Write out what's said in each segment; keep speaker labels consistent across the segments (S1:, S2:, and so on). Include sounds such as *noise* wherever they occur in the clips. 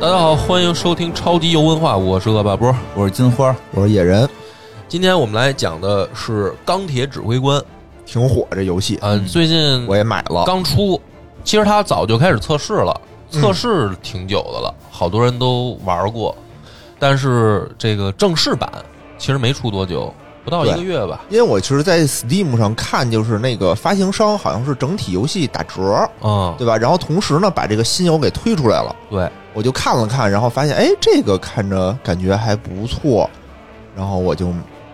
S1: 大家好，欢迎收听超级游文化，我是恶霸波。
S2: 我是金花，我是野人，
S1: 今天我们来讲的是《钢铁指挥官》
S2: 挺火这游戏，
S1: 啊，最近
S2: 嗯我也买了。
S1: 刚出，其实它早就开始测试了，
S2: 嗯
S1: 测试挺久的了，好多人都玩过，但是这个正式版其实没出多久，不到一
S2: 对
S1: 个月吧，
S2: 因为我其实，在 Steam 上看，就是那个发行商好像是整体游戏打折，
S1: 嗯，
S2: 对吧？然后同时呢，把这个新游给推出来了，
S1: 对，
S2: 我就看了看，然后发现，哎，这个看着感觉还不错，然后我就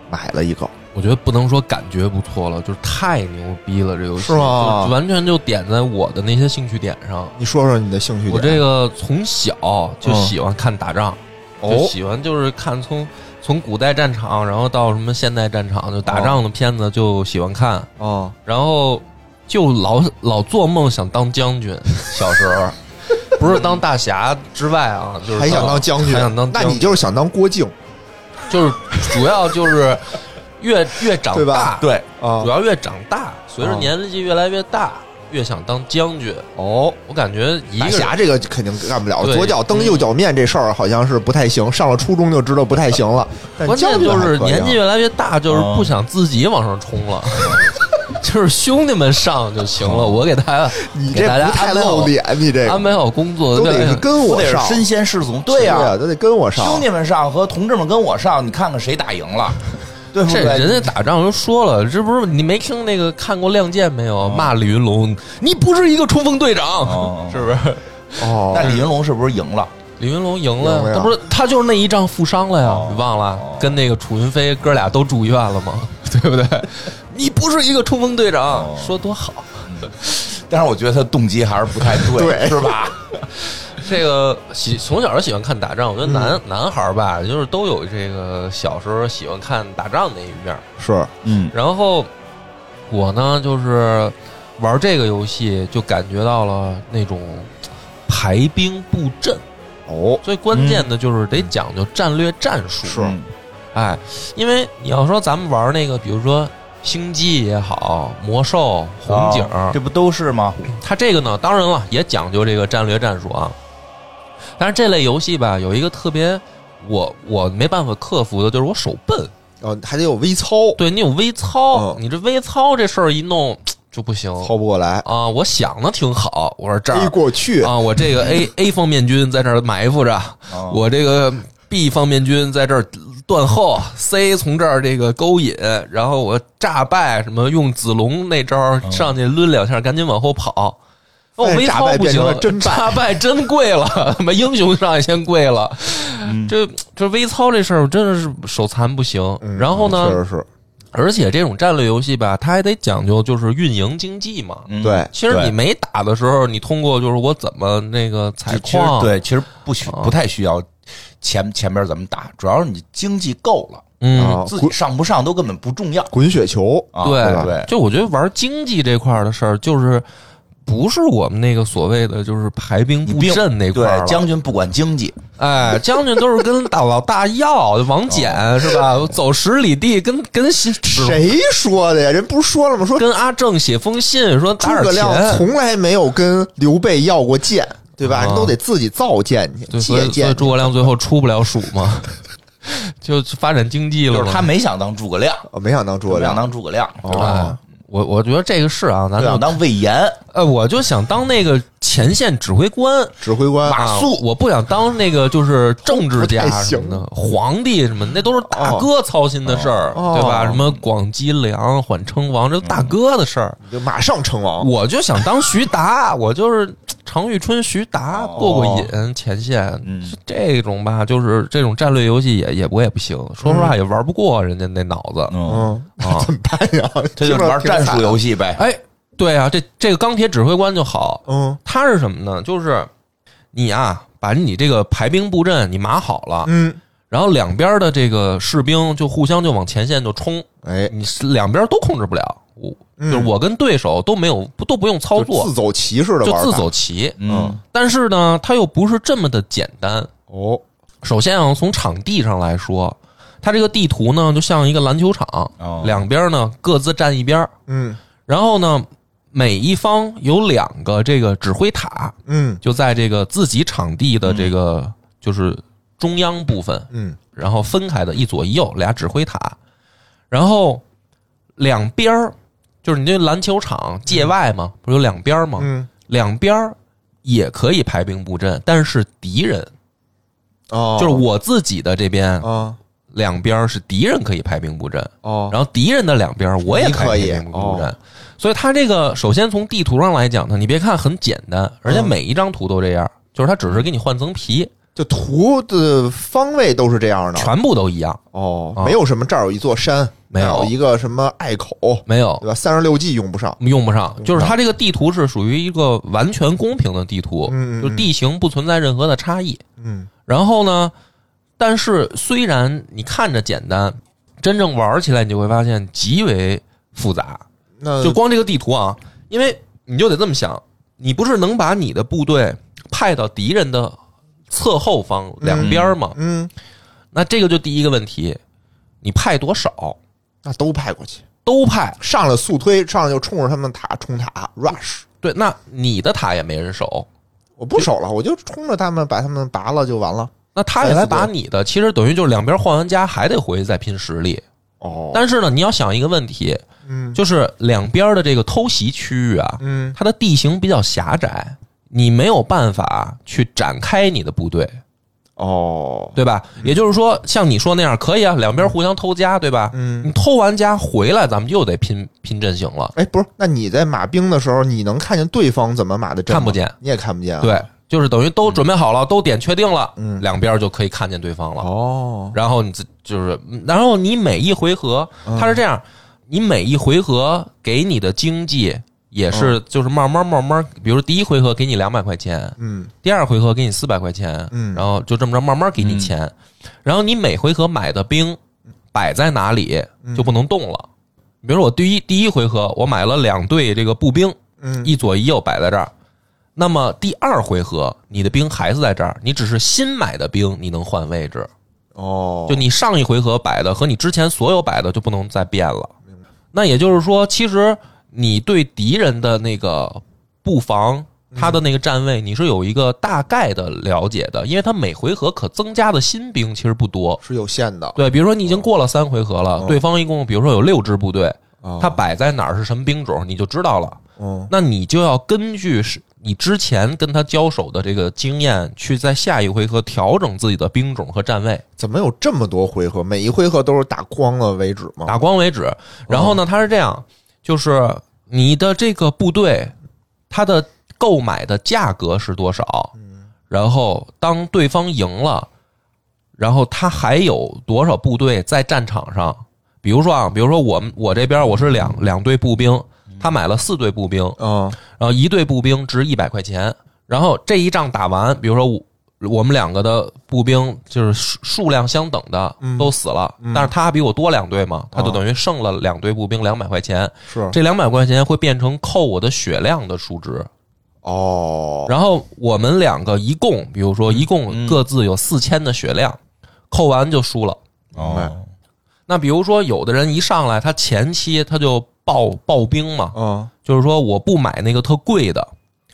S2: 买了一个。
S1: 我觉得不能说感觉不错了，就是太牛逼了，这游戏
S2: 是吗
S1: 就完全就点在我的那些兴趣点上。
S2: 你说说你的兴趣点？
S1: 我这个从小就喜欢看打仗，就
S2: 嗯哦，
S1: 喜欢就是看从从古代战场，然后到什么现代战场，就打仗的片子就喜欢看，
S2: 哦，
S1: 然后就老老做梦想当将军，小时候。不是当大侠之外啊，就是
S2: 还想当将军？
S1: 还想当将
S2: 那
S1: 军
S2: 你就是想当郭靖
S1: 就是主要就是越越长
S2: 对
S1: 大
S2: 吧，对嗯啊
S1: 主？要越长大，随着年纪越来越大，越想当将军。
S2: 哦，
S1: 我感觉一
S2: 打
S1: 个人
S2: 侠这个肯定干不了，
S1: 对
S2: 左脚蹬右脚面这事儿好像是不太行，上了初中就知道不太行了。但
S1: *laughs* 关键
S2: 将军
S1: 就
S2: 还
S1: 是
S2: 可以啊
S1: 年纪越来越大，就是
S3: 嗯
S1: 不想自己往上冲了， *laughs* 就是兄弟们上就行
S3: 嗯
S1: 了。我给大家，
S2: 你
S1: 给
S2: 这
S1: 大家
S2: 不太
S1: 安排
S2: 露
S1: 好，
S2: 脸，你这
S1: 安
S2: 个
S1: 排好工作，
S2: 都得是
S1: 对
S2: 跟
S3: 都
S2: 我
S3: 得是
S2: 上，
S3: 身先士卒，对呀、
S2: 对
S1: 啊
S2: 都得跟我上。
S3: 兄弟们上和同志们跟我上，你看看谁打赢了，对不
S1: 这
S3: 对？
S1: 人家打仗都说了，这不是你没听那个看过《亮剑》没有？骂李云龙，你不是一个冲锋队
S3: 嗯哦
S1: 长，是不是？
S2: 哦，
S3: 但李云龙是不是赢了？
S1: 李云龙赢了
S2: 赢了
S1: 呀，
S2: 呀
S1: 他不是他就是那一仗负伤了呀
S3: 哦，
S1: 你忘了
S3: 哦？
S1: 跟那个楚云飞哥俩都住院了嘛， *laughs* 对不对？你不是一个冲锋队长，
S3: 哦
S1: 说多好。啊
S3: 但是我觉得他动机还是不太对，
S2: 对
S3: 是吧？
S1: 这个喜从小就喜欢看打仗，我觉得男、男孩儿吧，就是都有这个小时候喜欢看打仗那一面儿。
S2: 是
S3: *laughs* 嗯，
S1: 然后我呢，就是玩这个游戏就感觉到了那种排兵布阵，
S2: 哦，
S1: 最关键的就是得讲究战略战术。
S2: 是
S3: 嗯
S1: 哎，因为你要说咱们玩那个，比如说星际也好，魔兽、红警，
S3: 啊这不都是吗？
S1: 它这个呢，当然了，也讲究这个战略战术啊。但是这类游戏吧，有一个特别我我没办法克服的，就是我手笨。
S2: 哦，还得有微操，
S1: 对你有微操，
S2: 嗯
S1: 你这微操这事儿一弄就不行
S2: 操不过来
S1: 啊！我想的挺好，我说这
S2: ，A
S1: 儿
S2: 过 *laughs* 去，
S1: 啊，我这个 A A 方面军在这儿埋伏着，
S3: 哦
S1: 我这个 B 方面军在这儿断后，C 从这儿这个勾引，然后我炸败什么用子龙那招儿上去抡两下，赶紧往后跑。哦，
S2: 哦哎
S1: 没
S2: 炸
S1: 操
S2: 败
S1: 不
S2: 变
S1: 行
S2: 成了，真败
S1: 炸败真跪了，他妈英雄上也先跪了。这这微操这事儿我真的是手残不行。
S2: 嗯
S1: 然后呢
S2: 确，实是
S1: 而且这种战略游戏吧，它还得讲究就是运营经济嘛。
S3: 嗯
S2: 对
S1: 其实
S3: 对
S1: 你没打的时候，你通过就是我怎么那个采
S3: 哎其实
S1: 矿，
S3: 对，其实不需
S1: 啊
S3: 不太需要前前边怎么打，主要是你经济够了，
S1: 嗯，
S2: 啊
S3: 自己上不上都根本不重要
S2: 滚雪球，
S3: 啊。
S1: 对
S3: 哦对，
S1: 就我觉得玩经济这块儿的事儿，就是不是我们那个所谓的就是排兵
S3: 你
S1: 布
S3: 并
S1: 阵那块儿了
S3: 对将军不管经济，
S1: 哎，将军都是跟大老大要王翦是吧？走十里地，跟跟西史
S2: 谁说的呀？人不是说了吗？说
S1: 跟阿正写封信说
S2: 诸
S1: 打
S2: 葛
S1: 点
S2: 亮
S1: 钱。
S2: 从来没有跟刘备要过剑，对吧？
S1: 啊
S2: 人都得自己造剑去，
S1: 对，所
S2: 借
S1: 以所以
S2: 剑去。
S1: 诸葛亮最后出不了蜀嘛， *laughs* 就发展经济了
S3: 就
S1: 嘛。
S3: 是他没想当诸葛亮，
S2: 哦没想当诸葛
S3: 不想
S2: 亮，
S3: 当诸葛亮，
S2: 哦
S1: 哎，我我觉得这个是啊，咱
S3: 不
S1: 就
S3: 想当魏延，
S1: 呃，我就想当那个前线指挥官，
S2: 指挥官
S3: 马
S1: 啊
S3: 谡，
S1: 我不想当那个就是政治家
S2: 不太
S1: 什
S2: 行
S1: 么的，皇帝什么的，那都是大哥操心的事儿，
S2: 哦
S1: 对吧？
S2: 哦
S1: 什么广积粮、缓称王，这都大哥的事儿。
S2: 就马上称王。
S1: 我就想当徐达，我就是常遇春、徐达
S3: 哦
S1: 过过瘾，前线
S3: 嗯
S1: 这种吧，就是这种战略游戏也也我也不行，说实话也玩不过人家那脑子。
S3: 嗯，
S2: 嗯，
S1: 啊
S2: 那 *laughs* 怎么办
S1: *laughs*
S2: 呀？
S3: 这就是玩战术游戏呗。
S1: 哎，对啊，这这个钢铁指挥官就好，
S2: 嗯
S1: 他是什么呢？就是你啊，把你这个排兵布阵你码好了，
S2: 嗯，
S1: 然后两边的这个士兵就互相就往前线就冲，
S2: 哎，
S1: 你是两边都控制不了，我就
S2: 嗯
S1: 是我跟对手都没有不都不用操
S2: 就
S1: 作
S2: 自，走棋似的
S1: 就
S2: 玩法，
S1: 自走棋。
S3: 嗯，
S1: 但是呢，它又不是这么的简单。
S2: 哦，
S1: 首先啊，从场地上来说，它这个地图呢就像一个篮球场，
S3: 哦
S1: 两边呢各自站一边儿，
S2: 嗯
S1: 然后呢每一方有两个这个指挥塔，
S2: 嗯，
S1: 就在这个自己场地的这个就是中央部分，
S2: 嗯
S1: 然后分开的一左一右俩指挥塔，然后两边儿就是你这篮球场界外嘛，不是有两边儿吗？
S2: 嗯
S1: 两边儿也可以排兵布阵，但是敌人
S2: 哦，
S1: 就是我自己的这边
S2: 啊
S1: 两边儿是敌人可以排兵布阵，
S2: 哦，
S1: 然后敌人的两边儿我也
S2: 你
S1: 开
S2: 可
S1: 始
S2: 以
S1: 兵布阵
S2: 哦，
S1: 所以它这个首先从地图上来讲呢，你别看很简单，而且
S2: 嗯
S1: 每一张图都这样，就是它只是给你换层皮，
S2: 就图的方位都是这样的
S1: 全部都一样，
S2: 哦
S1: 啊，
S2: 没有什么这儿有一座山，
S1: 没有
S2: 那儿有一个什么隘口，
S1: 没有
S2: 对吧？三十六计用不上，
S1: 用不上，就是
S2: 用不上
S1: 它这个地图是属于一个完全公平的地图，
S2: 嗯嗯
S1: 就地形不存在任何的差异。
S2: 嗯
S1: 然后呢，但是虽然你看着简单，真正玩起来你就会发现极为复杂。
S2: 嗯那
S1: 就光这个地图啊，因为你就得这么想，你不是能把你的部队派到敌人的侧后方两边儿吗？
S2: 嗯，
S1: 那这个就第一个问题，你派多少
S2: 那都派过去，
S1: 都派
S2: 上来速推，上来就冲着他们塔冲塔 rush，
S1: 对，那你的塔也没人守，
S2: 我不守了，我就冲着他们把他们拔了就完了。
S1: 那他也
S2: 哎
S1: 来
S2: 是
S1: 打你的，其实等于就是两边换完家还得回去再拼实力。
S2: 哦，
S1: 但是呢，你要想一个问题，
S2: 嗯
S1: 就是两边的这个偷袭区域啊，
S2: 嗯
S1: 它的地形比较狭窄，你没有办法去展开你的部队，
S2: 哦，
S1: 对吧？也就是说，像你说那样可以啊，两边互相偷家，对吧？
S2: 嗯，
S1: 你偷完家回来，咱们又得拼拼阵型了，
S2: 哎，不是，那你在码兵的时候，你能看见对方怎么码的阵吗
S1: 看不见，
S2: 你也看不见、啊。，
S1: 对，就是等于都准备好了，都点确定了，
S2: 嗯
S1: 两边就可以看见对方了。
S2: 哦，
S1: 然后你自就是，然后你每一回合，
S2: 嗯
S1: 它是这样，你每一回合给你的经济也是就是慢慢慢慢，比如第一回合给你两百块钱，
S2: 嗯
S1: 第二回合给你四百块钱，
S2: 嗯
S1: 然后就这么着慢慢给你钱，然后你每回合买的兵摆在哪里
S2: 嗯
S1: 就不能动了。比如说我第一第一回合我买了两队这个步兵，
S2: 嗯，
S1: 一左一右摆在这儿。那么第二回合，你的兵还是在这儿，你只是新买的兵，你能换位置。
S2: 哦，
S1: 就你上一回合摆的和你之前所有摆的就不能再变了。那也就是说，其实你对敌人的那个布防，
S2: 嗯
S1: 他的那个站位，你是有一个大概的了解的，因为他每回合可增加的新兵其实不多。
S2: 是有限的。
S1: 对，比如说你已经过了三回合了，
S2: 嗯
S1: 对方一共比如说有六支部队，
S2: 哦
S1: 他摆在哪儿是什么兵种，你就知道了。
S2: 嗯
S1: 那你就要根据是你之前跟他交手的这个经验，去在下一回合调整自己的兵种和站位。
S2: 怎么有这么多回合？每一回合都是打光了为止吗？
S1: 打光为止。然后呢，它是这样，就是你的这个部队，它的购买的价格是多少？然后当对方赢了，然后他还有多少部队在战场上？比如说啊，比如说我们我这边我是两两队步兵，他买了四队步兵，
S2: 嗯
S1: 然后一队步兵值一百块钱，然后这一仗打完，比如说我我们两个的步兵就是数数量相等的
S2: 嗯哦
S1: 都死了，但是他比我多两队嘛，他就等于剩了两队步兵两百块钱，
S2: 是
S1: 这两百块钱会变成扣我的血量的数值。
S2: 哦
S1: 然后我们两个一共，比如
S2: 嗯
S1: 说一共各自有四千的血量，扣完就输了。
S3: 哦，
S1: 那比如说有的人一上来，他前期他就暴暴兵嘛，
S2: 嗯
S1: 就是说我不买那个特贵的，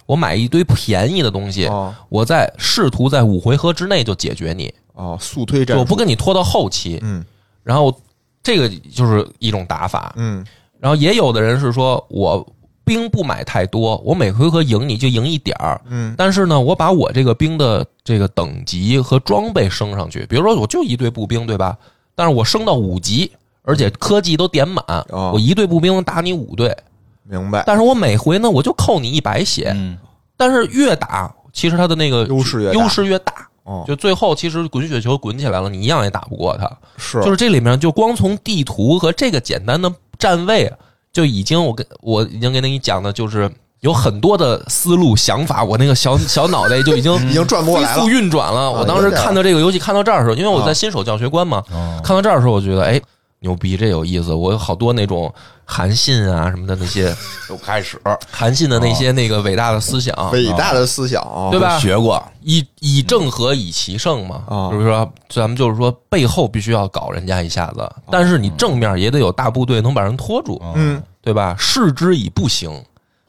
S1: 我买一堆便宜的东西，
S2: 哦
S1: 我在试图在五回合之内就解决你，
S2: 哦，速推
S1: 就
S2: 战
S1: 我
S2: 术
S1: 不跟你拖到后期。
S2: 嗯
S1: 然后这个就是一种打法。
S2: 嗯
S1: 然后也有的人是说我兵不买太多，我每回合赢你就赢一点儿。
S2: 嗯
S1: 但是呢，我把我这个兵的这个等级和装备升上去，比如说我就一队步兵，对吧？但是我升到五级，而且科技都点满，
S2: 嗯哦哎
S1: 我一队步兵能打你五队，
S2: 明白。
S1: 但是我每回呢我就扣你一百血，
S3: 嗯，
S1: 但是越打，其实他的那个
S2: 优势越大
S1: 优势越大。
S2: 哦，
S1: 就最后其实滚雪球滚起来了，你一样也打不过他。
S2: 是
S1: 就是这里面就光从地图和这个简单的站位，就已经我跟我已经给你讲的就是。有很多的思路想法，我那个小 *laughs* 小脑袋就已经
S2: 嗯已经转不过
S1: 飞
S2: 来了啊
S1: 速。运转了。我当时看到这个游戏看到这儿的时候，因为我在新手教学关嘛，
S2: 哦
S1: 看到这儿的时候，我觉得哎牛逼，这有意思。我有好多那种韩信啊什么的那些
S3: 又开始
S1: 韩信的那些那个伟大的思想，
S2: 伟大的思想啊，
S1: 对吧？
S3: 学过，
S1: 以以正和以奇胜嘛，
S2: 啊
S1: 就是说咱们就是说背后必须要搞人家一下子，
S2: 啊
S1: 但是你正面也得有大部队能把人拖住，
S2: 嗯，
S1: 对吧？示之以不行，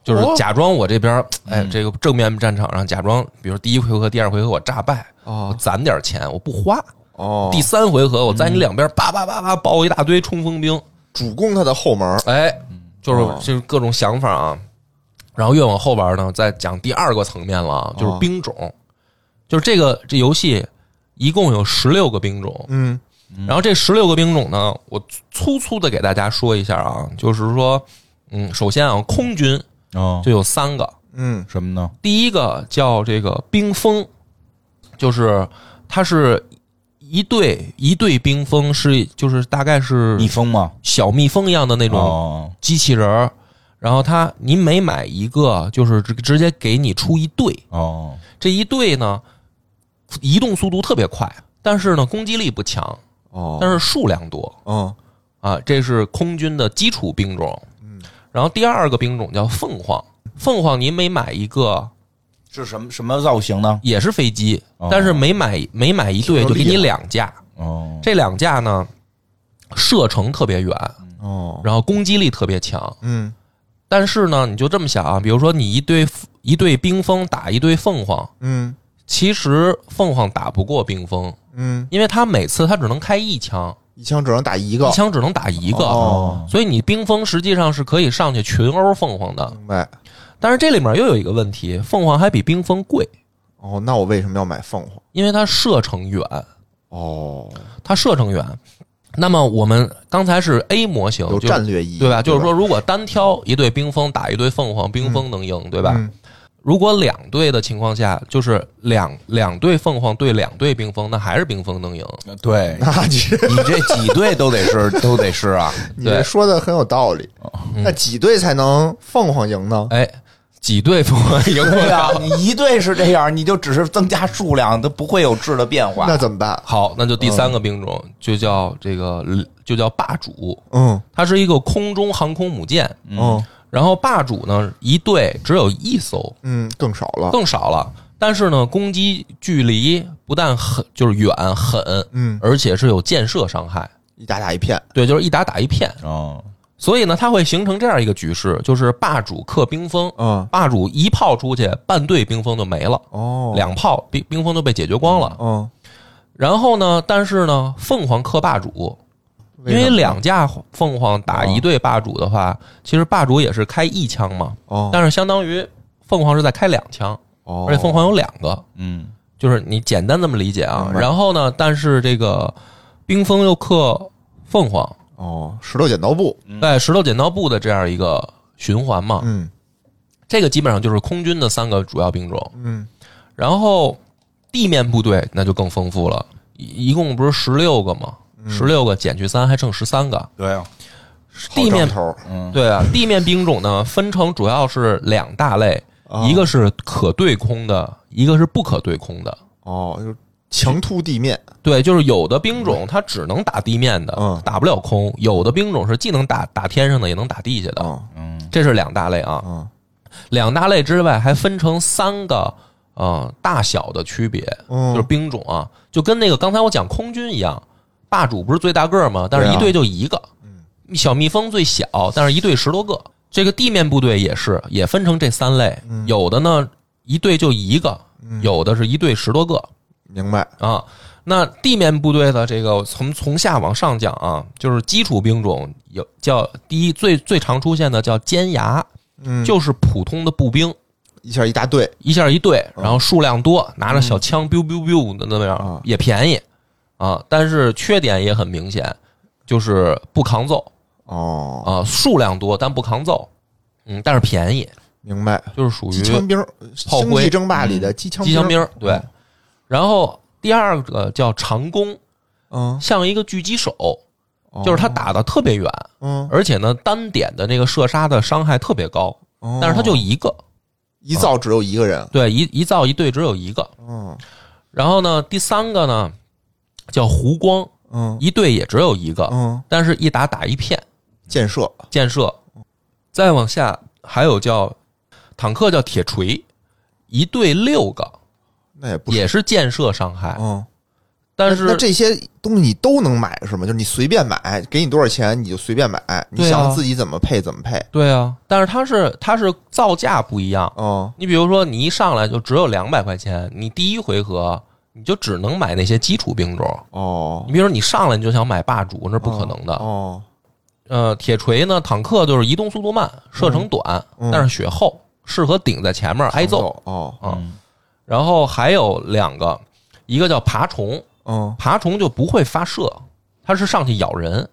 S1: 就是
S2: 哦嗯
S1: 假装我这边，哎，这个正面战场上假装，比如第一回合、第二回合我诈败，我
S2: 哦
S1: 攒点钱，我不花。
S2: 哦，嗯
S1: 第三回合我在你两边叭叭叭叭包一大堆冲锋兵，
S2: 主攻他的后门，
S1: 哎，就是
S2: 哦
S1: 就是各种想法啊。然后越往后边呢，再讲第二个层面了啊，就是
S2: 哦
S1: 兵种，就是这个这游戏一共有十六个兵种，
S2: 嗯
S1: 然后这十六个兵种呢，我粗粗的给大家说一下啊，就是说，嗯，首先啊，空军
S3: 哦，
S1: 就有三个，
S2: 嗯
S3: 什么呢？
S1: 第一个叫这个冰封，就是它是一队一队冰封，是就是大概是
S3: 蜜蜂吗？
S1: 小蜜蜂一样的那种
S3: 哦，
S1: 机器人儿，然后它你每买一个，就是直直接给你出一队，
S3: 哦，
S1: 这一队呢移动速度特别快，但是呢攻击力不强，
S2: 哦，
S1: 但是数量多。
S2: 嗯
S1: 啊，这是空军的基础兵种。
S2: 嗯，
S1: 然后第二个兵种叫凤凰，凤凰你每买一个
S3: 是什么什么造型呢？
S1: 也是飞机，
S3: 哦
S1: 但是每买每买一对
S2: 挺有
S1: 就给你
S2: 力
S1: 两架，
S3: 哦，
S1: 这两架呢射程特别远，
S2: 哦
S1: 然后攻击力特别强。
S2: 嗯
S1: 但是呢，你就这么想啊，比如说你一队一队冰封打一队凤凰，
S2: 嗯
S1: 其实凤凰打不过冰封，
S2: 嗯，
S1: 因为它每次它只能开一枪，
S2: 一枪只能打一个
S1: 一，枪只能打一个。
S2: 哦，
S1: 所以你冰封实际上是可以上去群殴凤凰的，
S2: 明白。
S1: 但是这里面又有一个问题，凤凰还比冰封贵，
S2: 哦，那我为什么要买凤凰？
S1: 因为它射程远，
S2: 哦，
S1: 它射程远。那么我们刚才是 A 模型，
S2: 有
S1: 就是
S2: 战略意义，
S1: 对吧？就是说，如果单挑一队冰封打一队凤凰，冰封能赢，对吧？
S2: 嗯，
S1: 如果两队的情况下，就是两两队凤凰对两队冰封，那还是冰封能赢。
S3: 对
S2: *laughs* 那你
S3: 你这几队都得是都得是啊，
S2: 你这说的很有道理。那几队才能凤凰赢呢？
S1: 哎，几队凤凰赢不
S3: 对呀、
S1: 了？
S3: 你一队是这样，你就只是增加数量，它不会有质的变化。
S2: 那怎么办？
S1: 好，那就第三个兵种就叫这个，就叫霸主，
S2: 嗯
S1: 它是一个空中航空母舰。
S2: 嗯
S1: 然后霸主呢，一队只有一艘，
S2: 嗯，更少了。
S1: 更少了。但是呢，攻击距离不但很就是远狠，
S2: 嗯，
S1: 而且是有建设伤害。
S2: 一打打一片。
S1: 对，就是一打打一片。
S3: 哦，
S1: 所以呢，它会形成这样一个局势，就是霸主克冰封，
S2: 嗯
S1: 霸主一炮出去，半队冰封就没了，
S2: 哦，
S1: 两炮冰冰封就被解决光了。
S2: 嗯，
S1: 然后呢，但是呢，凤凰克霸主，因
S2: 什
S1: 为
S2: 么哦
S1: 两架凤凰打一队霸主的话，其实霸主也是开一枪嘛，
S2: 哦，
S1: 但是相当于凤凰是在开两枪，
S2: 哦
S1: 而且凤凰有两个，
S3: 嗯，
S1: 就是你简单这么理解啊。
S2: 明白
S1: 然后呢，但是这个冰封又克凤凰，
S2: 哦，石头剪刀布。
S1: 哎，石头剪刀布的这样一个循环嘛，
S2: 嗯
S1: 这个基本上就是空军的三个主要兵种。
S2: 嗯
S1: 然后地面部队那就更丰富了，一一共不是十六个嘛，
S2: 嗯
S1: 十六个减去三还剩十三个。
S3: 对啊，嗯
S1: 地面
S2: 头儿
S1: 对啊，地面兵种呢分成主要是两大类，
S2: 哦
S1: 一个是可对空的，一个是不可对空的。
S2: 哦，就是强突地面。
S1: 对，就是有的兵种它只能打地面的，
S2: 嗯
S1: 打不了空；有的兵种是既能打打天上的，也能打地下的。
S2: 嗯
S3: 嗯
S1: 这是两大类啊，
S2: 嗯
S1: 两大类之外还分成三个呃大小的区别，就是
S2: 嗯，
S1: 兵种啊，就跟那个刚才我讲空军一样，霸主不是最大个儿吗？但是
S2: 对啊嗯
S1: 一队就一个，小蜜蜂最小，但是一队十多个。这个地面部队也是，也分成这三类，
S2: 嗯
S1: 有的呢一队就一个，有的是一队十多个，
S2: 明白。
S1: 啊。那地面部队的这个从从下往上讲啊，就是基础兵种有叫第一最最常出现的叫尖牙，
S2: 嗯，
S1: 就是普通的步兵，
S2: 一下一大队。
S1: 一下一队，然后数量多，拿着小枪 biu biu biu 的那样
S2: 嗯啊
S1: 也便宜啊，但是缺点也很明显，就是不抗揍
S2: 哦，
S1: 啊，数量多但不抗揍，嗯，但是便宜，
S2: 明白。
S1: 就是属于
S2: 机枪兵儿，
S1: 炮
S2: 星
S1: 灰嗯
S2: 际争霸里的机枪
S1: 机枪兵
S2: 兵嗯
S1: 儿。对。然后第二个叫长弓，
S2: 嗯，
S1: 像一个狙击手，就是他打的特别远，
S2: 哦嗯，
S1: 而且呢，单点的那个射杀的伤害特别高，
S2: 哦
S1: 但是他就啊一个，
S2: 一造只有一个人。
S1: 对，一一造一队只有一个。
S2: 嗯
S1: 然后呢，第三个呢叫湖光，
S2: 嗯
S1: 一队也只有一个，
S2: 嗯，
S1: 但是一打打一片
S2: 建设。
S1: 建设。
S2: 嗯
S1: 再往下还有叫坦克叫铁锤，一队六个，
S2: 那也不
S1: 也是建设伤害。
S2: 嗯
S1: 但
S2: 那
S1: 是
S2: 这些东西你都能买是吗？就是你随便买，给你多少钱你就随便买，你
S1: 对啊
S2: 想自己怎么配怎么配。
S1: 对啊，但是它是它是造价不一样。
S2: 嗯，
S1: 你比如说，你一上来就只有两百块钱，你第一回合你就只能买那些基础兵种。
S2: 哦
S1: 你比如说，你上来你就想买霸主，那是不可能的。
S2: 哦，
S1: 呃，铁锤呢，坦克就是移动速度慢，射程短，
S2: 嗯
S1: 但是血厚，适合顶在前面挨揍。
S2: 哦，
S3: 嗯，
S1: 然后还有两个，一个叫爬虫，
S2: 嗯，
S1: 爬虫就不会发射，它是上去咬人，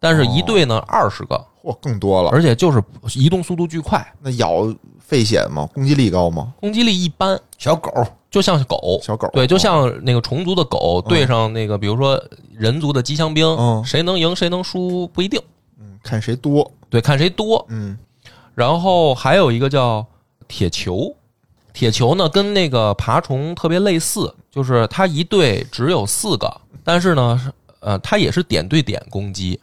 S1: 但是一队
S2: 哦
S1: 呢二十个，
S2: 嚯，更多了。
S1: 而且就是移动速度巨快，
S2: 那咬费血吗？攻击力高吗？
S1: 攻击力一般，
S3: 小狗
S1: 就像狗。
S2: 小狗哦
S1: 对，就像那个虫族的狗对上那个，比如说人族的机枪兵，
S2: 嗯
S1: 谁能赢谁能输不一定，
S2: 嗯看谁多，
S1: 对，看谁多。
S2: 嗯
S1: 然后还有一个叫铁球，铁球呢跟那个爬虫特别类似，就是它一队只有四个，但是呢，是呃，它也是点对点攻击，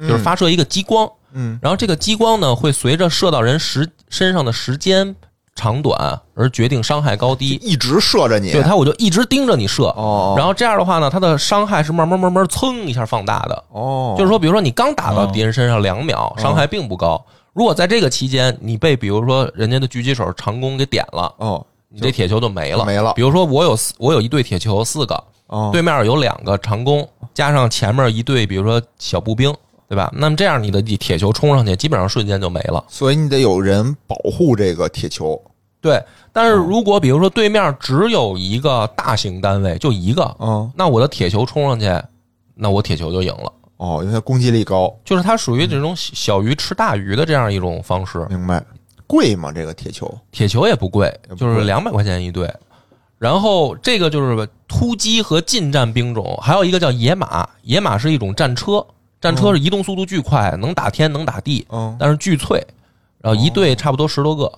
S1: 就是发射一个激光，
S2: 嗯
S1: 然后这个激光呢会随着射到人时身上的时间长短而决定伤害高低。
S2: 一直射着你
S1: 对，它我就一直盯着你射，
S2: 哦
S1: 然后这样的话呢，它的伤害是慢慢慢慢蹭一下放大的。
S2: 哦，
S1: 就是说，比如说你刚打到敌人身上两秒，伤害并不高。如果在这个期间你被比如说人家的狙击手长弓给点了，
S2: 哦
S1: 你这铁球就没了。
S2: 没了
S1: 比如说我有四，我有一队铁球四个，
S2: 哦
S1: 对面有两个长弓，加上前面一队，比如说小步兵，对吧？那么这样你的铁球冲上去，基本上瞬间就没了。
S2: 所以你得有人保护这个铁球。
S1: 对，但是如果比如说对面只有一个大型单位，就一个，
S2: 嗯
S1: 那我的铁球冲上去，那我铁球就赢了。
S2: 哦，因为它攻击力高，
S1: 就是它属于这种小小鱼吃大鱼的这样一种方式。
S2: 明白？贵吗？这个铁球？
S1: 铁球也不贵
S2: 不，贵
S1: 就是两百块钱一对。然后这个就是突击和近战兵种，还有一个叫野马，野马是一种战车，战车是移动速度巨快，能打天能打地，
S2: 嗯
S1: 但是巨脆。然后一队差不多十多个。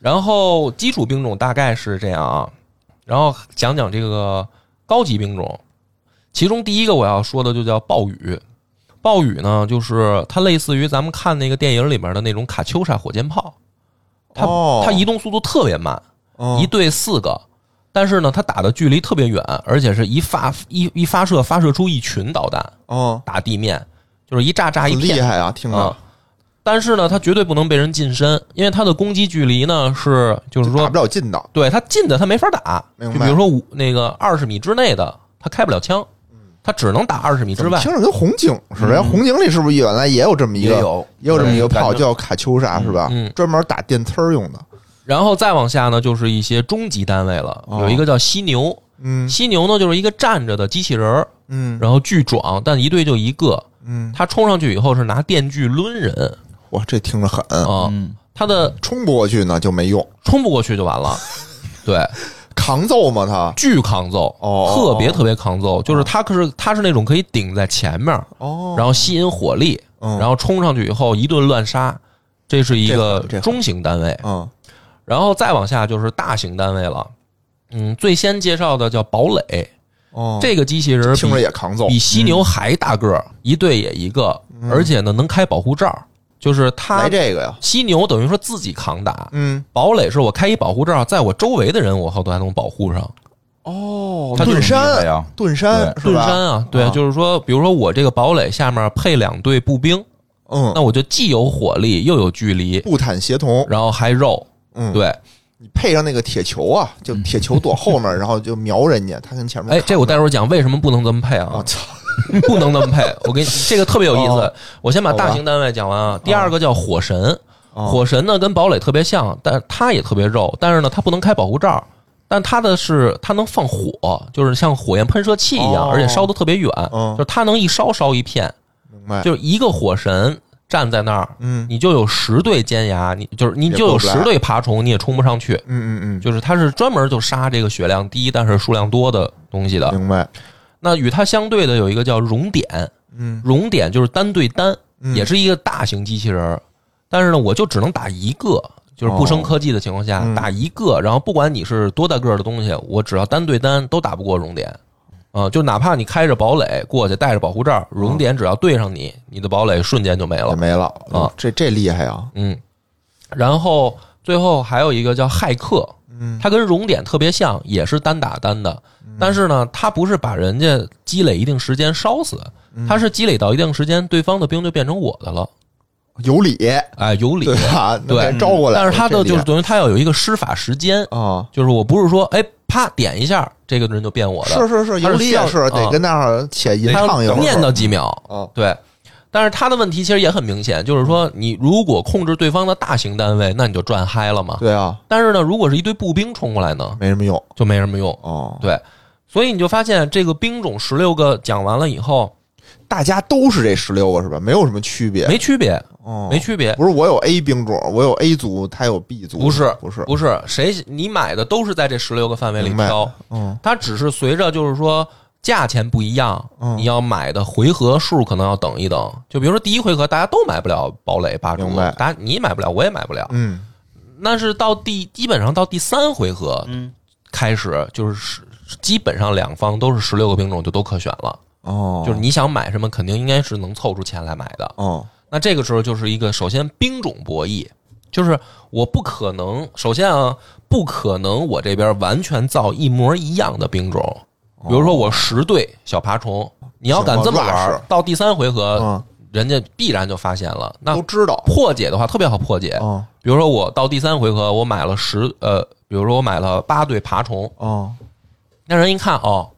S1: 然后基础兵种大概是这样啊，然后讲讲这个高级兵种，其中第一个我要说的就叫暴雨。暴雨呢，就是它类似于咱们看那个电影里面的那种卡秋莎火箭炮，它、
S2: 哦
S1: 它移动速度特别慢，
S2: 嗯
S1: 一队四个，但是呢，它打的距离特别远，而且是一发一一发射发射出一群导弹
S2: 嗯，
S1: 打地面，就是一炸炸一
S2: 很厉
S1: 片
S2: 害啊！听
S1: 哦啊
S2: 着，。
S1: 但是呢，它绝对不能被人近身，因为它的攻击距离呢是就是
S2: 打
S1: 说
S2: 不，了近的。
S1: 对它近的它没法打，就
S2: 明
S1: 比
S2: 白
S1: 如说五那个二十米之内的，它开不了枪，
S2: 嗯
S1: 它只能打二十米之外。
S2: 听着跟红警似
S1: 嗯
S2: 的，红警里是不是原来也有这么一个，
S3: 也有
S2: 也有这么一个炮
S3: 对
S2: 叫卡秋莎是吧？
S1: 嗯嗯
S2: 专门打电呲儿用的。
S1: 然后再往下呢，就是一些中级单位了，
S2: 哦
S1: 有一个叫犀牛，
S2: 嗯
S1: 犀牛呢就是一个站着的机器人儿，
S2: 嗯
S1: 然后巨壮，但一队就一个，
S2: 嗯，
S1: 他冲上去以后是拿电锯抡人
S2: 哇，这听着狠，
S1: 啊，
S3: 嗯
S1: 他的
S2: 冲不过去呢就没用，
S1: 冲不过去就完
S2: *laughs*
S1: 了，对，
S2: 扛揍吗？他
S1: 巨抗揍，
S2: 哦
S1: 特别特别抗揍，就是他可是他是那种可以顶在前面，
S2: 哦，
S1: 然后吸引火力，
S2: 嗯
S1: 然后冲上去以后一顿乱杀，这是一个
S2: 这狠这狠
S1: 中型单位，
S2: 嗯
S1: 然后再往下就是大型单位了，嗯，最先介绍的叫堡垒，
S2: 哦，
S1: 这个机器人
S2: 听着
S1: 比
S2: 也嗯扛揍，
S1: 比犀牛还大个儿，一队也一个，而且呢能开保护罩，就是它
S2: 嗯来这个呀，
S1: 犀牛等于说自己扛打，
S2: 嗯
S1: 堡垒是我开一保护罩，在我周围的人我后头还能保护上。
S2: 哦，
S1: 它
S2: 盾
S3: 这么厉害
S2: 山
S3: 呀
S2: 盾山是
S1: 盾
S2: 吧？
S1: 山啊，对，
S2: 啊
S1: 就是说，比如说我这个堡垒下面配两队步兵，
S2: 嗯，
S1: 那我就既有火力又有距离，
S2: 步坦协同，
S1: 然后还肉，
S2: 嗯，，
S1: 对，嗯
S2: 你配上那个铁球啊，就铁球躲后面，然后就瞄人家，他跟前面
S1: 哎，
S2: 砍
S1: 这我待会儿讲为什么不能这么配
S2: 我
S1: 啊，
S2: 操，
S1: *laughs* 不能这么配，我给你这个特别有意思
S2: 哦。
S1: 我先把
S2: 好吧
S1: 大型单位讲完啊，第二个叫火神，
S2: 哦
S1: 火神呢跟堡垒特别像，但它也特别肉，但是呢它不能开保护罩。但它的是，它能放火，就是像火焰喷射器一样，
S2: 哦
S1: 而且烧得特别远，
S2: 嗯
S1: 就是它能一烧烧一片，
S2: 明白？
S1: 就是一个火神站在那儿，
S2: 嗯
S1: 你就有十对尖牙，你就是你就有十对爬虫，你也冲不上去。
S2: 嗯嗯
S1: 就是它是专门就杀这个血量低但是数量多的东西
S2: 嗯，
S1: 的。
S2: 明白？
S1: 那与它相对的有一个叫熔点，
S2: 嗯，
S1: 熔点就是单对单，
S2: 嗯
S1: 也是一个大型机器人儿，但是呢，我就只能打一个。就是不升科技的情况下、
S2: 哦嗯
S1: 打一个，然后不管你是多大个儿的东西，我只要单对单都打不过熔点，啊、就哪怕你开着堡垒过去，带着保护罩，
S2: 哦
S1: 熔点只要对上你，你的堡垒瞬间就没了
S2: 也。没了
S1: 啊
S2: 这这厉害啊！
S1: 嗯，然后最后还有一个叫骇客，
S2: 嗯
S1: 它跟熔点特别像，也是单打单的，但是呢，它不是把人家积累一定时间烧死，
S2: 嗯
S1: 它是积累到一定时间，对方的兵就变成我的了，
S2: 有理，
S1: 哎，有理
S2: 对。吧？那
S1: 对嗯
S2: 给招过来
S1: 但
S2: 了，
S1: 是它的
S2: 这
S1: 就
S2: 里
S1: 是等于它要有一个施法时间，
S2: 啊，
S1: 就是我不是说哎啪点一下，这个人就变我的，
S2: 是是是，
S1: 它
S2: 有
S1: 是
S2: 理
S1: 需要
S2: 也是得
S1: 啊
S2: 跟那儿且吟
S1: 他
S2: 唱一会儿，
S1: 念叨几秒，
S2: 啊，
S1: 对。但是他的问题其实也很明显，就是说你如果控制对方的大型单位，那你就赚嗨了嘛。
S2: 对啊，
S1: 但是呢，如果是一堆步兵冲过来呢，
S2: 没什么用
S1: 就没什么用。
S2: 嗯哦。
S1: 对，所以你就发现这个兵种十六个讲完了以后，
S2: 大家都是这十六个是吧？没有什么区别，
S1: 没区别，
S2: 哦
S1: 没区别。
S2: 不是我有 A 兵种，我有 A 族，他有 B 族，
S1: 不是
S2: 不是，
S1: 不是，谁你买的都是在这十六个范围里
S2: 明白
S1: 挑，
S2: 嗯
S1: 它只是随着就是说价钱不一样，
S2: 嗯
S1: 你要买的回合数可能要等一等。就比如说第一回合大家都买不了堡垒霸主
S2: 明白，
S1: 大家你买不了，我也买不了。
S2: 嗯，
S1: 那是到第基本上到第三回合
S3: 嗯，
S1: 开始，就是十基本上两方都是十六个兵种就都可选了，
S2: 哦，
S1: 就是你想买什么，肯定应该是能凑出钱来买的。
S2: 哦，
S1: 那这个时候就是一个首先兵种博弈，就是我不可能，首先啊，不可能我这边完全造一模一样的兵种，
S2: 哦
S1: 比如说我十队小爬虫，你要敢这么
S2: 小猫
S1: 玩
S2: rush，
S1: 到第三回合
S2: 嗯，
S1: 人家必然就发现了。那
S2: 都知道，
S1: 破解的话特别好破解，
S2: 哦
S1: 比如说我到第三回合我买了十呃，比如说我买了八对爬虫，
S2: 哦
S1: 那人一看哦，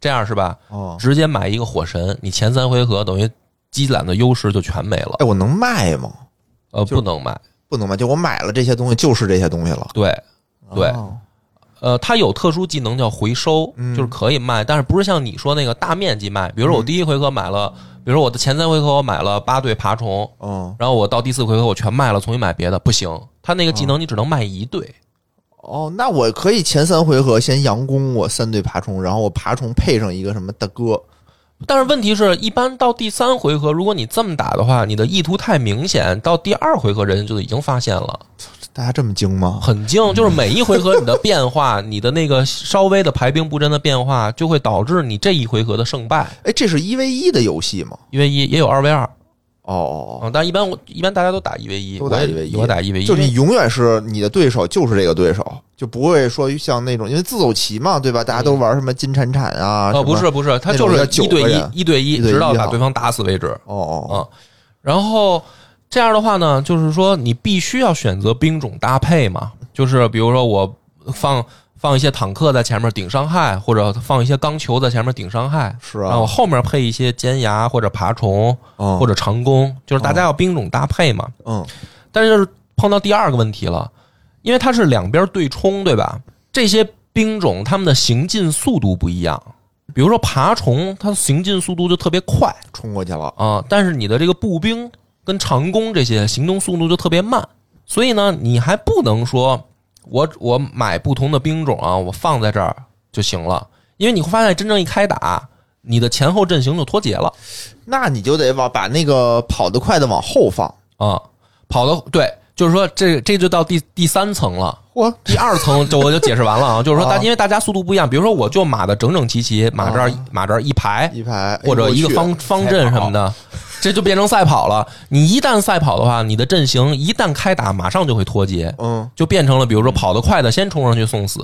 S1: 这样是吧？
S2: 哦，
S1: 直接买一个火神，你前三回合等于积攒的优势就全没了，
S2: 哎，我能卖吗？
S1: 呃，
S2: 就是
S1: 不能买。
S2: 不能卖，就我买了这些东西，就是这些东西了。
S1: 对，对
S2: 哦
S1: 呃，它有特殊技能叫回收，
S2: 嗯
S1: 就是可以卖，但是不是像你说那个大面积卖？比如说我第一回合买了，比如说我的前三回合我买了八对爬虫，
S2: 哦
S1: 然后我到第四回合我全卖了，重新买别的不行，它那个技能你只能卖一对。
S2: 哦，那我可以前三回合先佯攻我三对爬虫，然后我爬虫配上一个什么大哥，
S1: 但是问题是，一般到第三回合，如果你这么打的话，你的意图太明显，到第二回合人就已经发现了，
S2: 大家这么精吗？
S1: 很精。就是每一回合你的变化，你的那个稍微的排兵布阵的变化，就会导致你这一回合的胜败。
S2: 哎，这是一 v 一的游戏吗？
S1: 一 v 一也有二 v 二，
S2: 哦哦哦，
S1: 嗯，但一般我一般大家都打一 v 一，
S2: 都打
S1: 我也
S2: 1v1
S1: 我打一 v 一，
S2: 就你永远是你的对手，就是这个对手，就不会说像那种因为自走棋嘛，对吧？大家都玩什么金铲铲啊？
S1: 嗯哦，
S2: 什么
S1: 不是不是，他
S2: 那
S1: 就
S2: 种
S1: 是
S2: 叫九
S1: 一对
S2: 个
S1: 一
S2: 人，
S1: 一对一，
S2: 一对一
S1: 直到把
S2: 啊
S1: 对方打死为止。
S2: 哦哦哦，
S1: 嗯，然后这样的话呢，就是说你必须要选择兵种搭配嘛，就是比如说我放放一些坦克在前面顶伤害，或者放一些钢球在前面顶伤害，
S2: 是
S1: 嗯然后
S2: 啊，
S1: 后面配一些尖牙或者爬虫
S2: 嗯
S1: 或者长弓，就是大家要兵种搭配嘛。
S2: 嗯
S1: 但是就是碰到第二个问题了，因为它是两边对冲，对吧？这些兵种它们的行进速度不一样，比如说爬虫，它行进速度就特别快。
S2: 冲过去了，
S1: 啊，但是你的这个步兵跟长弓这些行动速度就特别慢，所以呢，你还不能说我我买不同的兵种啊，我放在这儿就行了，因为你会发现真正一开打，你的前后阵型就脱节了
S2: 那你就得往把那个跑得快的往后放。
S1: 啊，跑的对，就是说这这就到第第三层了。
S2: 我
S1: 第二层就我就解释完了啊，就是说大
S2: 啊
S1: 因为大家速度不一样，比如说我就码的整整齐齐，码这儿码这儿一排，
S2: 一排哎
S1: 或者一个方方阵什么的，这就变成赛跑了。你一旦赛跑的话，你的阵型一旦开打，马上就会脱节，
S2: 嗯
S1: 就变成了比如说跑得快的先冲上去送死，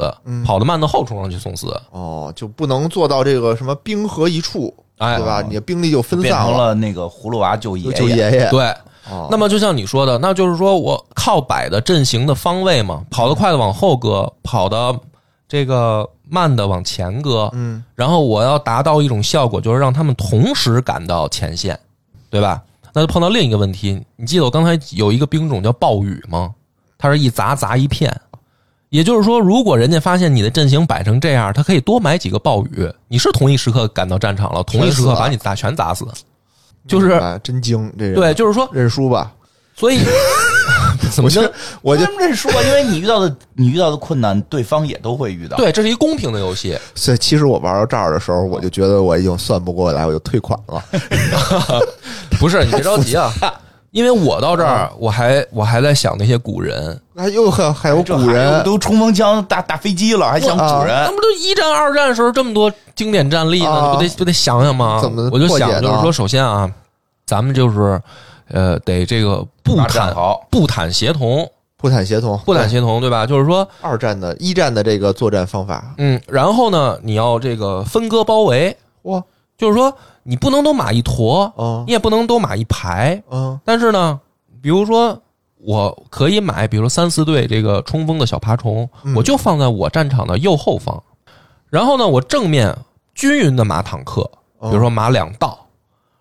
S1: 跑得慢的后冲上去送死。
S2: 哦，就不能做到这个什么兵合一处，
S1: 哎
S2: 对吧？你的兵力就分
S3: 变
S2: 散
S3: 成了那个葫芦娃救爷
S2: 就
S3: 爷，
S2: 就爷爷。
S1: 对，
S2: 哦
S1: 那么就像你说的，那就是说我靠摆的阵型的方位嘛，跑得快的往后搁，跑得这个慢的往前搁，
S2: 嗯，
S1: 然后我要达到一种效果，就是让他们同时赶到前线，对吧？那就碰到另一个问题，你记得我刚才有一个兵种叫暴雨吗？它是一砸砸一片，也就是说，如果人家发现你的阵型摆成这样，他可以多买几个暴雨。你是同一时刻赶到战场了，同一时刻把你砸全砸死，就是
S2: 哎真精，这人
S1: 对，就是说，
S2: 认输吧。
S1: 所以怎
S2: 我
S1: 么
S2: 就
S1: 就
S2: 我就
S3: 为什么这么说？因为你遇到的你遇到的困难，对方也都会遇到。，
S1: 对，这是一公平的游戏。
S2: 所以其实我玩到这儿的时候，我就觉得我已经算不过来，我就退款
S1: *laughs*
S2: 了。
S1: 不是，你别着急啊，因为我到这儿，我还我还在想那些古人，
S2: 那又还还有
S3: 这
S2: 古人
S3: 还，都冲锋枪、大大飞机了，还想主人
S1: 那？不都一战、二战时候这么多经典战例呢？
S2: 啊
S1: 你不得不得想想吗？
S2: 怎么
S1: 我就想
S2: 破解呢
S1: 就是说，首先啊，咱们就是呃，得这个不
S3: 大
S1: 谈
S3: 战壕
S1: 不谈协同，
S2: 不坦协同，
S1: 不胆
S2: 对
S1: 协同，对吧？就是说，
S2: 二战的一战的这个作战方法，
S1: 嗯，然后呢，你要这个分割包围，
S2: 哇，
S1: 就是说你不能都码一坨，
S2: 嗯
S1: 你也不能都码一排，
S2: 嗯
S1: 但是呢，比如说我可以买，比如说三四队这个冲锋的小爬虫，
S2: 嗯
S1: 我就放在我战场的右后方，然后呢，我正面均匀的码坦克，比
S2: 嗯
S1: 如说码两道，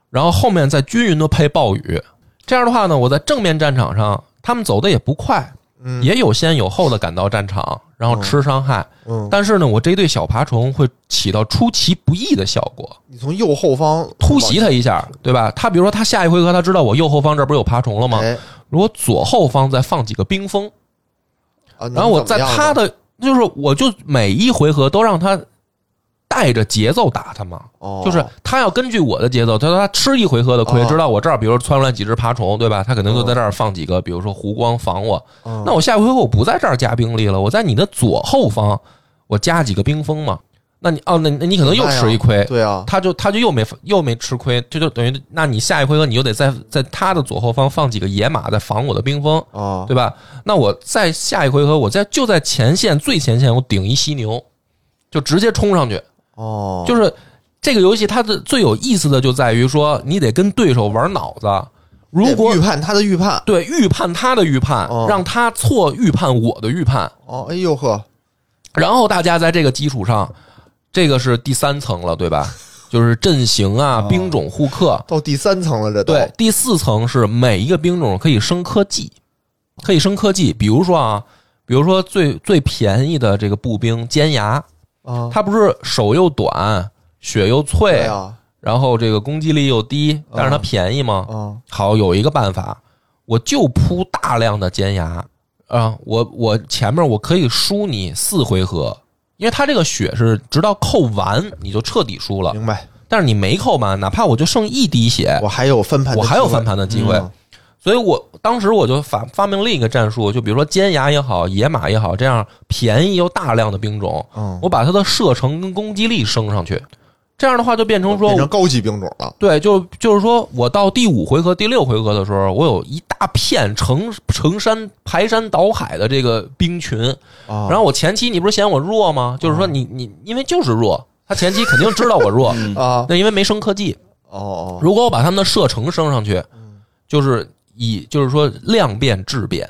S1: 然后后面再均匀的配暴雨，这样的话呢，我在正面战场上，他们走的也不快，
S2: 嗯
S1: 也有先有后的赶到战场，然后吃伤害，
S2: 嗯，
S1: 但是呢，我这一对小爬虫会起到出其不意的效果。
S2: 你从右后方
S1: 突袭他一下，对吧？他比如说，他下一回合他知道我右后方这不是有爬虫了吗？
S2: 哎
S1: 如果左后方再放几个冰封，
S2: 啊，
S1: 然后我在他
S2: 的
S1: 的就是我就每一回合都让他带着节奏打他嘛，
S2: 哦，
S1: 就是他要根据我的节奏，他说他吃一回合的亏，
S2: 哦
S1: 知道我这儿比如说窜出来几只爬虫，对吧？他可能就在这儿放几个，比如说湖光防我。
S2: 嗯
S1: 那我下回合我不在这儿加兵力了，我在你的左后方我加几个冰封嘛。那你哦，那那你可能又吃一亏，
S2: 对啊，
S1: 他就他就又没又没吃亏，这就等于那你下一回合你就得在在他的左后方放几个野马在防我的冰封，
S2: 啊，
S1: 对吧？那我再下一回合，我在就在前线最前线，我顶一犀牛，就直接冲上去。
S2: 哦，
S1: 就是这个游戏它的最有意思的就在于说，你得跟对手玩脑子，如果
S2: 哎预判他的预判，
S1: 对预判他的预判
S2: 哦，
S1: 让他错预判我的预判，
S2: 哦，哎呦呵，
S1: 然后大家在这个基础上，这个是第三层了，对吧？就是阵型啊，
S3: 哦
S1: 兵种互克。
S2: 到第三层了，这都
S1: 对，第四层是每一个兵种可以升科技，可以升科技。比如说啊，比如说最最便宜的这个步兵尖牙，
S2: 啊，
S1: 它不是手又短，血又脆，
S2: 啊，
S1: 然后这个攻击力又低，但是它便宜吗？
S2: 啊，
S1: 好，有一个办法，我就铺大量的尖牙啊！我我前面我可以输你四回合，因为它这个血是直到扣完你就彻底输了，
S2: 明白，
S1: 但是你没扣完，哪怕我就剩一滴血，
S2: 我还有翻盘，
S1: 哎我还有翻盘的机会。
S2: 嗯
S1: 所以我当时我就发发明另一个战术，就比如说尖牙也好，野马也好，这样便宜又大量的兵种，
S2: 嗯，
S1: 我把它的射程跟攻击力升上去，这样的话就变成说
S2: 变成高级兵种了，
S1: 对，就就是说我到第五回合、第六回合的时候，我有一大片成成山排山倒海的这个兵群，
S2: 啊，
S1: 然后我前期你不是嫌我弱吗？就是说你你因为就是弱，他前期肯定知道我
S2: *laughs*
S1: 弱，
S2: 啊，
S1: 那因为没升科技。
S2: 哦哦，嗯
S1: 如果我把他们的射程升上去，就是以就是说量变质变，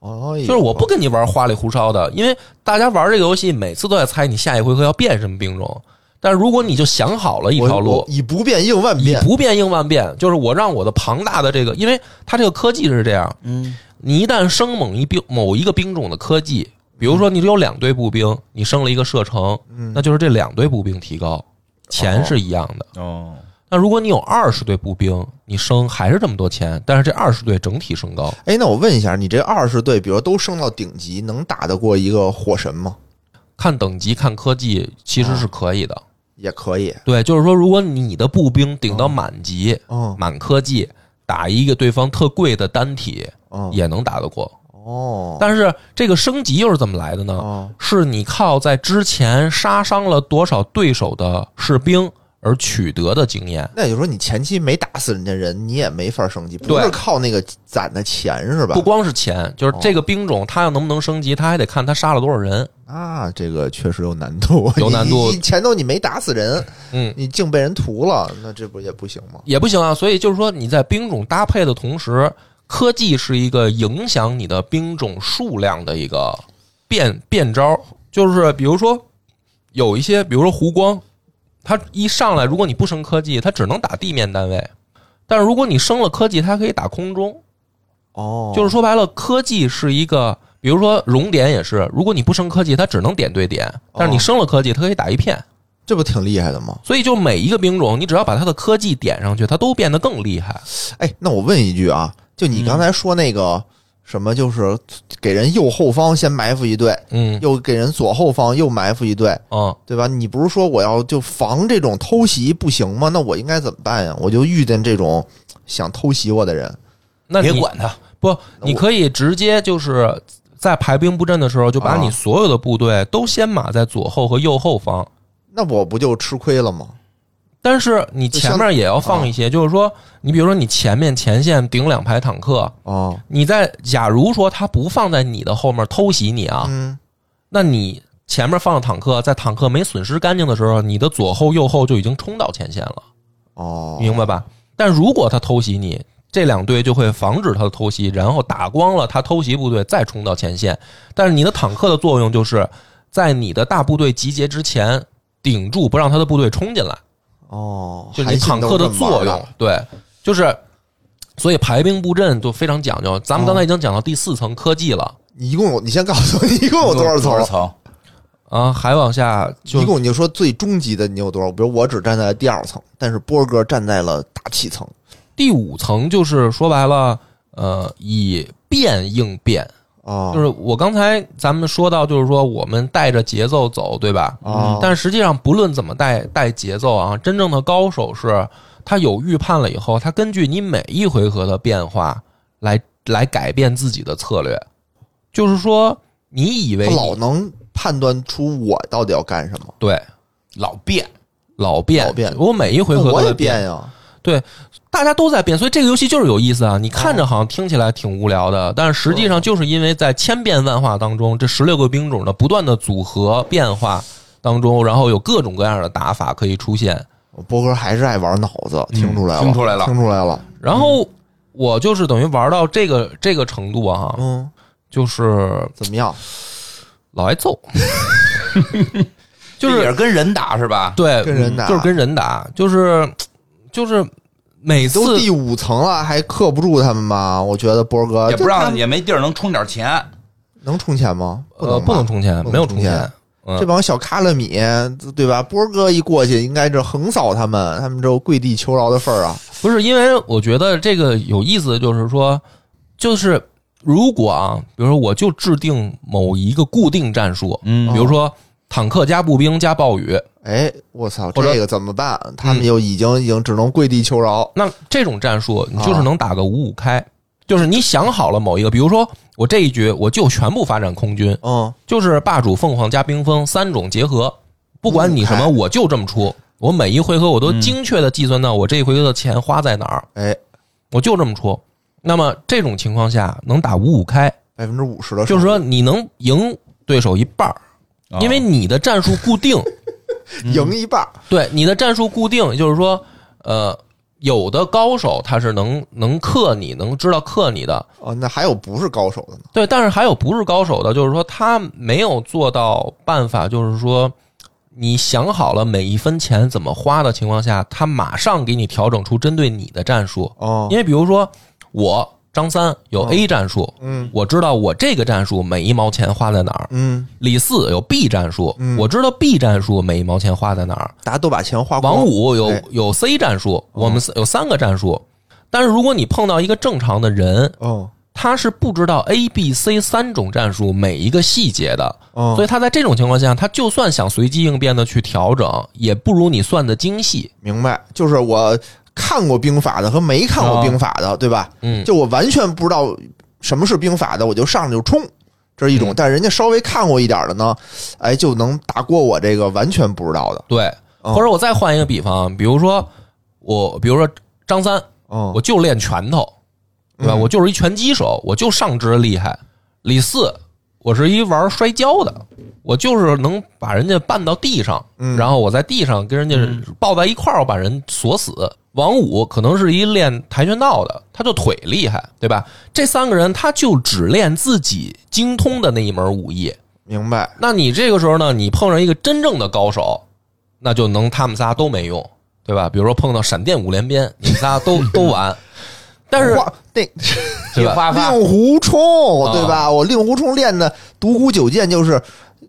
S2: 哦，
S1: 就是我不跟你玩花里胡哨的，因为大家玩这个游戏每次都在猜你下一回合要变什么兵种，但如果你就想好了一
S2: 一
S1: 条路，
S2: 以不变应万
S1: 以
S2: 变，
S1: 不变应万变，就是我让我的庞大的这个，因为它这个科技是这样，
S3: 嗯，
S1: 你一旦升某一兵某一个兵种的科技，比如说你只有两队步兵，你升了一个射程，
S2: 嗯
S1: 那就是这两队步兵提高，钱是一样的。
S3: 哦，
S1: 那如果你有二十队步兵，你升还是这么多钱，但是这二十队整体升高，
S2: 哎，那我问一下，你这二十队，比如都升到顶级，能打得过一个火神吗？
S1: 看等级看科技其实是可以
S2: 啊
S1: 的。
S2: 也可以，
S1: 对，就是说如果你的步兵顶到满级、
S2: 嗯
S1: 满科技，打一个对方特贵的单体
S2: 嗯，
S1: 也能打得过。
S2: 哦，
S1: 但是这个升级又是怎么来的呢？
S2: 哦
S1: 是你靠在之前杀伤了多少对手的士兵而取得的经验。
S2: 那也就是说，你前期没打死人家人，你也没法升级，不
S1: 对
S2: 是靠那个攒的钱是吧哦
S1: 不？光是钱，就是这个兵种，它要能不能升级，它还得看它杀了多少人。
S2: 那这个确实有难度，啊
S1: 有难度
S2: 你你前头你没打死人，
S1: 嗯，
S2: 你竟被人屠了，那这不也不行吗？
S1: 也不行啊。所以就是说，你在兵种搭配的同时，科技是一个影响你的兵种数量的一个变变招。就是比如说，有一些，比如说湖光，它一上来，如果你不升科技，它只能打地面单位；但是如果你升了科技，它可以打空中。
S2: 哦
S1: 就是说白了，科技是一个，比如说熔点也是，如果你不升科技，它只能点对点；但是你升了科技，它可以打一片。
S2: 这不挺厉害的吗？
S1: 所以就每一个兵种，你只要把它的科技点上去，它都变得更厉害。
S2: 哎，那我问一句啊，就你刚才说那个、什么，就是给人右后方先埋伏一队，
S1: 嗯，
S2: 又给人左后方又埋伏一队，
S1: 嗯，
S2: 对吧？你不是说我要就防这种偷袭不行吗？那我应该怎么办呀？我就遇见这种想偷袭我的人，
S1: 那
S3: 别
S1: 你
S3: 管他，
S1: 不，
S2: 那
S1: 你
S2: 我
S1: 可以直接就是在排兵布阵的时候，就把你
S2: 啊
S1: 所有的部队都先码在左后和右后方。
S2: 那我不就吃亏了吗？啊
S1: 但是你前面也要放一些，就是说，你比如说你前面前线顶两排坦克，
S2: 哦，
S1: 你在假如说他不放在你的后面偷袭你啊，
S2: 嗯，
S1: 那你前面放了坦克，在坦克没损失干净的时候，你的左后右后就已经冲到前线了，
S2: 哦，
S1: 明白吧？但如果他偷袭你，这两队就会防止他的偷袭，然后打光了他偷袭部队，再冲到前线。但是你的坦克的作用就是在你的大部队集结之前顶住，不让他的部队冲进来。
S2: 哦，
S1: 就是你坦克的作用，对，就是所以排兵布阵就非常讲究。咱们刚才已经讲到第四层科技了
S2: 你一共有，你先告诉我，你 *laughs* 一共有多少
S3: 多
S2: 层
S3: 少？层？
S1: 啊，还往下
S2: 一
S1: 就
S2: 共你就说最终极的你有多少？比如我只站在了第二层，但是波哥站在了大气层。
S1: 第五层，就是说白了，呃，以变应变，
S2: 哦，
S1: 就是我刚才咱们说到，就是说我们带着节奏走，对吧？嗯
S2: 哦
S1: 但实际上不论怎么带带节奏啊，真正的高手是他有预判了以后，他根据你每一回合的变化来来改变自己的策略，就是说。你以为
S2: 他
S1: 你
S2: 老能判断出我到底要干什么，
S1: 对，
S3: 老变，
S1: 老变，
S2: 老变
S1: 我每一回
S2: 那
S1: 合都
S2: 我也
S1: 在
S2: 变，呀。
S1: 对，大家都在变，所以这个游戏就是有意思啊！你看
S2: 哦
S1: 着好像听起来挺无聊的，但是实际上就是因为在千变万化当中，这十六个兵种的不断的组合变化当中，然后有各种各样的打法可以出现。
S2: 波哥还是爱玩脑子，
S1: 嗯
S2: 听出来了，
S3: 听出来了
S2: 听出来了。
S1: 然后我就是等于玩到这个这个程度啊，
S2: 嗯，
S1: 就是
S2: 怎么样？
S1: 老挨
S2: *laughs*
S1: 揍，就
S3: 这
S1: 是
S3: 也是跟人打是吧？
S1: 对，
S2: 跟人打
S1: 就是跟人打，就是就是每次
S2: 都第五层了，还克不住他们吗？我觉得波哥
S3: 也不
S2: 这啊他
S3: 让，
S2: 们
S3: 也没地儿能充点钱。
S2: 能充钱吗？
S1: 呃
S2: 不
S1: 不能
S2: 能吧。
S1: 充钱，
S2: 不能
S1: 没有
S2: 充
S1: 充
S2: 钱
S1: 钱。嗯
S2: 这帮小卡勒米，对吧？波哥一过去，应该这横扫他们，他们这有跪地求饶的份儿啊！
S1: 不是因为我觉得这个有意思，就是说，就是如果啊，比如说我就制定某一个固定战术，
S3: 嗯
S1: 比如说坦克加步兵加暴雨，
S2: 啊哎，我操，
S1: 或者
S2: 这个怎么办？他们又已经已经只能跪地求饶。
S1: 那这种战术你就是
S2: 啊
S1: 能打个五五开，就是你想好了某一个，比如说我这一局我就全部发展空军，
S2: 嗯，
S1: 就是霸主、凤凰加冰封三种结合，不管你什么，
S2: 嗯
S1: 我就这么出。我每一回合我都精确的计算到我这一回合的钱花在哪儿，
S2: 哎，
S1: 我就这么出。那么这种情况下能打五五开，
S2: 百分之五十的胜率，啊
S1: 就是说你能赢对手一半儿，因
S3: 哦
S1: 为你的战术固
S2: *laughs*
S1: 定，嗯
S2: 赢一半儿。
S1: 对你的战术固定，就是说，呃，有的高手他是能能克你，能知道克你的，
S2: 哦，那还有不是高手的呢？
S1: 对，但是还有不是高手的，就是说他没有做到办法，就是说你想好了每一分钱怎么花的情况下，他马上给你调整出针对你的战术，
S2: 哦，
S1: 因为比如说我张三有 A 战术，
S2: 嗯
S1: 我知道我这个战术每一毛钱花在哪儿，
S2: 嗯，
S1: 李四有 B 战术，
S2: 嗯
S1: 我知道 B 战术每一毛钱花在哪儿。
S2: 大家都把钱花光。
S1: 王五有
S2: 哎哦
S1: 有 C 战术，我们有三个战术。但是如果你碰到一个正常的人，
S2: 哦，
S1: 他是不知道 A、B、C 三种战术每一个细节的，
S2: 哦，
S1: 所以他在这种情况下，他就算想随机应变的去调整，也不如你算的精细。
S2: 明白，就是我看过兵法的和没看过兵法的，对吧？
S1: 嗯，
S2: 就我完全不知道什么是兵法的，我就上来就冲，这是
S1: 嗯
S2: 一种。但人家稍微看过一点的呢，哎，就能打过我这个完全不知道的。
S1: 对。
S2: 嗯
S1: 或者我再换一个比方，比如说我，比如说张三，
S2: 嗯，
S1: 我就练拳头，对吧？我就是一拳击手，我就上肢厉害。李四，我是一玩摔跤的，我就是能把人家绊到地上，
S2: 嗯
S1: 然后我在地上跟人家抱在一块儿，把人锁死。王五可能是一练跆拳道的，他就腿厉害，对吧？这三个人他就只练自己精通的那一门武艺。
S2: 明白。
S1: 那你这个时候呢，你碰上一个真正的高手，那就能他们仨都没用，对吧？比如说碰到闪电五连鞭，你们仨
S2: *laughs*
S1: 都都完。但是
S2: 哇那
S1: 对吧？
S3: 发发
S2: 令狐冲
S1: 啊
S2: 对吧？我令狐冲练的独孤九剑就是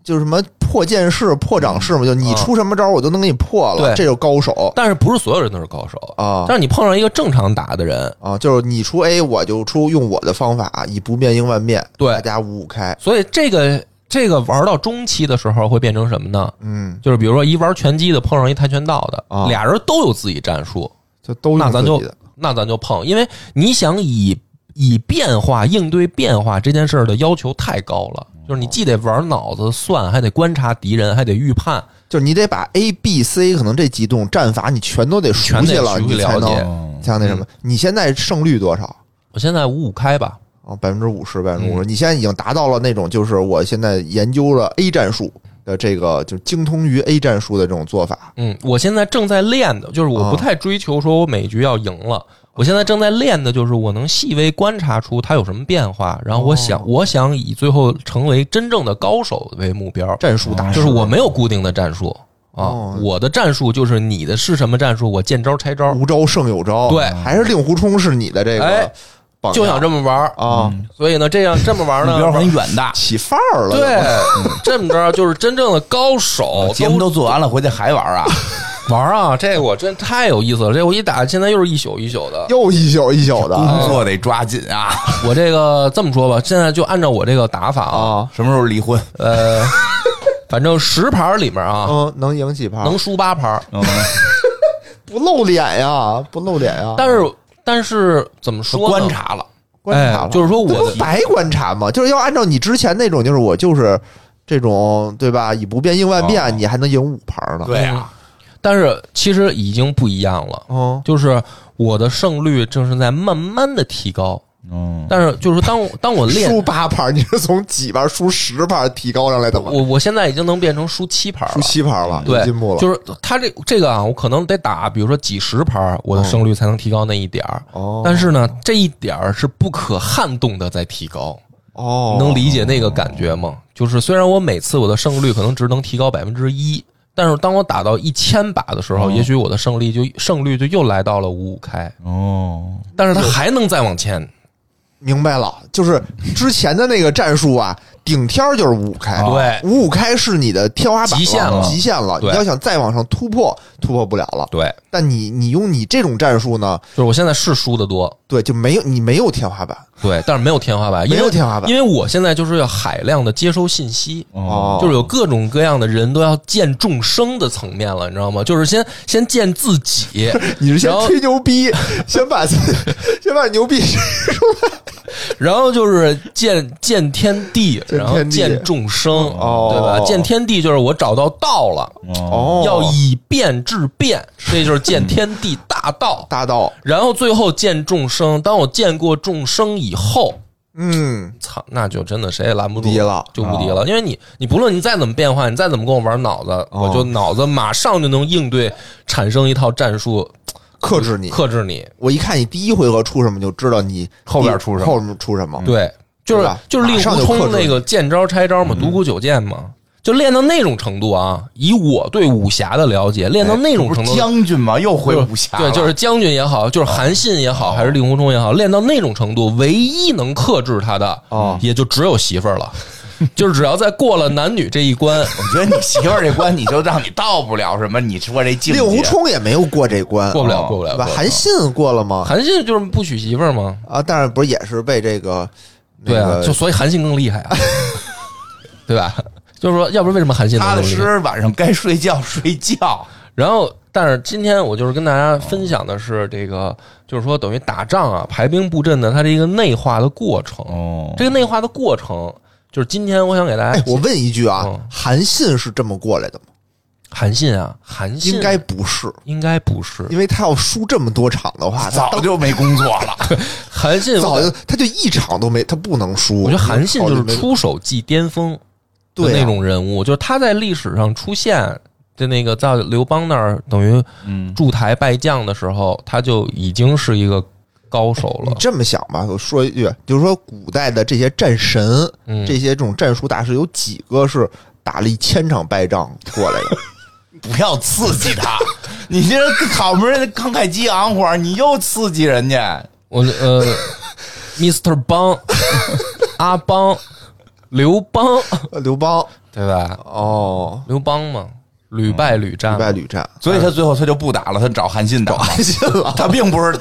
S2: 就是什么破剑式、破掌式嘛，就你
S1: 啊
S2: 出什么招，我都能给你破了，
S1: 对
S2: 这就高手
S1: 但是不是所有人都是高手？
S2: 啊
S1: 但是你碰上一个正常打的人，
S2: 啊！就是你出 A，我就出，用我的方法，以不变应万变，
S1: 对
S2: 大家五五开，
S1: 所以这个这个玩到中期的时候会变成什么呢？
S2: 嗯，
S1: 就是比如说一玩拳击的碰上一跆拳道的，
S2: 啊
S1: 俩人都有自己战术，
S2: 就都
S1: 那
S2: 用
S1: 咱
S2: 自
S1: 就
S2: 己的，
S1: 那咱就碰，因为你想以以变化应对变化这件事儿的要求太高了，就是你既得玩脑子算，还得观察敌人，还得预判，
S2: 就是你得把 A、B、C 可能这几种战法你全都得熟
S1: 全
S2: 悉
S1: 得
S2: 了，
S1: 熟悉
S2: 你才
S1: 了解
S2: 能
S3: 嗯
S2: 才能那什么。你现在胜率多少？
S1: 我现在五五开吧，
S2: 啊，百分之五十，百分之五
S1: 嗯
S2: 十，你现在已经达到了那种，就是我现在研究了 A 战术的这个，就精通于 A 战术的这种做法。
S1: 嗯，我现在正在练的，就是
S2: 啊
S1: 我不太追求说我每局要赢了，我现在正在练的就是我能细微观察出它有什么变化，然后我想、
S2: 哦
S1: 我想以最后成为真正的高手为目标，
S2: 战术大师
S1: 就是我没有固定的战术啊，
S2: 哦
S1: 我的战术就是你的是什么战术，我见招拆招，
S2: 无招胜有招，
S1: 哦对
S2: 还是令狐冲是你的这个
S1: 哎
S2: 榜样，
S1: 就想这么玩儿
S2: 啊，
S1: 所以呢，这样这么玩儿
S3: 目标
S1: 呢。
S3: 很远大。
S2: 起范儿了，
S1: 对，这么着就是真正的高手，
S3: 啊节目都做完了，回去还玩
S2: *laughs*
S3: 啊？
S1: 玩儿啊！这我真太有意思了，这我一打现在又是一宿一宿的，
S2: 又一宿一宿的
S1: 嗯
S3: 工作得抓紧啊！
S1: 我这个这么说吧，现在就按照我这个打法啊，
S2: 啊，
S3: 什么时候离婚？
S1: 呃，反正十盘里面啊，
S2: 嗯，能赢几盘？
S1: 能输八盘，
S3: 嗯，
S2: 不露脸呀？不露脸呀？
S1: 但是但是怎么说呢？
S3: 观察了，
S2: 啊观察了
S1: 哎就是说我
S2: 这不白观察吗？就是要按照你之前那种，就是我就是这种，对吧？以不变应万
S3: 哦
S2: 变，你还能赢五盘呢。
S3: 对啊，
S1: 嗯但是其实已经不一样了，
S2: 嗯，
S1: 就是我的胜率正是在慢慢的提高，
S3: 嗯，
S1: 但是就是当我当我练
S2: 输，八盘，你是从几盘输十盘提高上来的吗？
S1: 我我现在已经能变成输七盘
S2: 输
S1: 了。
S2: 七盘了，有
S1: 对，
S2: 进步了。
S1: 就是他这这个啊，我可能得打，比如说几十盘，我的胜率才能提高那一点儿。
S2: 嗯哦
S1: 但是呢，这一点儿是不可撼动的在提高。
S2: 哦，
S1: 能理解那个感觉吗？就是虽然我每次我的胜率可能只能提高百分之一，但是当我打到一千把的时
S2: 哦
S1: 候，
S3: 嗯
S1: 也许我的胜利就胜率就又来到了五五开，
S3: 哦，
S1: 但是它还能再往前。
S2: 明白了，就是之前的那个战术啊，顶天儿就是五五开，
S1: 哦对
S2: 五五开是你的天花板
S1: 极限
S2: 了，
S1: 了
S2: 极限了。你
S1: 对
S2: 要想再往上突破，突破不了了。
S1: 对，
S2: 但你你用你这种战术呢，
S1: 就是我现在是输的多，
S2: 对，就没有你没有天花板
S1: 对，但是没有天花板，因为
S2: 没有天花板
S1: 因为我现在就是要海量的接收信息。
S2: 哦，
S1: 就是有各种各样的人都要见众生的层面了，你知道吗？就是先先见自
S2: *laughs*
S1: 己，
S2: 你是先
S1: 然后
S2: 吹牛
S1: *laughs*
S2: 逼，先把 *laughs* 自己先把牛逼
S1: 然后就是见见天地，
S2: 见天地
S1: 然后见众生，
S2: 哦
S1: 对吧？见天地就是我找到道了，
S3: 哦，
S2: 哦，
S1: 要以变制变，这就是见天地大道。
S2: 大道，
S1: 然后最后见众生，当我见过众生以后，
S2: 嗯，
S1: 操，那就真的谁也拦不住
S2: 无敌了
S1: 就无敌了。因为你，你不论你再怎么变化，你再怎么跟我玩脑子，
S2: 哦
S1: 我就脑子马上就能应对，产生一套战术
S2: 克制你。
S1: 克制你。
S2: 我一看你第一回合出什么，就知道你
S3: 后边出什么
S2: 后面出什么。
S1: 对，就
S2: 嗯对
S1: 是
S2: 吧
S1: 就是令
S2: 马上
S1: 狐
S2: 就克制嗯
S1: 冲那个见招拆招嘛，独孤九剑嘛，就练到那种程度啊。以我对武侠的了解，
S2: 哎
S1: 练到那种
S3: 不是
S1: 程度，
S3: 将军吗？又回
S1: 就是
S3: 武侠了，
S1: 对，就是将军也好，就是韩信也
S2: 哦
S1: 好，还是令狐冲也好，练到那种程度，唯一能克制他的，
S2: 哦
S1: 也就只有媳妇儿了。 *laughs* 就是只要再过了男女这一
S2: *laughs*
S1: 关，
S3: 我觉得你媳妇儿这关，你就让你到不了什么。你说这境界，
S2: 令狐冲也没有过这关，
S1: 过不了，
S3: 哦
S1: 过不了。
S2: 对
S1: 过
S2: 吧？
S1: 不了
S2: 韩信过了吗？
S1: 韩信就是不娶媳妇儿嘛，
S2: 啊，但是不是也是被这个那
S1: 对啊，
S2: 个
S1: 就所以韩信更厉害
S2: *laughs*
S1: 啊，对吧？就是说，要不然为什么韩信能
S3: 踏踏
S1: 那么厉
S3: 实
S1: 害
S3: 实晚上该睡觉睡觉。
S1: 然后，但是今天我就是跟大家分享的是这个，就是说等于打仗啊，排兵布阵的它这一个内化的过程。
S3: 哦
S1: 这个内化的过程，就是今天我想给大
S2: 哎
S1: 家，，
S2: 我问一句啊
S1: 嗯，
S2: 韩信是这么过来的吗？
S1: 韩信啊，韩信
S2: 应该不是，
S1: 应该不是
S2: 因为他要输这么多场的话，他
S3: 早就没工作了，
S1: 韩信，
S2: 早就他就一场都没，他不能输。
S1: 我觉得韩信就
S2: 考虑没
S1: 是出手即巅峰的
S2: 对啊
S1: 那种人物，就是他在历史上出现的那个在刘邦那儿等于
S3: 嗯，
S1: 驻台拜将的时候，他就已经是一个高手
S2: 你
S1: 了。
S2: 这么想吧，我说一句，就是说古代的这些战神，
S1: 嗯，
S2: 这些这种战术大师，有几个是打了一千场败仗过来的？
S3: 不要刺激他。你这考门人慷慨激昂啊会儿，你又刺激人家。
S1: 我呃，Mr. 邦、阿邦、刘邦，
S2: 呃 *laughs* 刘邦
S1: 对吧？
S2: 哦，
S1: 刘邦嘛，屡败屡战
S2: 嗯屡
S1: 嘛，
S2: 败屡战，
S3: 所以他最后他就不打了，他找韩信打。
S2: 韩信了。
S3: 他并不是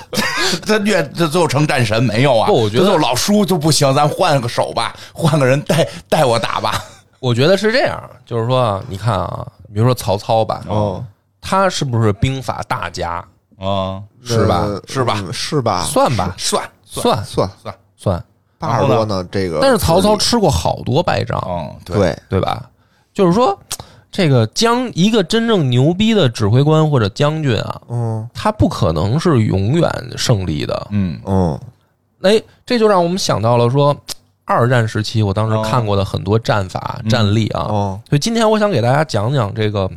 S3: 他越他最后成战神没有啊？
S1: 不我觉得
S3: 他最后老输就不行，咱换个手吧，换个人带带我打吧。
S1: 我觉得是这样，就是说啊，你看啊，比如说曹操吧，
S2: 哦，
S1: 他是不是兵法大家？
S3: 啊，
S1: 是吧
S2: 呃
S3: 是吧
S2: 嗯是吧？
S1: 算吧，
S3: 算
S1: 算
S2: 算呃
S1: 算。
S2: 八十多呢，这个
S1: 但是曹操吃过好多败仗，
S3: 嗯，
S2: 对
S1: 对吧？就是说，这个将一个真正牛逼的指挥官或者将军啊，
S2: 嗯
S1: 他不可能是永远胜利的。
S3: 嗯
S2: 嗯
S1: 哎，这就让我们想到了说，二战时期我当
S3: 哦
S1: 时看过的很多战法、
S3: 嗯
S1: 战例啊。
S2: 哦
S1: 所以今天我想给大家讲讲这个，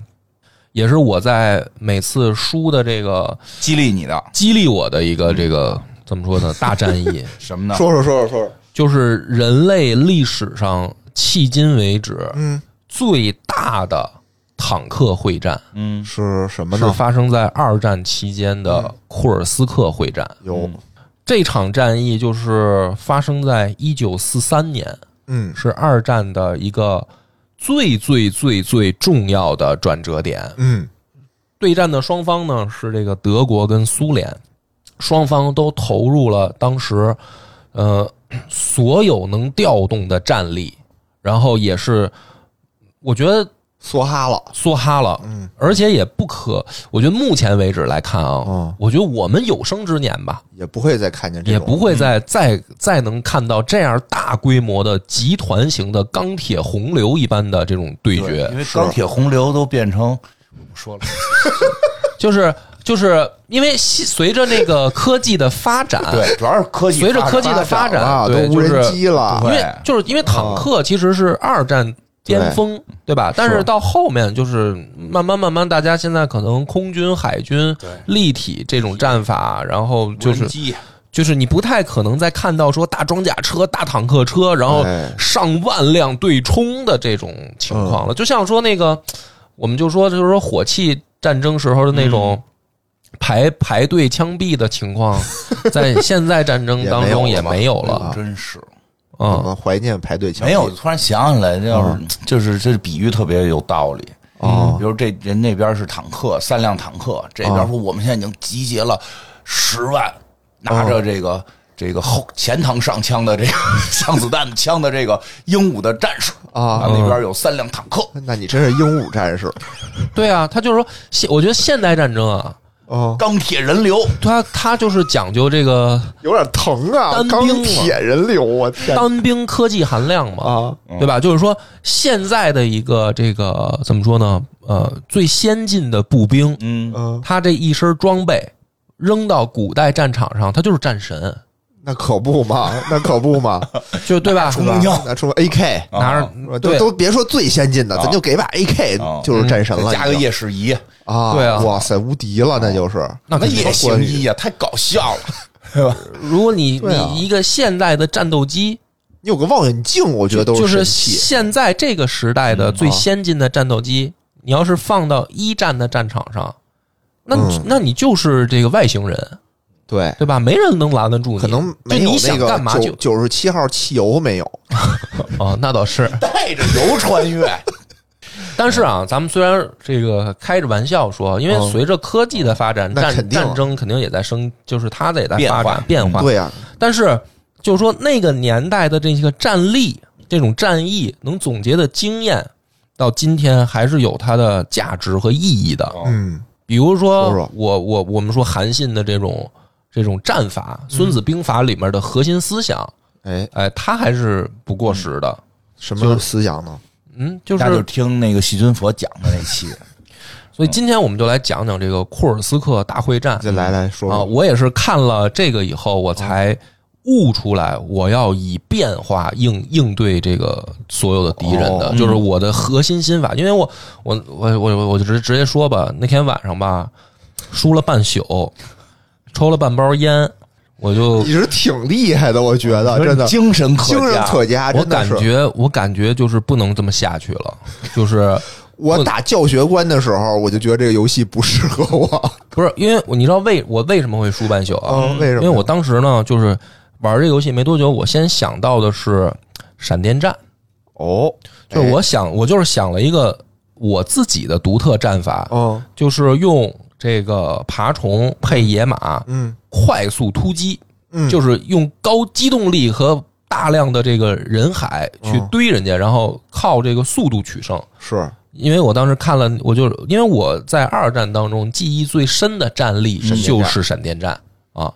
S1: 也是我在每次输的这个
S3: 激励你的
S1: 激励我的一个这个怎么说呢？大战役
S3: 什么呢？
S2: 说说说说说说，
S1: 就是人类历史上迄今为止
S2: 嗯，
S1: 最大的坦克会战，
S3: 嗯
S2: 是什么
S1: 是
S2: 呢？
S1: 发生在二战期间的库尔斯克会战。
S2: 有，
S1: 这场战役就是发生在一九四三年，
S2: 嗯
S1: 是二战的一个最最最最重要的转折点。
S2: 嗯
S1: 对战的双方呢是这个德国跟苏联，双方都投入了当时呃所有能调动的战力，然后也是我觉得
S2: 梭哈了，
S1: 梭哈了，
S2: 嗯，
S1: 而且也不可，我觉得目前为止来看啊，
S2: 哦
S1: 我觉得我们有生之年吧，
S2: 也不会再看见这
S1: 也
S2: 种，
S1: 不会再再再能看到这样大规模的集团型的钢铁洪流一般的这种对决，
S3: 因为钢铁洪流都变成不
S1: *laughs*
S3: 说了，
S1: 就是就是因为西随着那个科技的发展，
S3: 对，主要是科技
S1: 随着科技的
S3: 发
S1: 发
S3: 展
S1: 展，
S2: 啊，都
S1: 对，
S2: 无
S1: 就是
S2: 人机了
S1: 因，为
S3: 对
S1: 就是因为坦克其实是二战巅峰，对吧？但是到后面就是慢慢慢慢，大家现在可能空军、海军
S3: 对、
S1: 立体这种战法，然后
S3: 无
S1: 就
S3: 人
S1: 是
S3: 机
S1: 就是你不太可能再看到说大装甲车、大坦克车，然后
S2: 哎
S1: 上万辆对冲的这种情况了。就像说那个，我们就说就是说火器战争时候的那种排排队枪毙的情 *laughs* 况，在现在战争当中
S2: 也
S1: 也
S2: 没
S1: 没有了。
S3: 哎真是
S2: 我
S1: 嗯，
S2: 们怀念排队墙壁，
S3: 没有。突然想起来，要是就是这比喻特别有道理。
S1: 啊
S2: 哦
S3: 比如这人那边是坦克，三辆坦克，这边说我们现在已经集结了十万，拿
S1: 啊
S3: 着这个这个后前膛上枪的这个 *laughs* 上子弹枪的这个鹦鹉的战士
S2: 啊
S3: 那边有三辆坦克，
S2: 那你真是鹦鹉战士
S1: 对啊，他就是说现，我觉得现代战争啊，
S2: 哦，
S3: 钢铁人流，
S1: 他他就是讲究这个
S2: 有点疼啊，
S1: 单兵
S2: 钢
S1: 啊
S2: 铁人流，我天
S1: 单兵科技含量嘛，
S2: 啊，
S1: 对吧？就是说，现在的一个这个怎么说呢？呃，最先进的步兵，
S3: 嗯，
S2: 嗯，
S1: 他这一身装备扔到古代战场上，他就是战神，
S2: 那可不嘛， *laughs* 那可不嘛，
S1: 就对
S2: *laughs*
S1: 吧？
S3: 冲锋枪
S2: 那除了 AK，
S3: 啊
S1: 拿
S2: 我
S1: 着
S2: 都
S1: 对
S2: 都别说最先进的，
S3: 啊
S2: 咱就给把 AK
S3: 啊
S2: 就是战神了，
S3: 加个
S2: 已经
S3: 夜视仪，
S2: 啊，
S1: 嗯对啊
S2: 哇塞，无敌了，那就是
S1: 那
S3: 那
S1: 肯定
S3: 也行医呀，太搞笑了，
S2: *laughs*
S3: 对吧？
S1: 如果你
S2: 对啊
S1: 你一个现代的战斗机，
S2: 你有个望远镜，我觉得都
S1: 就
S2: 神
S1: 是
S2: 器，
S1: 现在这个时代的最
S2: 啊
S1: 先进的战斗机，你要是放到一战的战场上，那你、
S2: 嗯
S1: 那你就是这个外星人，
S2: 对，
S1: 对吧？没人能拦得住你，
S2: 可能
S1: 就
S2: 没有
S1: 你
S2: 那
S1: 想
S2: 个
S1: 干嘛就
S2: 九九十七号汽油没有，
S1: 哦，那倒是。
S3: 带着油
S2: *laughs*
S3: 穿越，
S1: 但是啊，咱们虽然这个开着玩笑说，因为
S2: 嗯
S1: 随着科技的发展，
S2: 那
S1: 战
S2: 肯定啊
S1: 战争肯定也在升，就是它的也在
S3: 变
S1: 发
S3: 化
S1: 展变化。
S2: 对呀，
S1: 但是就是说那个年代的这些个战力、这种战役能总结的经验，到今天还是有它的价值和意义的。
S2: 嗯
S1: 比如说，
S2: 说说
S1: 我我我们说韩信的这种这种战法，《孙子兵法》里面的核心思想，
S2: 哎，
S1: 哎，它还是不过时的。
S2: 什么思想呢？
S1: 嗯，就，
S3: 那就是听那个细菌佛讲的
S2: *laughs*
S3: 那期，
S2: 啊
S1: 所以今天我们就来讲讲这个库尔斯克大会战
S2: 再来来说
S1: 啊。
S2: 说，
S1: 我也是看了这个以后，我才悟出来，我要以变化应应对这个所有的敌人的
S2: 哦，
S1: 就是我的核心心法。因为我我我我我我就直直接说吧，那天晚上吧，输了半宿，抽了半包烟，我就
S2: 你是挺厉害的，我觉得真的 *laughs*
S3: 精神可
S2: 精神
S3: *laughs* 嘉
S2: 可嘉，
S1: 我
S2: 哎真的
S1: 感
S2: 是。
S1: 觉我感觉就是不能这么下去了，就是。
S2: 我打教学关的时候，我就觉得这个游戏不适合 *laughs* 我。
S1: 不是因为我你知道为我为什么会输半宿啊？
S2: 嗯，为什
S1: 因
S2: 么？
S1: 为我当时呢，就是玩这游戏没多久，我先想到的是闪电战，
S2: 哦，
S1: 就是我想我就是想了一个我自己的独特战法，
S2: 嗯
S1: 就是用这个爬虫配野马
S2: 嗯
S1: 快速突击，
S2: 嗯，
S1: 就是用高机动力和大量的这个人海去
S2: 哦
S1: 堆人家，然后靠这个速度取胜。
S2: 是
S1: 因为我当时看了，我就因为我在二战当中记忆最深的战例
S2: 闪电战
S1: 就是闪电战啊，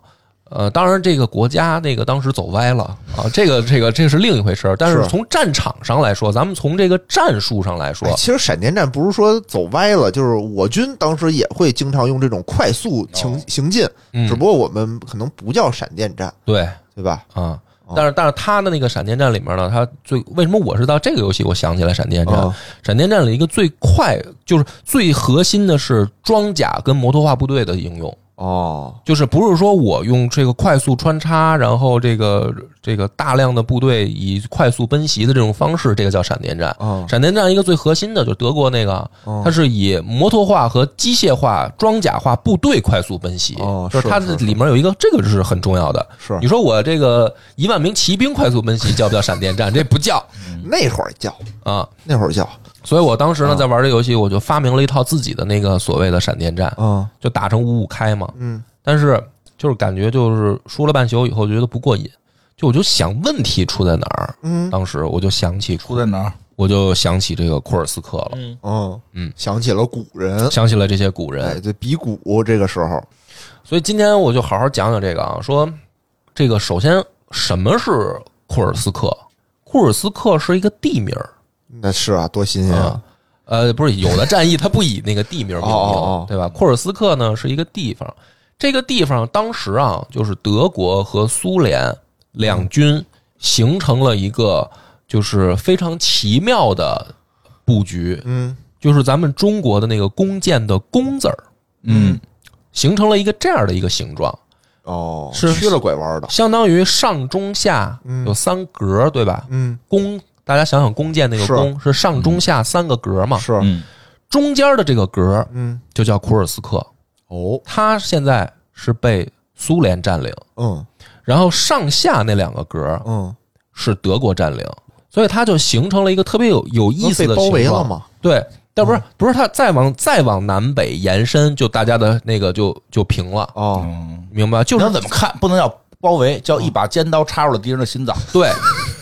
S1: 呃，当然，这个国家那个当时走歪了啊， *laughs* 这个这个这是另一回事儿。但是
S2: 是
S1: 从战场上来说，咱们从这个战术上来说
S2: 哎，其实闪电战不是说走歪了，就是我军当时也会经常用这种快速行、
S3: 哦
S2: 行进，
S1: 嗯
S2: 只不过我们可能不叫闪电战，
S1: 对
S2: 对吧？
S1: 啊。
S2: 哦
S1: 但是但是他的那个闪电战里面呢，他最为什么我是到这个游戏我想起来闪电战？
S2: 哦
S1: 闪电战里一个最快就是最核心的是装甲跟摩托化部队的应用。
S2: 哦，
S1: 就是不是说我用这个快速穿插，然后这个这个大量的部队以快速奔袭的这种方式，这个叫闪电战。
S2: 哦
S1: 闪电战一个最核心的就是德国那个
S2: 哦，
S1: 它是以摩托化和机械化、装甲化部队快速奔袭，
S2: 哦
S1: 就是
S2: 是
S1: 它的
S2: 是是嗯
S1: 里面有一个这个是很重要的。
S2: 是
S1: 你说我这个一万名骑兵快速奔袭叫不叫闪电
S2: *laughs*
S1: 战？这不叫
S2: 那会儿叫，
S1: 啊。
S2: 那会儿叫，
S1: 所以我当时呢在玩这游戏，我就发明了一套自己的那个所谓的闪电战。
S2: 嗯
S1: 就打成五五开嘛。
S2: 嗯，
S1: 但是就是感觉就是输了半宿以后觉得不过瘾，就我就想问题出在哪儿。
S2: 嗯
S1: 当时我就想起
S3: 出在哪儿？
S1: 我就想起这个库尔斯克了，
S2: 嗯
S1: 嗯，
S2: 想起了古人，
S1: 想起了这些古
S2: 哎，
S1: 人。
S2: 对，比古这个时候，
S1: 所以今天我就好好讲讲这个啊，说这个首先什么是库尔斯克？库尔斯克是一个地名儿
S2: 那是啊，多新鲜
S1: 啊
S2: 啊！。
S1: 呃，不是，有的战役它不以那个地名命名，
S2: 哦哦哦
S1: 对吧？库尔斯克呢是一个地方，这个地方当时啊，就是德国和苏联两军形成了一个就是非常奇妙的布局，
S2: 嗯，
S1: 就是咱们中国的那个弓箭的弓字儿，
S3: 嗯，
S1: 形成了一个这样的一个形状，
S2: 哦，
S1: 是
S2: 曲了拐弯的，
S1: 相当于上中下
S2: 嗯
S1: 有三格，对吧？
S2: 嗯，
S1: 弓，大家想想弓箭那个
S2: 是
S1: 弓是上中下三个格嘛，
S2: 是，
S3: 嗯，
S1: 中间的这个格
S2: 嗯，
S1: 就叫库尔斯克。
S2: 哦，
S1: 它现在是被苏联占领，
S2: 嗯
S1: 然后上下那两个格
S2: 嗯，
S1: 是德国占领，所以它就形成了一个特别有有意思
S2: 被
S1: 的
S2: 包围
S1: 情
S2: 了
S1: 况？
S2: 嘛？嗯
S1: 对，但不是不是它再往再往南北延伸，就大家的那个就就平了，
S2: 哦，
S3: 嗯，
S1: 明白？就
S3: 你
S1: 是
S3: 要怎么看？不能叫包围，叫一把尖刀插入了敌人的心脏。
S1: 对，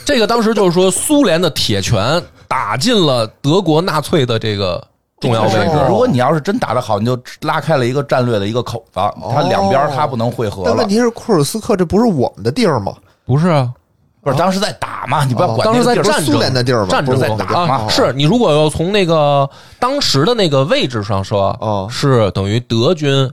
S1: 这个当时就是说苏联的铁拳打进了德国纳粹的这个重要位置。
S2: 哦
S3: 如果你要是真打得好，你就拉开了一个战略的一个口子，它两边它不能汇合
S2: 哦但问
S3: 了。
S2: 题是库尔斯克这不是我们的地儿吗？
S1: 不是啊，
S3: 不是当时在打嘛，你不要
S2: 哦
S3: 管
S1: 当
S3: 那
S1: 时在
S3: 个地儿。
S1: 战
S2: 不是
S1: 争
S2: 苏联的地儿吗
S1: 战争
S2: 不是我们的地
S3: 儿
S1: 啊，
S3: 哦
S1: 是你如果要从那个当时的那个位置上说，
S2: 哦
S1: 是等于德军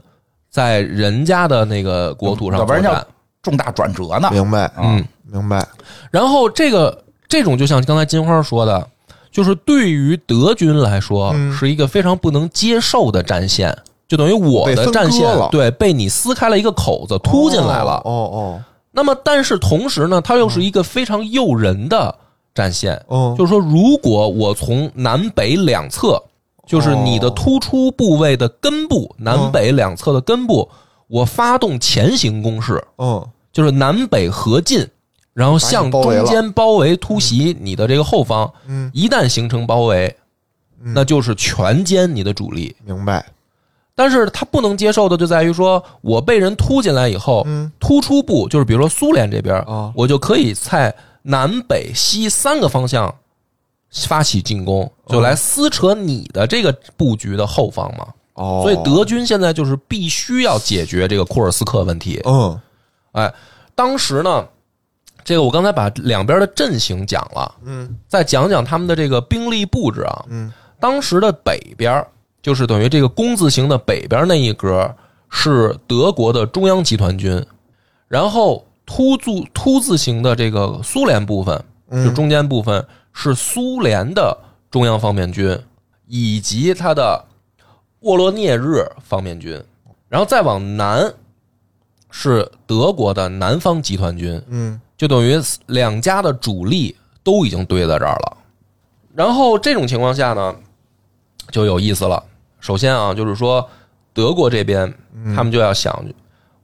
S1: 在人家的那个国土上
S3: 要不
S1: 作
S3: 然
S1: 战
S3: 叫，重大转折呢。
S2: 明白，啊
S1: 嗯，
S2: 明白，
S1: 然后这个这种就像刚才金花说的，就是对于德军来说、
S2: 嗯
S1: 是一个非常不能接受的战线。就等于我
S2: 被
S1: 的
S2: 分
S1: 战线
S2: 割了
S1: 对被你撕开了一个口子，突进来了。
S2: 哦哦
S1: 那么，但是同时呢，它又
S3: 嗯
S1: 是一个非常诱人的战线。
S2: 哦，
S1: 就是说，如果我从南北两侧，就是你的突出部位的根部，南北两侧的根部，我发动前行攻势，
S2: 嗯
S1: 就是南北合进，然后向
S2: 把你包围
S1: 中
S2: 了
S1: 间包围突袭你的这个后方。
S2: 嗯，
S1: 一旦形成包围，
S2: 嗯
S1: 那就是全歼你的主力。
S2: 明白，
S1: 但是他不能接受的就在于说，我被人突进来以后，
S2: 嗯
S1: 突出部就是比如说苏联这边，
S2: 哦
S1: 我就可以在南北西三个方向发起进攻，
S2: 啊
S1: 就来撕扯你的这个布局的后方嘛。
S2: 哦，
S1: 所以德军现在就是必须要解决这个库尔斯克问题。
S2: 嗯
S1: 哎，当时呢，这个我刚才把两边的阵型讲了，
S2: 嗯
S1: 再讲讲他们的这个兵力布置啊。
S2: 嗯，
S1: 当时的北边儿就是等于这个工字形的北边那一格是德国的中央集团军，然后凸字凸字形的这个苏联部分，
S2: 嗯
S1: 就中间部分是苏联的中央方面军以及它的沃罗涅日方面军，然后再往南是德国的南方集团军，
S2: 嗯
S1: 就等于两家的主力都已经堆在这儿了。然后这种情况下呢，就有意思了。首先啊，就是说德国这边他们就要想，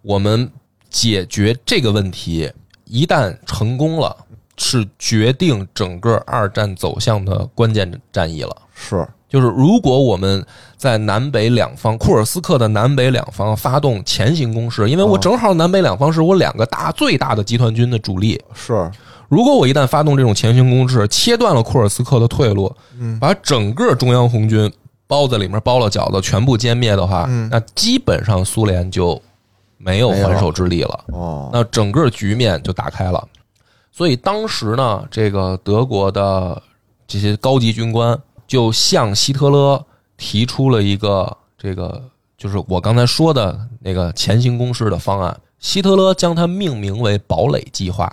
S1: 我们解决这个问题，一旦成功了，是决定整个二战走向的关键战役了。
S2: 是，
S1: 就是如果我们在南北两方库尔斯克的南北两方发动前行攻势，因为我正好南北两方是我两个大最大的集团军的主力。
S2: 是，
S1: 如果我一旦发动这种前行攻势，切断了库尔斯克的退路，把整个中央红军包在里面包了饺子全部歼灭的话，那基本上苏联就嗯没有还手之力了。
S2: 哦，
S1: 那整个局面就打开了。所以当时呢，这个德国的这些高级军官就向希特勒提出了一个这个，就是我刚才说的那个前行攻势的方案。希特勒将它命名为“堡垒计划”，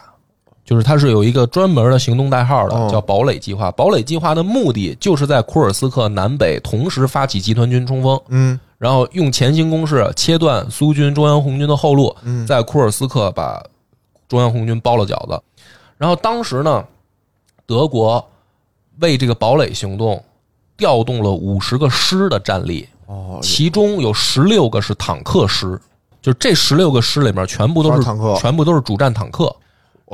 S1: 就是它是有一个专门的行动代号
S2: 哦
S1: 的，叫“堡垒计划”。堡垒计划的目的就是在库尔斯克南北同时发起集团军冲锋，
S2: 嗯
S1: 然后用前行攻势切断苏军、中央红军的后路，
S2: 嗯
S1: 在库尔斯克把中央红军包了饺子。然后当时呢，德国为这个堡垒行动调动了五十个师的战力，
S2: 哦，
S1: 其中有十六个是坦克师，就是这十六个师里面全部都
S2: 全
S1: 是
S2: 是坦克哦
S1: 全部都是主战坦克。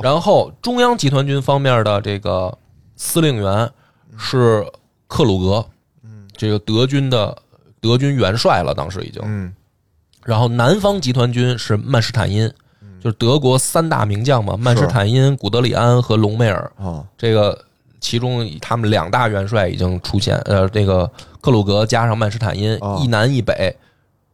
S1: 然后中央集团军方面的这个司令员是克鲁格，嗯，这个德军的德军元帅了，当时已经。
S2: 嗯
S1: 然后南方集团军是曼施坦因，
S2: 嗯
S1: 就是德国三大名将嘛，曼施坦因、古德里安和隆美尔。
S2: 哦
S1: 这个其中他们两大元帅已经出现，呃，这个克鲁格加上曼施坦因，
S2: 哦
S1: 一南一北，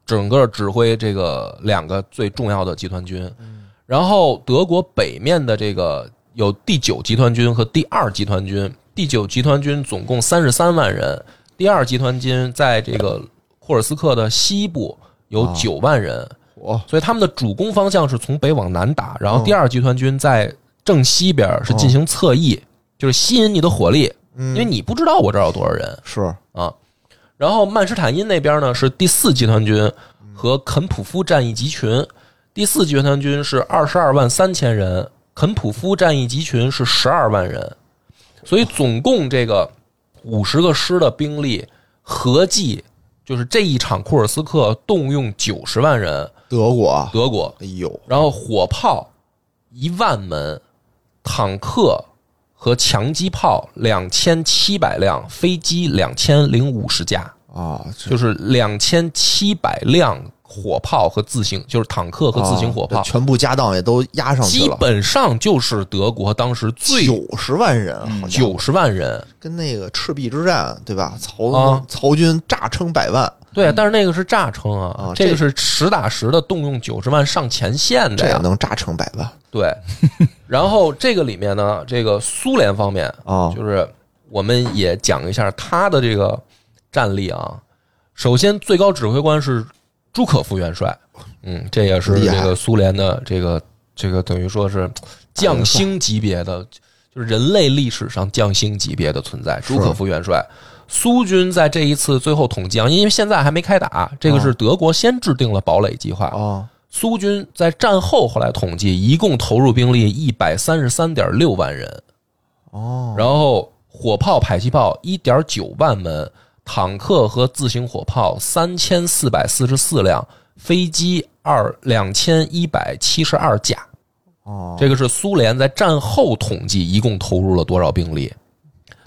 S1: 整个指挥这个两个最重要的集团军。
S2: 嗯
S1: 然后德国北面的这个有第九集团军和第二集团军，第九集团军总共三十三万人，第二集团军在这个库尔斯克的西部有
S2: 哦
S1: 九万人。
S2: 我
S1: 所以他们的主攻方向是从北往南打，然后第二集团军在正西边是进行侧翼，就是吸引你的火力，因为你不知道我这儿有多少人
S2: 是
S1: 啊。然后曼施坦因那边呢是第四集团军和肯普夫战役集群，第四集团军是二十二万三千人，肯普夫战役集群是十二万人，所以总共这个五十个师的兵力合计。就是这一场库尔斯克动用九十万人，
S2: 德国，
S1: 德国，
S2: 哎呦，
S1: 然后火炮一万门，坦克和强击炮两千七百辆，飞机两千零五十架，
S2: 啊，这
S1: 就是两千七百辆火炮和自行，就是坦克和自行火炮
S2: 啊这，全部家当也都压上去
S1: 基
S2: 了，
S1: 本哦上就是德国当时最
S2: 九十万人，好像
S1: 九十万人。嗯
S2: 跟那个赤壁之战对吧？曹、
S1: 啊
S2: 曹军诈称百万，
S1: 对啊，但是那个是炸称啊
S2: 啊，
S1: 这个
S2: 这
S1: 是实打实的动用九十万上前线
S2: 这
S1: 的
S2: 也
S1: 呀。
S2: 能诈称百万
S1: 对，然后这个里面呢，这个苏联方面
S2: 啊？
S1: 就是我们也讲一下他的这个战力啊。首先，最高指挥官是朱可夫元帅，嗯，这也是
S2: 厉害
S1: 这个苏联的这个这个等于说是将星级别
S2: 哎
S1: 的，就是人类历史上将星级别的存在。朱可夫元帅，苏军在这一次最后统计啊，因为现在还没开打，这个是德国先制定了堡垒计划，
S2: 啊，
S1: 苏军在战后后来统计，一共投入兵力一百三十三点六万人。
S2: 哦，
S1: 然后火炮、迫击炮一点九万门，坦克和自行火炮三千四百四十四辆，飞机二两千一百七十二架。
S2: 哦，
S1: 这个是苏联在战后统计一共投入了多少兵力。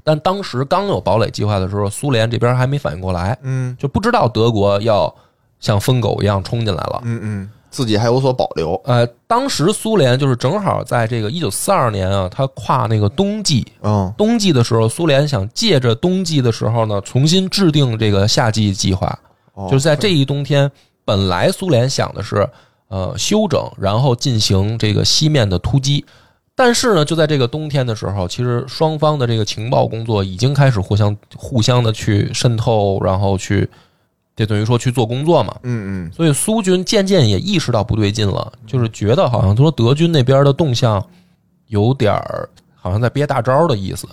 S1: 但当时刚有堡垒计划的时候，苏联这边还没反应过来，
S2: 嗯
S1: 就不知道德国要像疯狗一样冲进来了。
S2: 嗯嗯，自己还有所保留，
S1: 呃，当时苏联就是正好在这个一九四二年啊，它跨那个冬季，
S2: 嗯
S1: 冬季的时候，苏联想借着冬季的时候呢，重新制定这个夏季计划，
S2: 哦
S1: 就是在这一冬天，本来苏联想的是呃休整，然后进行这个西面的突击。但是呢，就在这个冬天的时候，其实双方的这个情报工作已经开始互相互相的去渗透，然后去，这等于说去做工作嘛。
S2: 嗯嗯
S1: 所以苏军渐渐也意识到不对劲了，就是觉得好像说德军那边的动向有点儿好像在憋大招的意思。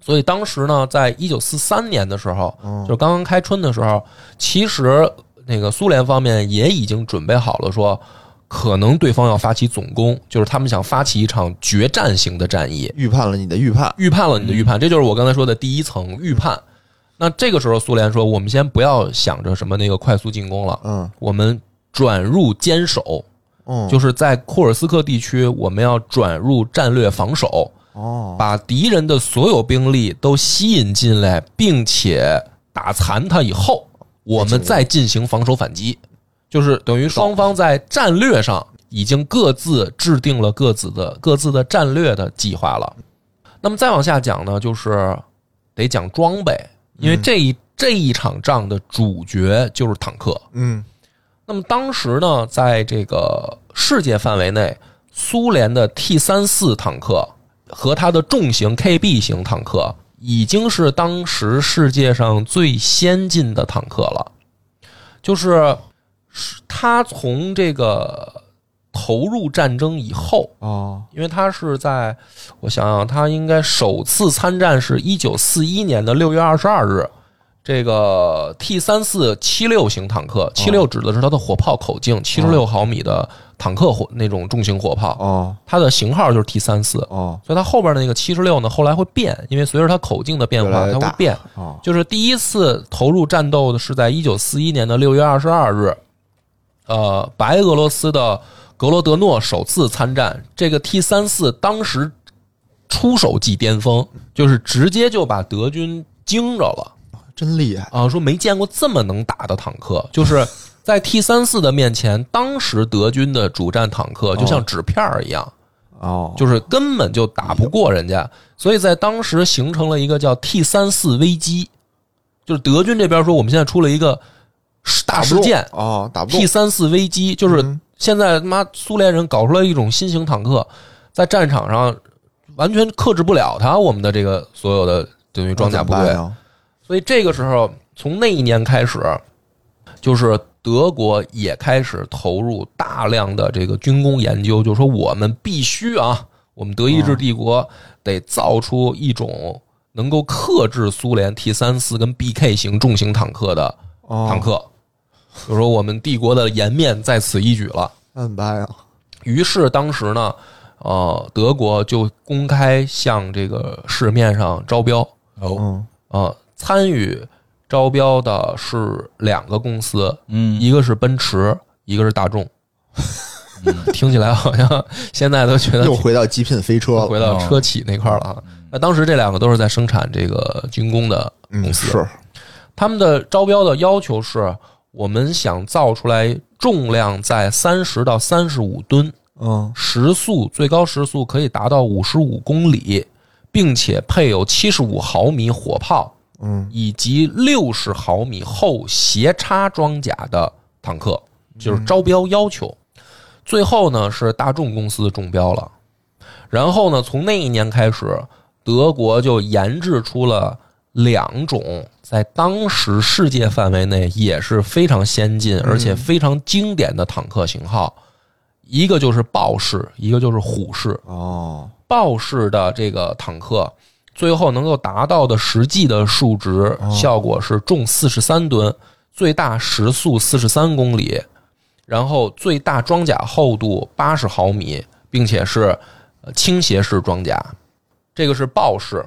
S1: 所以当时呢，在一九四三年的时候，
S2: 嗯哦
S1: 就是刚刚开春的时候，其实那个苏联方面也已经准备好了说。可能对方要发起总攻，就是他们想发起一场决战型的战役，
S2: 预判了你的预判，
S1: 预判了你的预判，这就是我刚才说的第一层预判。那这个时候，苏联说，我们先不要想着什么那个快速进攻了，
S2: 嗯
S1: 我们转入坚守，
S2: 嗯，
S1: 就是在库尔斯克地区，我们要转入战略防守，
S2: 哦
S1: 把敌人的所有兵力都吸引进来，并且打残他以后，
S2: 嗯
S1: 我们再进行防守反击。就是等于双方在战略上已经各自制定了各自的各自的战略的计划了。那么再往下讲呢，就是得讲
S2: 嗯
S1: 装备，因为这一这一场仗的主角就是坦克。
S2: 嗯
S1: 那么当时呢，在这个世界范围内，苏联的 T 三四坦克和它的重型 KB 型坦克已经是当时世界上最先进的坦克了，就是是它从这个投入战争以后，
S2: 哦，
S1: 因为他是在，我想想，他应该首次参战是一九四一年的六月二十二日。这个 T 三四七六型坦克，七
S2: 哦
S1: 六指的是它的火炮口径七十六毫米的坦克火那种重型火炮，
S2: 哦，
S1: 它的型号就是 T 三四，
S2: 哦，
S1: 所以它后边的那个七十六呢，后来会变，因为随着它口径的变
S2: 越来
S1: 化，
S2: 越
S1: 它会
S2: 大
S1: 变。
S2: 哦，
S1: 就是第一次投入战斗的是在一九四一年的六月二十二日，呃，白俄罗斯的格罗德诺首次参战。这个 T 三四当时出手即巅峰，就是直接就把德军惊着了
S2: 真厉害，
S1: 啊！说没见过这么能打的坦克，就是在 T 三四的面前，当时德军的主战坦克就像纸片儿一样。
S2: 哦，
S1: 就是根本就打不过人家，所以在当时形成了一个叫 T 三四危机，就是德军这边说我们现在出了一个大事件
S2: 哦，打不动
S1: T，三四危机，就是
S2: 嗯
S1: 现在他妈苏联人搞出来一种新型坦克，在战场上完全克制不了他，我们的这个所有的等于装甲部
S2: 那
S1: 队
S2: 怎，么办呀
S1: 所以这个时候从那一年开始，就是德国也开始投入大量的这个军工研究，就是说我们必须啊，我们德意志帝国得造出一种能够克制苏联 T 三四跟 BK 型重型坦克的
S2: 哦，
S1: 坦，克，就是说我们帝国的颜面在此一举了。
S2: 那怎么办呀？
S1: 于是当时呢，呃，德国就公开向这个市面上招标，
S2: 嗯，
S1: 呃，参与招标的是两个公司，
S3: 嗯，
S1: 一个是奔驰，一个是大众。嗯听起来好像现在都觉得
S2: 嗯又回到极品飞车了，
S1: 回到车企那块儿了啊。那当时这两个都是在生产这个军工的公
S2: 嗯，
S1: 司，
S2: 是，
S1: 他们的招标的要求是我们想造出来重量在三十到三十五吨，
S2: 嗯，
S1: 时速最高时速可以达到五十五公里，并且配有七十五毫米火炮，
S2: 嗯，
S1: 以及六十毫米厚斜插装甲的坦克，就是招标要求。最后呢是大众公司中标了，然后呢从那一年开始，德国就研制出了两种在当时世界范围内也是非常先进而且非常经典的坦克型号，一个就是豹式，一个就是虎式。
S2: 哦，
S1: 豹式的这个坦克，最后能够达到的实际的数值效果是重四十三吨，最大时速四十三公里，然后最大装甲厚度八十毫米，并且是呃倾斜式装甲，这个是豹式。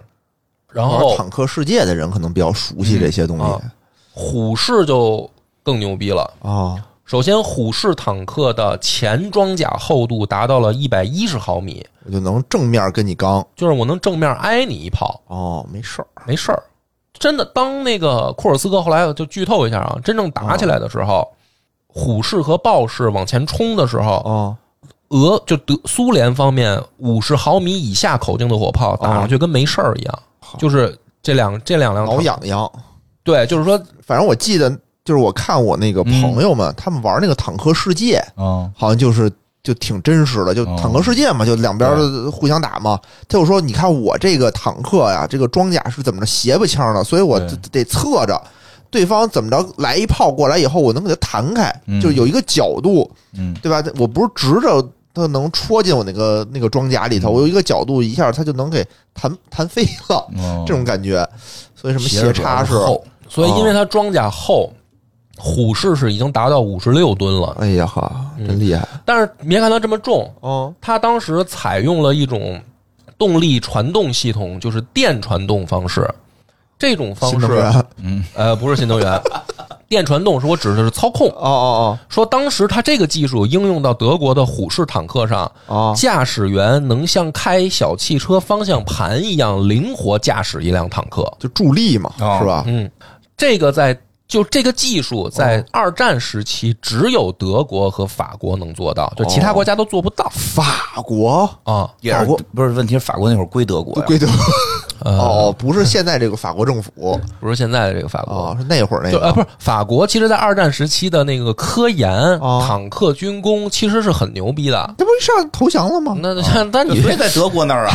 S1: 然
S2: 玩
S3: 哦
S1: 后
S2: 坦克世界的人可能比较熟悉这些东
S1: 嗯
S2: 西，
S1: 虎式就更牛逼了。
S2: 哦，
S1: 首先，虎式坦克的前装甲厚度达到了一百一十毫米，
S2: 我就能正面跟你刚，
S1: 就是我能正面挨你一炮，
S2: 哦，没事儿，
S1: 没事儿。真的，当那个库尔斯克后来就剧透一下啊，真正打起来的时候，虎式和豹式往前冲的时候，
S2: 哦，
S1: 俄就德苏联方面五十毫米以下口径的火炮打上去跟没事儿一样，就是这两这两辆
S2: 挠痒痒。
S1: 对，就是说
S2: 反正我记得，就是我看我那个朋友们，他们玩那个坦克世界，
S3: 嗯，
S2: 好像就是就挺真实的，就
S3: 哦
S2: 坦克世界嘛，就两边互相打嘛。他就说：“你看我这个坦克呀，这个装甲是怎么着斜巴枪的，所以我
S3: 对
S2: 得得侧着。”对方怎么着来一炮过来以后，我能给他弹开，
S3: 嗯
S2: 就有一个角度，
S3: 嗯，
S2: 对吧？我不是直着他能戳进我那个那个装甲里
S3: 嗯
S2: 头，我有一个角度，一下他就能给弹弹飞了，
S3: 嗯
S2: 这种感觉。所以什么
S3: 斜着
S2: 斜插式，
S3: 厚
S1: 所以因为它装甲厚，虎式是已经达到五十六吨了，
S2: 哎呀哈，
S3: 嗯
S2: 真厉害！
S1: 但是别看它这么重，
S2: 哦
S1: 它当时采用了一种动力传动系统，就是电传动方式。这种方
S2: 新
S1: 式
S2: 能源，哦
S1: 呃，不是新能
S2: *laughs*
S1: 源，电传动是我指的是操控。
S2: 哦
S1: 说当时它这个技术应用到德国的虎式坦克上，
S2: 哦哦，
S1: 驾驶员能像开小汽车方向盘一样灵活驾驶一辆坦克。
S2: 就助力嘛，
S3: 哦
S2: 是吧？
S1: 嗯，这个在就这个技术在二战时期只有德国和法国能做
S2: 哦
S1: 到，就其他国家都做不到
S3: 嗯
S2: 法国
S1: 啊。
S3: 也是
S2: 法国
S3: 不是问题？是法国那会儿归德国
S2: 都
S3: 呀，
S2: 归德， *laughs*
S1: 呃，
S3: 嗯
S2: 哦，不是现在这个法国政府
S1: 不是现在的这个法国
S2: 哦，，是那会儿那
S1: 就
S2: 个
S3: 哎
S1: 呃，不是法国，其实，在二战时期的那个科研、
S3: 啊
S2: 哦
S1: 坦克军工，其实是很牛逼的。
S2: 这不一上投降了吗？
S1: 那那那
S3: *laughs*
S1: 你
S3: 哦所以在德国那儿啊，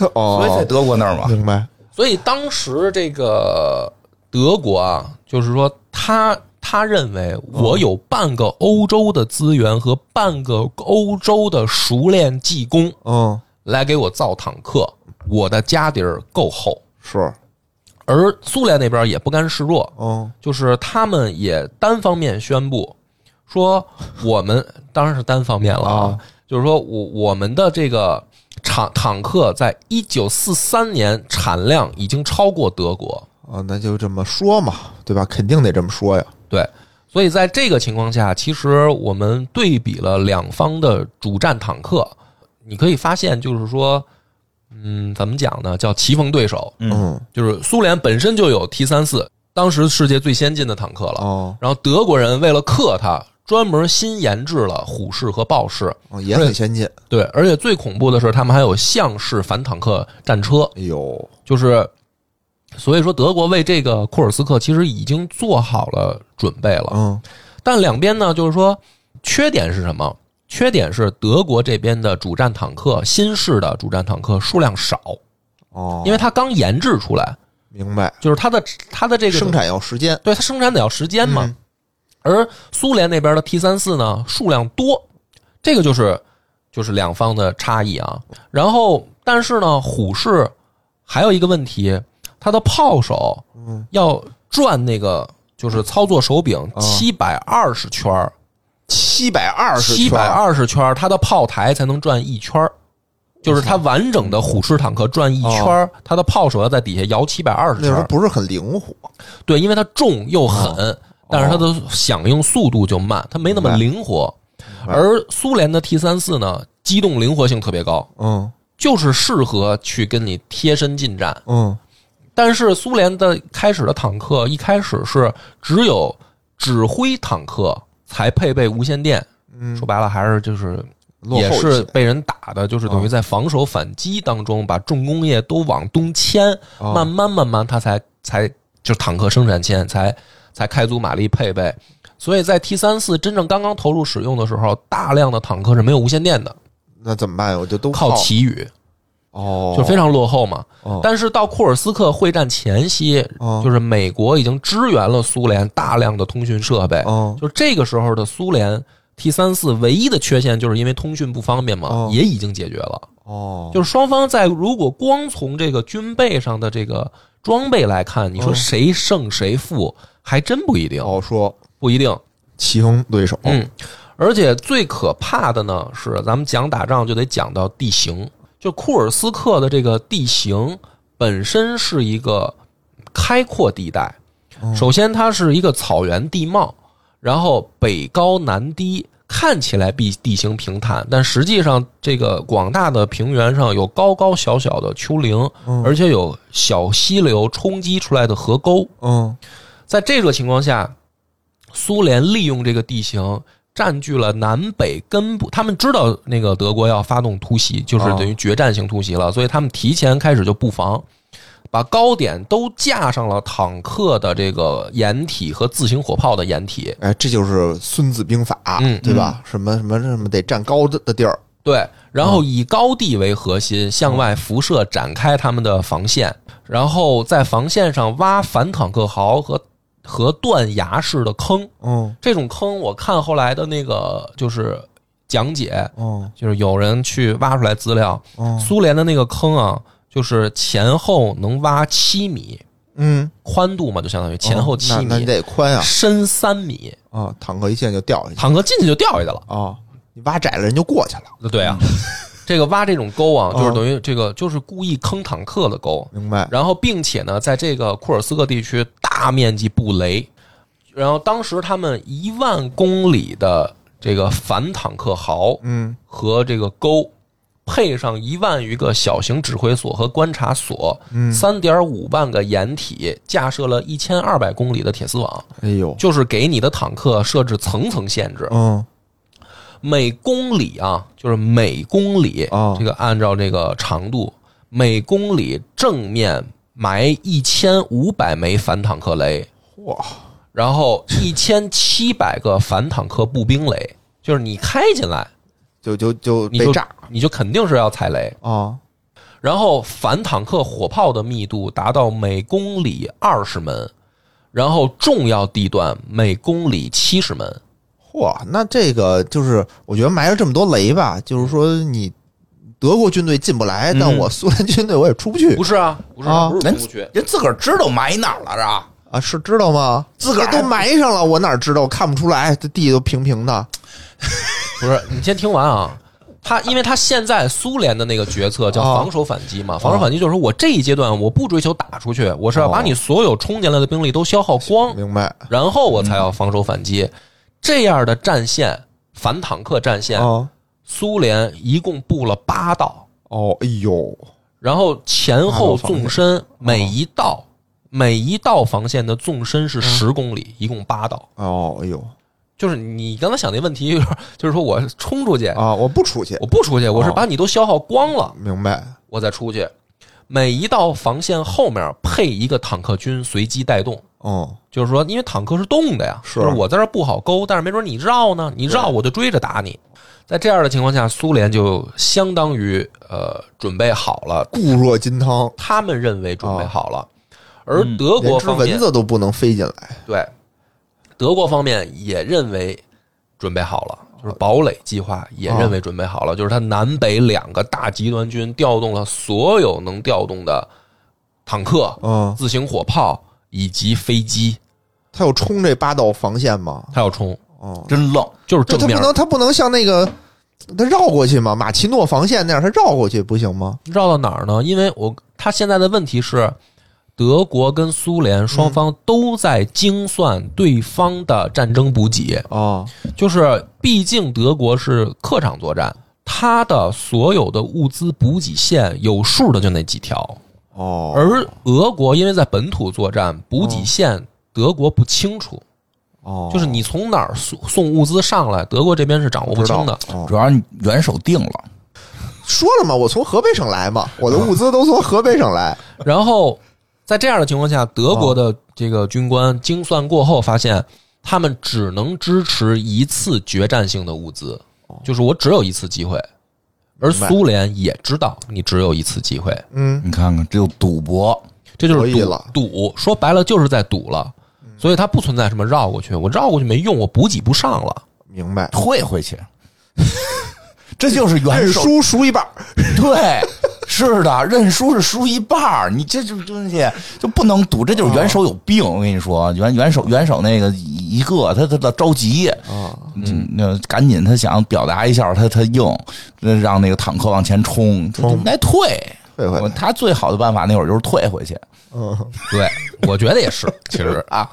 S3: 所以在
S2: 哦，
S3: 德国那儿嘛，
S2: 明白
S1: 所以当时这个德国啊，就是说他他认为我有半个欧洲的资源和半个欧洲的熟练技工
S2: 嗯
S1: 来给我造坦克，我的家底儿够厚。
S2: 是
S1: 而苏联那边也不甘示弱，
S2: 嗯
S1: 就是他们也单方面宣布说，我们当然是单方面了啊，就是说我我们的这个坦坦克在一九四三年产量已经超过德国，
S2: 啊，那就这么说嘛，对吧？肯定得这么说呀。
S1: 对，所以在这个情况下，其实我们对比了两方的主战坦克，你可以发现，就是说，嗯，怎么讲呢？叫棋逢对手，
S2: 嗯
S1: 就是苏联本身就有 T 三四，当时世界最先进的坦克了，
S2: 哦，
S1: 然后德国人为了克它，专门新研制了虎式和豹式。
S2: 哦也很先进。
S1: 对，而且最恐怖的是，他们还有象式反坦克战车，
S2: 哎呦，
S1: 就是所以说德国为这个库尔斯克其实已经做好了准备了。
S2: 嗯
S1: 但两边呢，就是说缺点是什么？缺点是德国这边的主战坦克，新式的主战坦克数量少，
S2: 哦，
S1: 因为它刚研制出来，
S2: 明白，
S1: 就是它的它的这个
S2: 生，产要时间。
S1: 对它生产得要时间嘛。
S2: 嗯
S1: 而苏联那边的 T 三四呢，数量多，这个就是就是两方的差异啊。然后，但是呢，虎式还有一个问题，它的炮手
S2: 嗯
S1: 要转那个就是操作手柄七百二十圈儿。
S2: 七百二十，
S1: 七百，二十圈儿，它的炮台才能转一圈儿，就是它完整的虎式坦克转一圈儿，它的炮手要在底下摇七百二十
S2: 哦那
S1: 圈
S2: 时候
S1: 儿。
S2: 不是很灵活。
S1: 对，因为它重
S2: 哦
S1: 又狠，但是它的响应速度就慢，它没那么灵活。
S2: 白
S1: 而苏联的 T 三四呢，机动灵活性特别高，
S2: 嗯
S1: 就是适合去跟你贴身近战。
S2: 嗯
S1: 但是苏联的开始的坦克一开始是只有指挥坦克才配备无线电，
S2: 嗯
S1: 说，白了还是就是
S2: 落
S1: 也
S2: 后一
S1: 是
S2: 些啊
S1: 被人打的，就是等于在防守反击当中，把重工业都往东迁，
S2: 哦
S1: 慢慢慢慢，它才才就是坦克生产线才才开足马力配备。所以在 T 三四真正刚刚投入使用的时候，大量的坦克是没有无线电的，
S2: 那怎么办呀？我就都
S1: 靠旗语，
S2: 哦，
S1: 就非常落后嘛。
S2: 哦
S1: 但是到库尔斯克会战前夕，
S2: 哦
S1: 就是美国已经支援了苏联大量的通讯设备，
S2: 哦
S1: 就这个时候的苏联 T 三四唯一的缺陷就是因为通讯不方便嘛，
S2: 哦
S1: 也已经解决了。
S2: 哦，
S1: 就是双方在如果光从这个军备上的这个装备来看，你说谁胜谁负，还真不一定，
S2: 哦说
S1: 不一定。
S2: 棋逢对手，
S1: 嗯，而且最可怕的呢是，咱们讲打仗就得讲到地形，就库尔斯克的这个地形本身是一个开阔地带，首先它是一个草原地貌，然后北高南低。看起来地地形平坦，但实际上这个广大的平原上有高高小小的丘陵，而且有小溪流冲击出来的河沟。
S2: 嗯
S1: 在这个情况下，苏联利用这个地形占据了南北根部。他们知道那个德国要发动突袭，就是
S2: 哦
S1: 等于决战性突袭了，所以他们提前开始就布防，把高点都架上了坦克的这个掩体和自行火炮的掩体。
S2: 哎，这就是《孙子兵法》
S1: 嗯
S2: 对吧？什么什么什么得占高的的地儿，
S1: 对，然后以高地为核心向外辐射，展开他们的防线，然后在防线上挖反坦克壕和和断崖式的坑。
S2: 嗯
S1: 这种坑，我看后来的那个就是讲解，
S2: 嗯
S1: 就是有人去挖出来资料，
S2: 嗯
S1: 苏联的那个坑啊，就是前后能挖七米，
S2: 嗯，哦
S1: 宽度嘛，就相当于前后七
S2: 那那你
S1: 米，
S2: 得宽啊
S1: 深三米，
S2: 啊，坦克一陷就掉下去
S1: 坦克进去就掉下去了。
S2: 啊，你挖窄了人就过去了，
S1: 对啊，这个挖这种沟啊，就是
S2: 嗯
S1: 等于这个就是故意坑坦克的沟，
S2: 明白？
S1: 然后并且呢，在这个库尔斯克地区大面积布雷，然后当时他们一万公里的这个反坦克壕，
S2: 嗯
S1: 和这个沟，配上一万余个小型指挥所和观察所，
S2: 嗯
S1: 三点五万个掩体，架设了一千二百公里的铁丝网，
S2: 哎呦，
S1: 就是给你的坦克设置层层限制。
S2: 嗯
S1: 每公里啊，就是每公里
S2: 哦，
S1: 这个按照这个长度，每公里正面埋一千五百枚反坦克雷，
S2: 哇，
S1: 然后一千七百个反坦克步兵雷，就是你开进来
S2: 就就就
S1: 你
S2: 被
S1: 就
S2: 炸
S1: 你就肯定是要踩雷。
S2: 啊！
S1: 然后反坦克火炮的密度达到每公里二十门，然后重要地段每公里七十门。
S2: 嚯，那这个就是我觉得埋了这么多雷吧，就是说你德国军队进不来，但
S1: 嗯
S2: 我苏联军队我也出不去
S1: 不是啊，不是、
S2: 啊
S1: 不是
S3: 人
S1: 同学，
S3: 人自个儿知道埋哪儿了是吧？
S2: 啊！是知道吗？
S3: 自个儿
S2: 这都埋上了，我哪知道？看不出来，这地都平平的。
S1: 不是，你先听完啊。他，因为他现在苏联的那个决策叫
S2: 哦
S1: 防守反击嘛，防守反击就是说我这一阶段我不追求打出去，我是要把你所有冲进来的兵力都消耗光，
S2: 明白？
S1: 然后我才要防守反击。这样的战线，反坦克战线，
S2: 啊
S1: 苏联一共布了八道，
S2: 哦，哎呦，
S1: 然后前后纵深每一道每一道防线的纵深是十公里，一共八道。
S2: 哦，哎呦
S1: 就是你刚才想那问题， *laughs* 就是就是说我冲出去，
S2: 啊！我不出去，
S1: 我不出去，我是把你都消耗光了，
S2: 明白？
S1: 我再出去。每一道防线后面配一个坦克军随机带动，
S2: 哦，
S1: 就是说，因为坦克是动的呀，
S2: 是
S1: 就是我在这儿不好勾，但是没准你绕呢，你绕我就追着打你。在这样的情况下，苏联就相当于呃准备好了，
S2: 固若金汤，
S1: 他们认为准备好了，而德国
S2: 哦嗯连只
S1: 方面
S2: 蚊子都不能飞进来。
S1: 对德国方面也认为准备好了，
S2: 哦
S1: 就是堡垒计划也认为准备好了，就是他南北两个大集团军调动了所有能调动的坦克、
S2: 嗯，
S1: 自行火炮以及飞机，
S2: 他有冲这八道防线吗？
S1: 他要冲，
S2: 哦，
S3: 真愣，
S1: 就是
S2: 就
S1: 正
S2: 他
S1: 面
S2: 不能，他不能像那个他绕过去吗？马奇诺防线那样，他绕过去不行吗？
S1: 绕到哪儿呢？因为我他现在的问题是，德国跟苏联双方都在精算对方的战争补给，
S2: 啊，
S1: 就是毕竟德国是客场作战，它的所有的物资补给线有数的就那几条，
S2: 哦，
S1: 而俄国因为在本土作战，补给线德国不清楚，
S2: 嗯哦，
S1: 就是你从哪儿送送物资上来，德国这边是掌握不
S2: 知道
S1: 清的。
S2: 哦
S3: 主要是元首定了，
S2: 说了嘛，我从河北省来嘛，我的物资都从河北省
S1: 哦
S2: 来。
S1: 然后在这样的情况下，德国
S2: 嗯
S1: 的这个军官精算过后发现，他们只能支持一次决战性的物资，就是我只有一次机会。而
S2: 哦明白
S1: 苏联也知道你只有一次机会，
S2: 嗯，
S3: 你看看这就赌博，
S1: 这就是
S2: 博弈
S1: 赌
S2: 了
S1: 赌说白了就是在赌了，
S3: 嗯
S1: 所以它不存在什么绕过去，我绕过去没用，我补给不上了。
S2: 明白。
S3: 退回去， *laughs* 这就是元
S2: 认
S3: 首
S2: 输输一半儿，
S3: *laughs* 对，是的，认输是输一半儿，你这就东西就不能赌，这就是元首有病。我跟你说，元元首元首那个一个他他他着急啊，
S1: 哦
S3: 嗯，那赶紧他想表达一下，他他硬，那让那个坦克往前冲，就就应该退。
S2: 退回来
S3: 我他最好的办法那会儿就是退回去，
S2: 嗯，
S1: 对，我觉得也
S3: *laughs*
S1: 是，其实啊。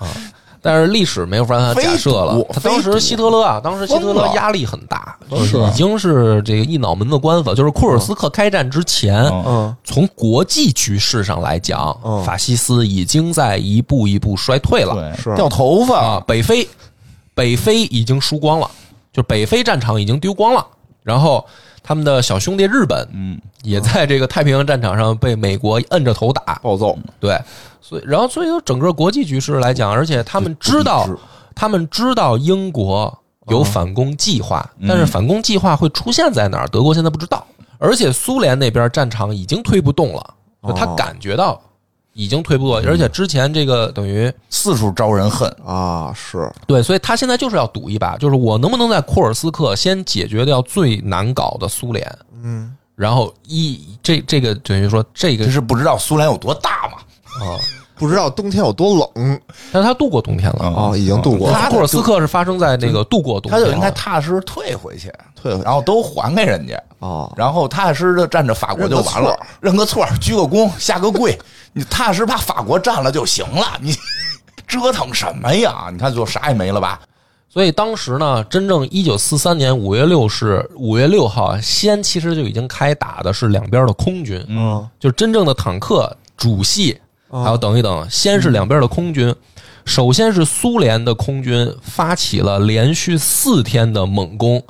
S1: 但是历史没有办法假设了
S3: 非，赌
S1: 他当
S3: 非赌
S1: 时希特勒啊，当时希特
S3: 疯
S1: 勒
S3: 了
S1: 压力很大，就是啊已经是这个一脑门子官司，就是库尔斯克开战之前，
S3: 嗯
S2: 嗯
S1: 从国际局势上来讲
S2: 嗯，
S1: 法西斯已经在一步一步衰退了
S3: 对，
S2: 是
S3: 掉头
S1: 啊
S3: 发，，
S1: 北非，北非已经输光了，就是北非战场已经丢光了，然后他们的小兄弟日本
S3: 嗯，
S1: 也在这个太平洋战场上被美国摁着头打，
S2: 暴揍，
S1: 对，所以然后所以说整个国际局势来讲，而且他们知道
S3: 就不一致，
S1: 他们知道英国有反攻计划，
S3: 嗯
S1: 但是反攻计划会出现在哪儿，德国现在不知道。而且苏联那边战场已经推不动了，就他
S2: 哦
S1: 感觉到已经推不
S3: 嗯
S1: 动，而且之前这个等于
S3: 四处招人恨，
S2: 啊，是
S1: 对，所以他现在就是要赌一把，就是我能不能在库尔斯克先解决掉最难搞的苏联，
S2: 嗯，
S1: 然后一这这个等于说这个
S3: 这是不知道苏联有多大嘛？
S1: 啊，
S2: 不知道冬天有多冷
S1: 但是他度过冬天了。
S2: 啊，已经度过了，
S1: 他库尔斯克是发生在那个度过冬
S3: 嗯哦他
S1: 天
S3: 就应该踏踏实实退回去，
S2: 退回去
S3: 嗯然后都还给人家，
S1: 哦
S2: 啊，
S3: 然后踏踏实实的站着法国就完了，认个错儿，鞠个躬，下个跪， *laughs* 你踏实把法国占了就行了， *laughs* 你折腾什么呀？你看就啥也没了吧？
S1: 所以当时呢，真正一九四三年五月六是五月六号啊，西安其实就已经开打的是两边的空军，
S2: 嗯，
S1: 就是真正的坦克主系，
S2: 哦
S1: 还有等一等，先
S2: 嗯
S1: 是两边的空军，首先是苏联的空军发起了连续四天的猛攻，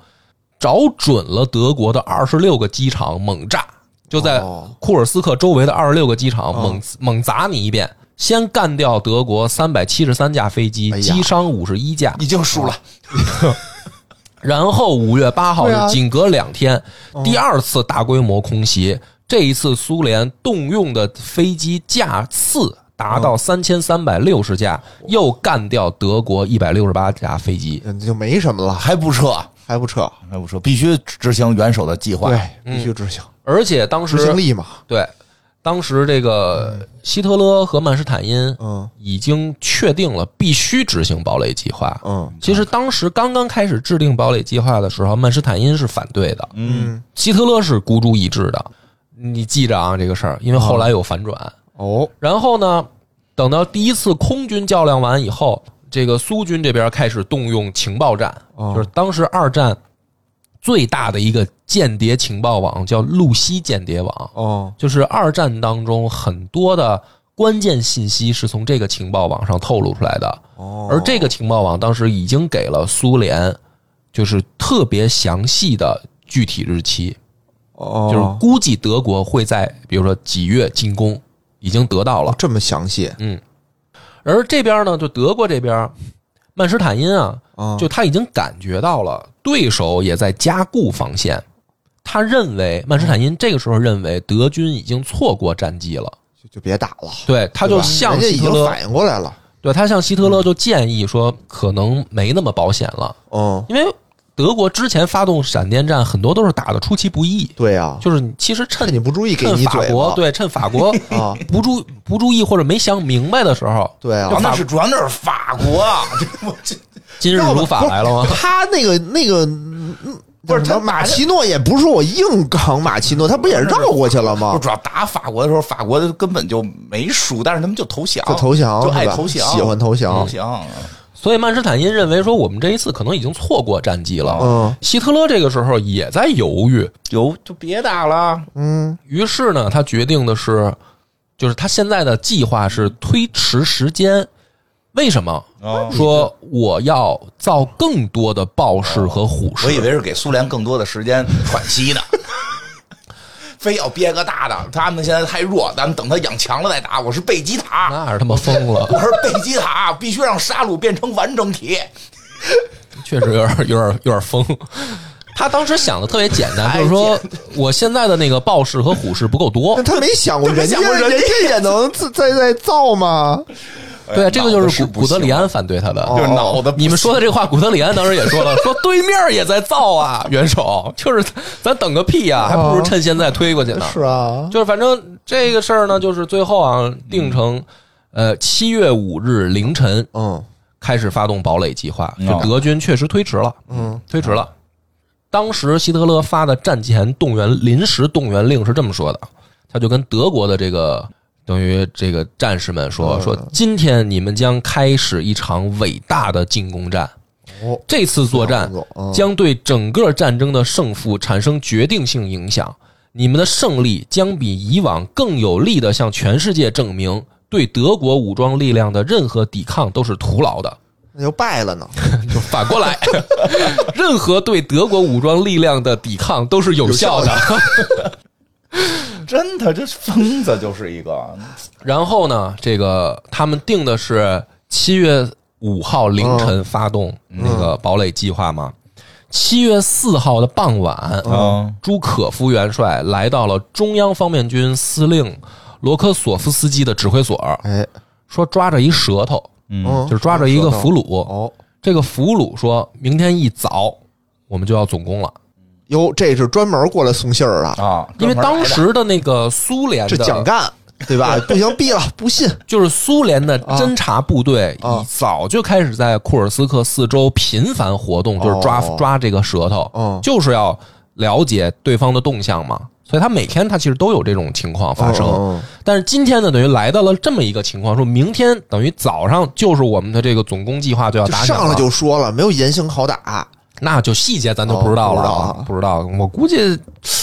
S1: 找准了德国的二十六个机场猛炸，就在
S2: 哦
S1: 库尔斯克周围的二十六个机场猛猛砸你一遍，先干掉德国三百七十三架飞机
S2: 哎，呀
S1: 击伤五十一架，
S3: 已经输了，
S1: 然后五月八号
S2: 对啊哦
S1: 是仅隔两天，第二次大规模空袭。这一次苏联动用的飞机架次达
S2: 哦
S1: 到三千三百六十架，又干掉德国一百六十八架飞机。
S2: 嗯就没什么了，
S3: 还不撤，
S2: 还不撤？
S3: 还不撤，必须执行元首的计划。
S2: 对，必须执行，
S1: 而且当
S2: 执行
S1: 时
S2: 力嘛，
S1: 对，当时这个希特勒和曼施坦因
S2: 嗯
S1: 已经确定了必须执行堡垒计划。
S2: 嗯
S1: 其实当时刚刚开始制定堡垒计划的时候，曼施坦因是反对的，
S2: 嗯，
S1: 希特勒是孤注一掷的，你记着啊这个事儿，因为后来有反转。
S2: 哦，
S1: 然后呢，等到第一次空军较量完以后，这个苏军这边开始动用情报站，
S2: 哦
S1: 就是当时二战最大的一个间谍情报网叫露西间谍网，
S2: 哦，
S1: 就是二战当中很多的关键信息是从这个情报网上透露出来的。
S2: 哦，
S1: 而这个情报网当时已经给了苏联，就是特别详细的具体日期，
S2: 哦，
S1: 就是估计德国会在比如说几月进攻，已经得到了
S2: 哦。这么详细
S1: 而这边呢，就德国这边，曼施坦因啊，
S2: 啊，
S1: 就他已经感觉到了对手也在加固防线，他认为曼施坦因这个时候认为德军已经错过战机了，
S2: 就就别打了，
S1: 对，他就
S2: 对吧
S1: 向
S2: 人家
S1: 希
S2: 已
S1: 特
S2: 经
S1: 勒，
S2: 反应过来了，
S1: 对他向希特勒就建议说，可能没那么保险了，
S2: 嗯，
S1: 因为德国之前发动闪电战，很多都是打的出其不意，
S2: 对呀，
S1: 就是你其实趁
S2: 趁你不注意给
S1: 趁
S2: 你
S1: 法
S2: 嘴
S1: 国
S2: 巴，
S1: 对趁法国
S2: *laughs* 啊，
S1: 不注不注意或者没想明白的时候，
S2: 对啊
S3: 主要，哦那是主要那是法国啊，这我这
S1: 今日如法来了吗？ *laughs*
S2: 他那个那个，嗯
S3: 不是
S2: 叫什么
S3: 他
S2: 马奇诺也不是说我硬刚马奇诺，他不也绕过去了
S3: 不
S2: 吗？
S3: 主要打法国的时候，法国根本就没输，但是他们就投降，
S2: 就投降
S3: 就爱
S2: 是吧
S3: 投降，
S2: 喜欢投降
S3: 投降。
S1: 所以曼施坦因认为说，我们这一次可能已经错过战机了。
S2: 嗯
S1: 希特勒这个时候也在犹豫，
S3: 有就别打了，
S2: 嗯，
S1: 于是呢，他决定的是，就是他现在的计划是推迟时间。为什么？
S2: 嗯
S3: 哦
S1: 说我要造更多的豹式和虎
S2: 哦
S1: 式。
S3: 我以为是给苏联更多的时间喘息呢， *laughs* 非要憋个大的。他们现在太弱，咱们等他养强了再打。我是贝吉
S2: 啊
S3: 塔，
S1: 那是他妈疯
S2: *laughs*
S1: 了，
S3: 我是贝吉塔，必须让杀戮变成完整体。
S1: 确实有点有点有点疯。 *laughs* 他当时想的特别简单，
S3: 太
S1: 就是说我现在的那个豹式和虎式不够多
S2: 但。他没想过
S3: 他没
S2: 人家
S3: 想过人家
S2: 人家也能自再再造吗？
S1: 对，这个就
S3: 脑子
S1: 是
S3: 是
S1: 古
S3: 不
S1: 古德
S3: 行
S1: 里安反对他的。
S2: 哦
S3: 就是脑子不行。
S1: 你们说的这个话，古德里安当时也说了，说对面也在造啊，元首，就是咱等个屁啊呀、还不如趁现在推过去呢。
S2: 是啊，
S1: 就是反正这个事儿呢，就是最后啊定成，呃，七月五日凌晨
S2: 嗯
S1: 开始发动堡垒计划，
S3: 嗯
S1: 就德军确实推迟了，
S2: 嗯，
S1: 推迟了。当时希特勒发的战前动员临时动员令是这么说的，他就跟德国的这个等于这个战士们说
S2: 嗯
S1: 说，今天你们将开始一场伟大的进攻战。
S2: 哦，
S1: 这次作战
S2: 嗯
S1: 将对整个战争的胜负产生决定性影响。你们的胜利将比以往更有力地向全世界证明，对德国武装力量的任何抵抗都是徒劳的。
S2: 那就败了呢，
S1: 就 *laughs* 反过来，任何对德国武装力量的抵抗都是有效的。
S3: 真的，这疯子就是一个
S1: *laughs* 然后呢，这个他们定的是七月五号凌晨发动那个堡垒计划嘛，七月四号的傍晚，
S3: 嗯
S1: 朱可夫元帅来到了中央方面军司令罗科索夫斯基的指挥所，
S2: 哎，
S1: 说抓着一舌头，
S2: 嗯，
S1: 就是抓着一个俘虏。
S2: 哦，
S1: 这个俘虏说明天一早我们就要总攻了，
S2: 哟，这是专门过来送信儿的，
S3: 啊，
S1: 因为
S3: 专门
S1: 当
S3: 来的
S1: 时的那个苏联
S2: 这蒋
S1: 的，
S2: 干对
S1: *laughs*
S2: 吧？不行，毙了，不信，
S1: 就是苏联的侦察部队，
S2: 啊
S1: 已早就开始在库尔斯克四周频繁活动，就是抓
S2: 哦
S1: 抓这个舌头
S2: 嗯，
S1: 就是要了解对方的动向嘛。所以他每天他其实都有这种情况发生。
S2: 嗯
S1: 但是今天呢，等于来到了这么一个情况，说明天等于早上就是我们的这个总攻计划就要
S2: 就
S1: 打响
S2: 上
S1: 了，
S2: 来就说了，没有严刑拷打，
S1: 那就细节咱就不知道了，
S2: 哦
S1: 不知道。我估计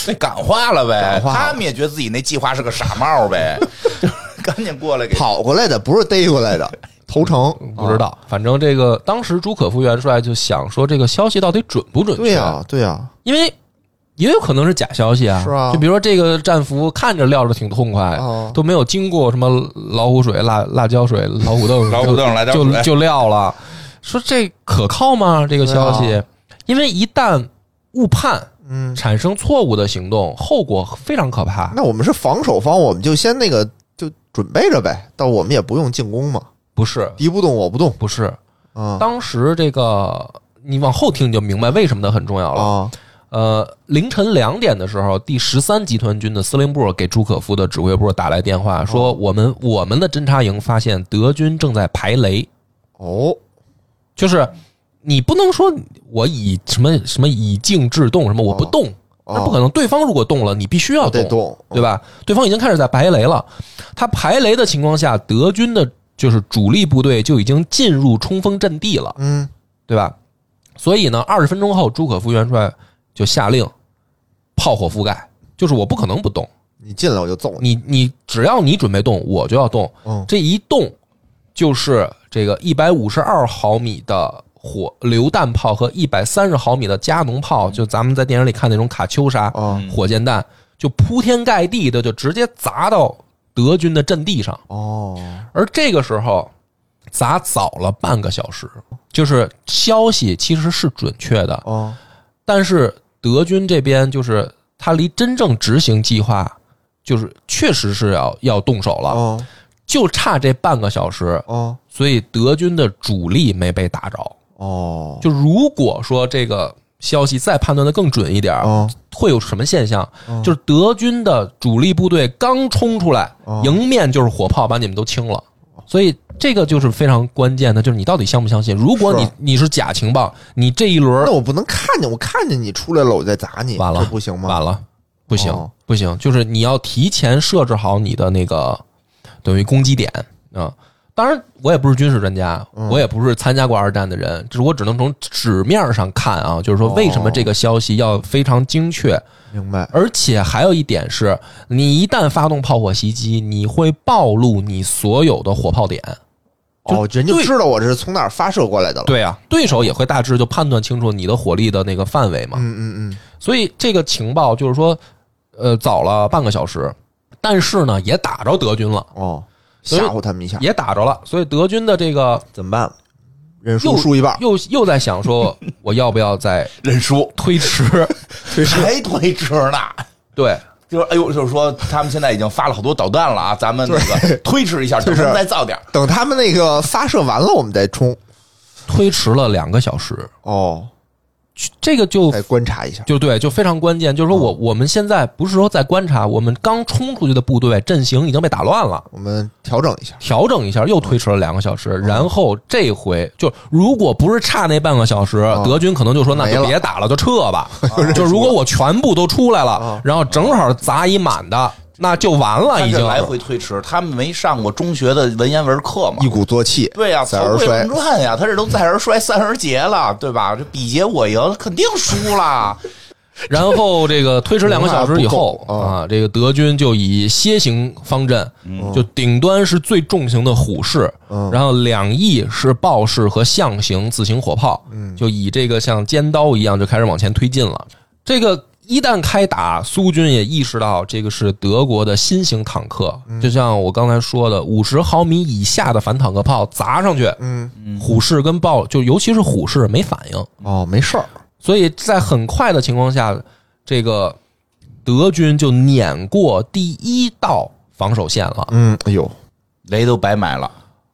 S3: 被感化了呗，
S2: 感化了
S3: 他们也觉得自己那计划是个傻帽呗，就是赶紧过来给
S2: 跑过来的不是逮过
S1: *laughs*
S2: 来的，投诚
S1: 不知，
S2: 啊
S1: 道，反正这个当时朱可夫元帅就想说，这个消息到底准不准确？
S2: 对呀，对呀，
S1: 因为也有可能是假消息啊。
S2: 是啊
S1: 就比如说这个战俘看着撂着挺痛快，
S2: 哦
S1: 都没有经过什么老虎水、辣辣椒水、老虎凳、
S3: 老虎凳来点
S1: 就
S3: 水
S1: 就撂了。说这可靠吗？这个消息，因为一旦误判
S2: 啊嗯，
S1: 产生错误的行动，后果非常可怕。
S2: 那我们是防守方，我们就先那个就准备着呗，但我们也不用进攻嘛，
S1: 不是，
S2: 敌不动我不动
S1: 不是，
S2: 啊
S1: 当时这个你往后听你就明白为什么它很重要了。
S2: 啊
S1: 呃，凌晨两点的时候，第十三集团军的司令部给朱可夫的指挥部打来电话，说我们我们的侦察营发现德军正在排雷，
S2: 哦，
S1: 就是你不能说我以什么什么以静制动，什么我不动，
S2: 哦
S1: 那不可能。对方如果动了，你必须要
S2: 我
S1: 动，
S2: 哦得动，
S1: 哦对吧？对方已经开始在排雷了，他排雷的情况下，德军的就是主力部队就已经进入冲锋阵地了。
S2: 嗯
S1: 对吧？所以呢，二十分钟后，朱可夫元帅就下令炮火覆盖，就是我不可能不动，
S2: 你进来我就揍你，
S1: 你你只要你准备动，我就要动，
S2: 嗯
S1: 这一动就是这个一百五十二毫米的火榴弹炮和一百三十毫米的加农炮，就咱们在电影里看那种卡秋莎
S2: 啊
S1: 火箭弹，就铺天盖地的就直接砸到德军的阵地上。
S2: 哦，
S1: 而这个时候，砸早了半个小时，就是消息其实是准确的，
S2: 哦，
S1: 但是德军这边就是他离真正执行计划，就是确实是要要动手了，
S2: 哦，
S1: 就差这半个小时，
S2: 哦，
S1: 所以德军的主力没被打着。
S2: 哦，
S1: 就如果说这个消息再判断的更准一点，
S2: 哦，
S1: 会有什么现象？
S2: 嗯
S1: 就是德军的主力部队刚冲出来
S2: 哦，
S1: 迎面就是火炮把你们都清了。所以这个就是非常关键的，就是你到底相不相信？如果你
S2: 是
S1: 你是假情报，你这一轮
S2: 那我不能看见，我看见你出来了，我再砸你，
S1: 完了
S2: 这不行吗？
S1: 晚了，不行、
S2: 哦
S1: 不行，就是你要提前设置好你的那个等于攻击点啊。当然，我也不是军事专家，
S2: 嗯
S1: 我也不是参加过二战的人，这是我只能从纸面上看啊，就是
S2: 哦
S1: 说为什么这个消息要非常精确，
S2: 明白，
S1: 而且还有一点是，你一旦发动炮火袭击，你会暴露你所有的火炮点。就
S2: 哦，人就
S1: 对
S2: 知道我这是从哪儿发射过来的了，，
S1: 对啊，对手也会大致就判断清楚你的火力的那个范围嘛。
S2: 嗯嗯嗯，
S1: 所以这个情报就是说，呃，早了半个小时，但是呢，也打着德军了，
S2: 哦，
S1: 所
S2: 吓
S1: 以
S2: 唬他们一下，
S1: 也打着了，所以德军的这个
S2: 怎么办？人
S1: 又
S2: 数输一半，
S1: 又又在想说，我要不要再
S3: 认输，
S1: 推迟？
S3: 还推迟呢。
S1: 对，
S3: 就是哎呦，就是说他们现在已经发了好多导弹了啊，咱们那个推迟一下，等他们再造点儿。
S2: 等他们那个发射完了，我们再冲，
S1: 推迟了两个小时，
S2: 哦，
S1: 这个就
S2: 再观察一下，
S1: 就对，就非常关键。就是说我
S2: 啊
S1: 我们现在不是说在观察，我们刚冲出去的部队阵型已经被打乱了。
S2: 我们调整一下，
S1: 调整一下，又推迟了两个小时。
S2: 啊
S1: 然后这回就如果不是差那半个小时，德军可能就说那
S2: 啊没
S1: 就
S2: 了
S1: 别打了，就撤吧。 *laughs* 就如果我全部都出来了
S2: 啊，
S1: 然后正好砸一满的，那就完了，
S3: 他
S1: 已
S3: 这
S1: 经。
S3: 来回推迟，他们没上过中学的文言文课嘛
S2: 一？鼓作气，
S3: 对呀、
S2: 再
S3: 曹
S2: 而
S3: 刿
S2: 衰
S3: 论战呀，他这都再而衰，三而竭了，对吧？这比劫我赢，肯定输了。
S1: 然后这个推迟两个小时以
S2: *laughs*
S1: 后
S2: 那不够啊
S1: 啊，这个德军就以楔形方阵，就顶端是最重型的虎式，
S2: 嗯
S1: 然后两翼是豹式和象形自行火炮，
S2: 嗯
S1: 就以这个像尖刀一样就开始往前推进了。这个一旦开打，苏军也意识到这个是德国的新型坦克，
S2: 嗯
S1: 就像我刚才说的，五十毫米以下的反坦克炮砸上去，
S2: 嗯，
S1: 虎式跟豹就尤其是虎式没反应。
S2: 哦，没事儿，
S1: 所以在很快的情况下，这个德军就碾过第一道防守线了。
S2: 嗯，哎呦，
S3: 雷都白买了，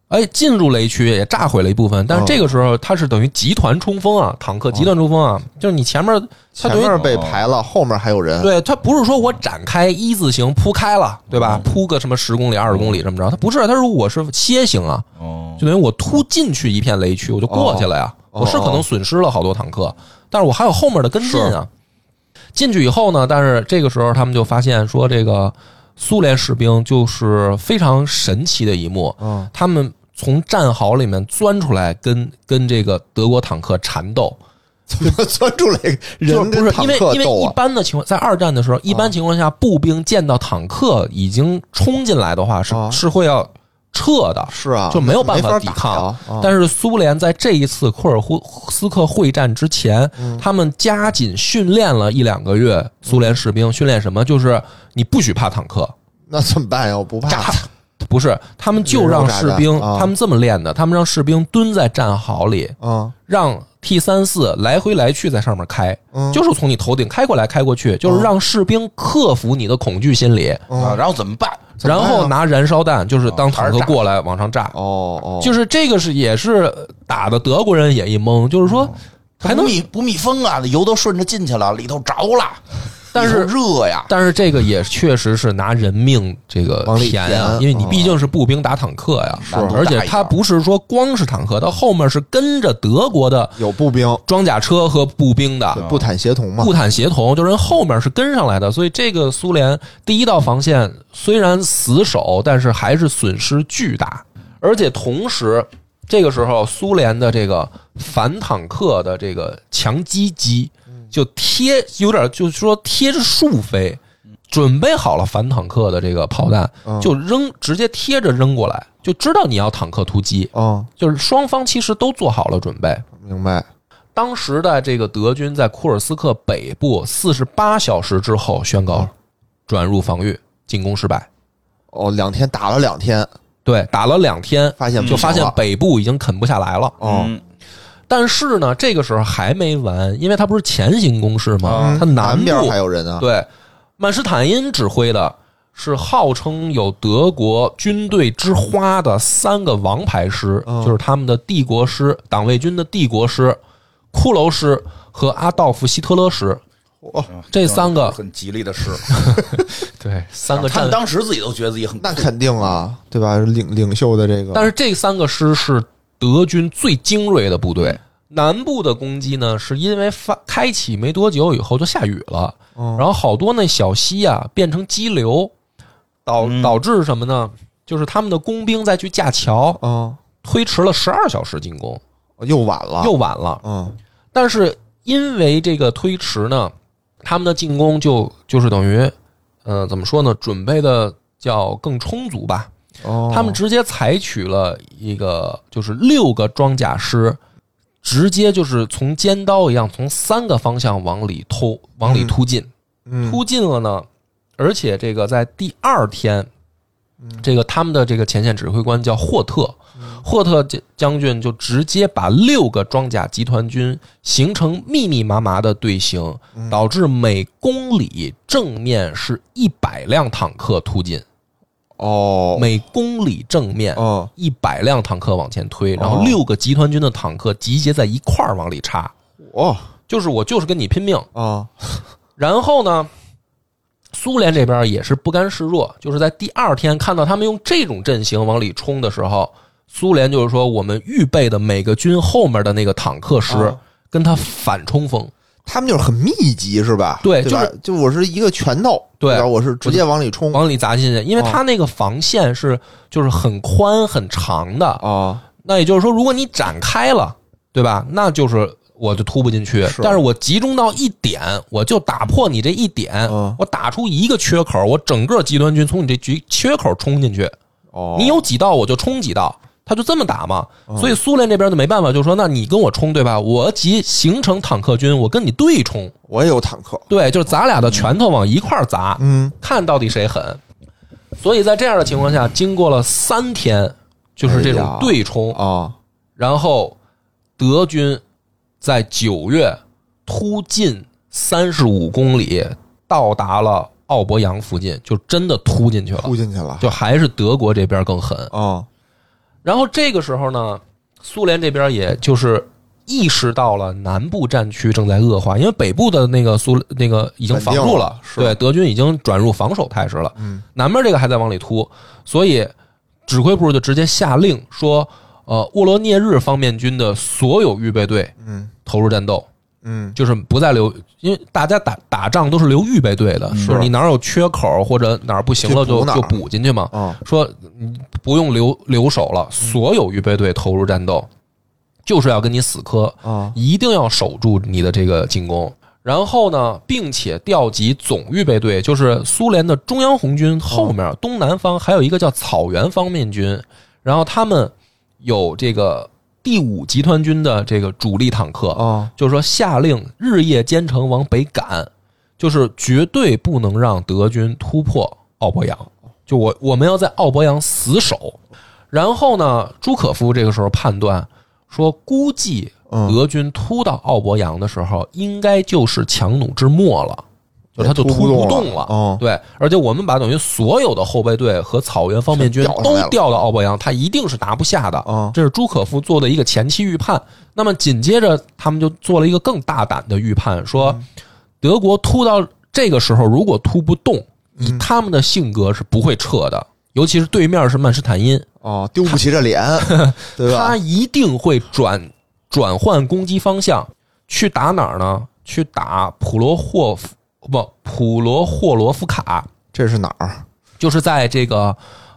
S1: 哎，进入雷区也炸毁了一部分，但是这个时候它是等于集团冲锋啊，坦克集团冲锋啊，就是你前面它
S2: 前
S1: 等于
S2: 面啊被排了，后面还有人，
S1: 对它不是说我展开一字形铺开了，对吧？铺个什么十公里、二十公里这么着，它不是，它如果是楔形啊，
S3: 哦，
S1: 就等于我突进去一片雷区，我就过去了呀。
S2: 哦
S1: 我是可能损失了好多坦克，但是我还有后面的跟进啊。进去以后呢，但是这个时候他们就发现说，这个苏联士兵就是非常神奇的一幕，
S2: 嗯
S1: 他们从战壕里面钻出来跟，跟这个德国坦克缠斗，
S2: 怎么钻出来
S1: 就
S2: 人
S1: 不
S2: 跟
S1: 是
S2: 坦
S1: 因为
S2: 克
S1: 因为
S2: 斗
S1: 一
S2: 啊？
S1: 般的情况，在二战的时候，一般情况下，步兵见到坦克已经冲进来的话，是
S2: 啊
S1: 是会要撤的，
S2: 是啊
S1: 就没有办
S2: 没法
S1: 抵
S2: 打
S1: 抗
S2: 呀啊。
S1: 但是苏联在这一次库尔呼斯克会战之前，
S2: 嗯
S1: 他们加紧训练了一两个月。苏联士兵训练什么？就是你不许怕坦克，
S2: 那怎么办呀？我不怕，
S1: 不是他们就让士
S2: 人肉
S1: 兵
S2: 炸弹啊，
S1: 他们这么练的，他们让士兵蹲在战壕里，
S2: 嗯
S1: 让 T 三四来回来去在上面开，
S2: 嗯
S1: 就是从你头顶开过来开过去，就是让士兵克服你的恐惧心理，
S3: 啊，
S2: 嗯，
S3: 然后怎么办？
S2: 怎么
S1: 然
S2: 办啊
S1: 后拿燃烧弹，就是当坦
S3: 还是
S1: 克
S3: 炸
S1: 过来往上炸。
S2: 哦哦，
S1: 就是这个是也是打的德国人也一懵，就是
S2: 哦
S1: 说还
S3: 不
S1: 能，
S3: 密不密封啊？那油都顺着进去了，里头着了，
S1: 但是
S3: 里头热呀。
S1: 但是这个也确实是拿人命这个
S2: 往里
S1: 填啊，
S2: 填嗯
S1: 因为你毕竟是步兵打坦克呀，
S3: 是
S1: 而且它不是说光是坦克，它后面是跟着德国的
S2: 有步兵，
S1: 装甲车和步兵的，
S2: 对，步坦协同嘛
S1: 布，坦协同，就是人后面是跟上来的，所以这个苏联第一道防线虽然死守，但是还是损失巨大，而且同时这个时候苏联的这个反坦克的这个强击机就贴有点就是说贴着树飞，准备好了反坦克的这个炮弹就扔直接贴着扔过来，就知道你要坦克突击，
S2: 嗯，
S1: 就是双方其实都做好了准备。
S2: 明白，
S1: 当时的这个德军在库尔斯克北部四十八小时之后宣告转入防御，进攻失败。
S2: 哦，两天打了两天，
S1: 对，打了两天，
S2: 发现
S1: 嗯
S2: 不
S1: 就发
S2: 行
S1: 现
S2: 了
S1: 北部已经啃不下来了。
S2: 哦，
S3: 嗯
S1: 但是呢，这个时候还没完，因为它不是前行攻势吗？它
S2: 嗯南边
S1: 部
S2: 还有人啊，
S1: 对，曼施坦因指挥的是号称有德国军队之花的三个王牌师，就是他们的帝国师、党卫军的帝国师、骷髅师和阿道夫·希特勒师。这三个
S3: 嗯很吉利的事，
S1: 对，三个
S3: 他
S1: 战
S3: 们，当时自己都觉得自己很
S2: 那肯定啊，对吧？领领袖的这个，
S1: 但是这三个师是德军最精锐的部队。南部的攻击呢，是因为发开启没多久以后就下雨了，
S2: 嗯
S1: 然后好多那小溪啊变成激流，导
S3: 嗯
S1: 导致什么呢？就是他们的工兵再去架桥，
S2: 嗯，
S1: 推迟了十二小时进攻，
S2: 又晚了，
S1: 又晚了。
S2: 嗯
S1: 但是因为这个推迟呢，他们的进攻就就是等于，呃，怎么说呢？准备的叫更充足吧，
S2: 哦，
S1: 他们直接采取了一个，就是六个装甲师，直接就是从尖刀一样从三个方向往里偷，往里突进，
S2: 嗯
S1: 突进了呢，而且这个在第二天，
S2: 嗯
S1: 这个他们的这个前线指挥官叫霍特，霍特将将军就直接把六个装甲集团军形成密密麻麻的队形，
S2: 嗯
S1: 导致每公里正面是一百辆坦克突进，
S2: 哦，
S1: 每公里正面。
S2: 嗯
S1: 一百辆坦克往前推，然
S2: 哦
S1: 后六个集团军的坦克集结在一块儿往里插，
S2: 哦
S1: 就是我就是跟你拼命。
S2: 啊
S1: 然后呢，苏联这边也是不甘示弱，就是在第二天看到他们用这种阵型往里冲的时候，苏联就是说我们预备的每个军后面的那个坦克师
S2: 啊
S1: 跟他反冲锋，
S2: 他们就是很密集，是吧？
S1: 对
S2: 吧
S1: 就
S2: 就我是一个拳头，
S1: 对
S2: 吧我是直接往里冲
S1: 往里砸进去，因为他那个防线是就是很宽很长的，
S2: 啊，
S1: 那也就是说，如果你展开了，对吧？那就是我就突不进去。
S2: 是
S1: 但是我集中到一点，我就打破你这一点，
S2: 嗯
S1: 我打出一个缺口，我整个集团军从你这局缺口冲进去，
S2: 哦，
S1: 你有几道我就冲几道。他就这么打嘛，
S2: 嗯
S1: 所以苏联这边就没办法，就说那你跟我冲对吧？我集形成坦克军，我跟你对冲，
S2: 我也有坦克，
S1: 对，就是咱俩的拳头往一块儿砸，
S2: 嗯，
S1: 看到底谁狠。所以在这样的情况下，经过了三天，就是这
S2: 哎
S1: 种
S2: 呀
S1: 对冲，
S2: 啊，
S1: 然后德军在九月突进三十五公里，到达了奥伯扬附近，就真的突进去了
S2: 突，进去了，
S1: 就还是德国这边更狠。
S2: 啊，
S1: 然后这个时候呢，苏联这边也就是。意识到了南部战区正在恶化，因为北部的那个苏那个已经防
S2: 稳
S1: 住
S2: 定
S1: 了，
S2: 了是
S1: 对德军已经转入防守态势了。
S2: 嗯，
S1: 南边这个还在往里突，所以指挥部就直接下令说，呃，沃罗涅日方面军的所有预备队
S2: 嗯
S1: 投入战斗，
S2: 嗯
S1: 就是不再留，因为大家打打仗都是留预备队的，就是你哪儿有缺口或者哪儿不行了
S2: 嗯去补
S1: 就
S2: 哪儿
S1: 就补进去嘛。
S2: 啊，
S1: 说你不用留留守了，所有预备队投入战斗，就是要跟你死磕，
S2: 啊
S1: 一定要守住你的这个进攻。然后呢，并且调集总预备队，就是苏联的中央红军后面、东南方还有一个叫草原方面军，然后他们有这个第五集团军的这个主力坦克，
S2: 啊，
S1: 就是说下令日夜兼程往北赶，就是绝对不能让德军突破奥博扬。就我我们要在奥博扬死守。然后呢，朱可夫这个时候判断说，估计德军突到奥博扬的时候，应该就是强弩之末了。就他就
S2: 嗯也突
S1: 突
S2: 不动
S1: 不动
S2: 了哦
S1: 对，而且我们把等于所有的后备队和草原方面军
S2: 全调上
S1: 都
S2: 来了
S1: 调到奥博扬，他一定是拿不下的。
S2: 哦
S1: 这是朱可夫做的一个前期预判。那么紧接着，他们就做了一个更大胆的预判，说德国突到这个时候，如果突不动，以他们的性格是不会撤的，尤其是对面是曼施坦因，
S2: 哦，丢不
S1: *laughs*
S2: 起这脸，对吧
S1: 他？一定会转转换攻击方向，去打哪儿呢？去打普罗霍夫不普罗霍罗夫卡，
S2: 这是哪儿？
S1: 就是在这个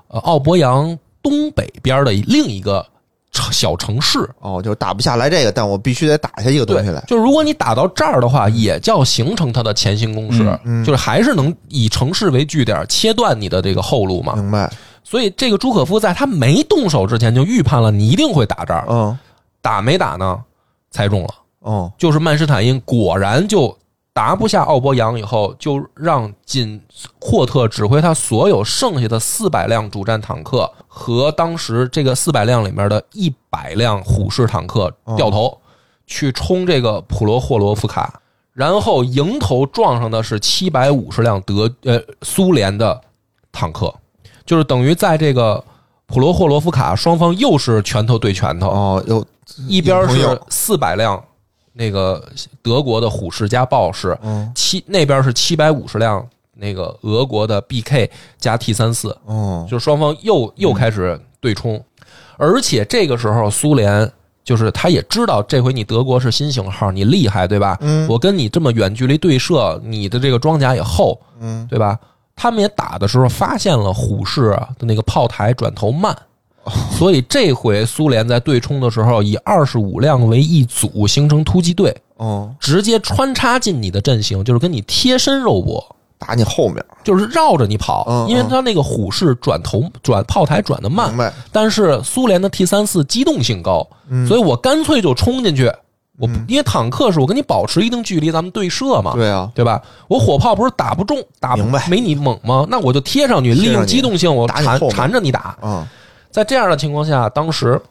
S1: 呃奥博扬东北边的另一个城小城市。
S2: 哦，就是打不下来这个，但我必须得打下一个东
S1: 对
S2: 西来，。
S1: 就如果你打到这儿的话，也叫形成它的前行攻势，就是还是能以城市为据点切断你的这个后路嘛。
S2: 明白？
S1: 所以这个朱可夫在他没动手之前就预判了，你一定会打这儿，
S2: 嗯，
S1: 打没打呢？猜中了，
S2: 哦，
S1: 就是曼施坦因果然就拿不下奥博扬以后，就让仅霍特指挥他所有剩下的四百辆主战坦克和当时这个四百辆里面的一百辆虎式坦克掉头、去冲这个普罗霍罗夫卡，然后迎头撞上的是七百五十辆德呃苏联的坦克，就是等于在这个普罗霍罗夫卡双方又是拳头对拳头，
S2: 哦，又
S1: 一边
S2: 硬
S1: 是
S2: 碰
S1: 四百辆那个德国的虎式加豹式，
S2: 嗯，
S1: 七那边是七百五十辆那个俄国的 BK 加 T 三四，
S2: 哦，
S1: 就是双方又
S2: 嗯
S1: 又开始对冲，而且这个时候苏联。就是他也知道这回你德国是新型号，你厉害对吧？
S2: 嗯
S1: 我跟你这么远距离对射，你的这个装甲也厚，
S2: 嗯，
S1: 对吧？他们也打的时候发现了虎式啊的那个炮台转头慢，
S2: 哦
S1: 所以这回苏联在对冲的时候，以二十五辆为一组，形成突击队，
S2: 哦，
S1: 直接穿插进你的阵型，就是跟你贴身肉搏，
S2: 打你后面，
S1: 就是绕着你
S2: 嗯嗯
S1: 跑，因为他那个虎式转头转炮台转的慢
S2: 明，白？
S1: 但是苏联的 T 三四机动性高，
S2: 嗯
S1: 所以我干脆就冲进去，我不因为坦克是我跟你保持一定距离，咱们对射嘛，
S2: 对啊，
S1: 对吧？我火炮不是打不中，打不
S2: 明白
S1: 没你猛吗？那我就贴上去，
S2: 贴上
S1: 利用
S2: 你
S1: 机动性，我
S2: 打你
S1: 缠
S2: 后面
S1: 缠着你打。
S2: 嗯，
S1: 在这样的情况下，当时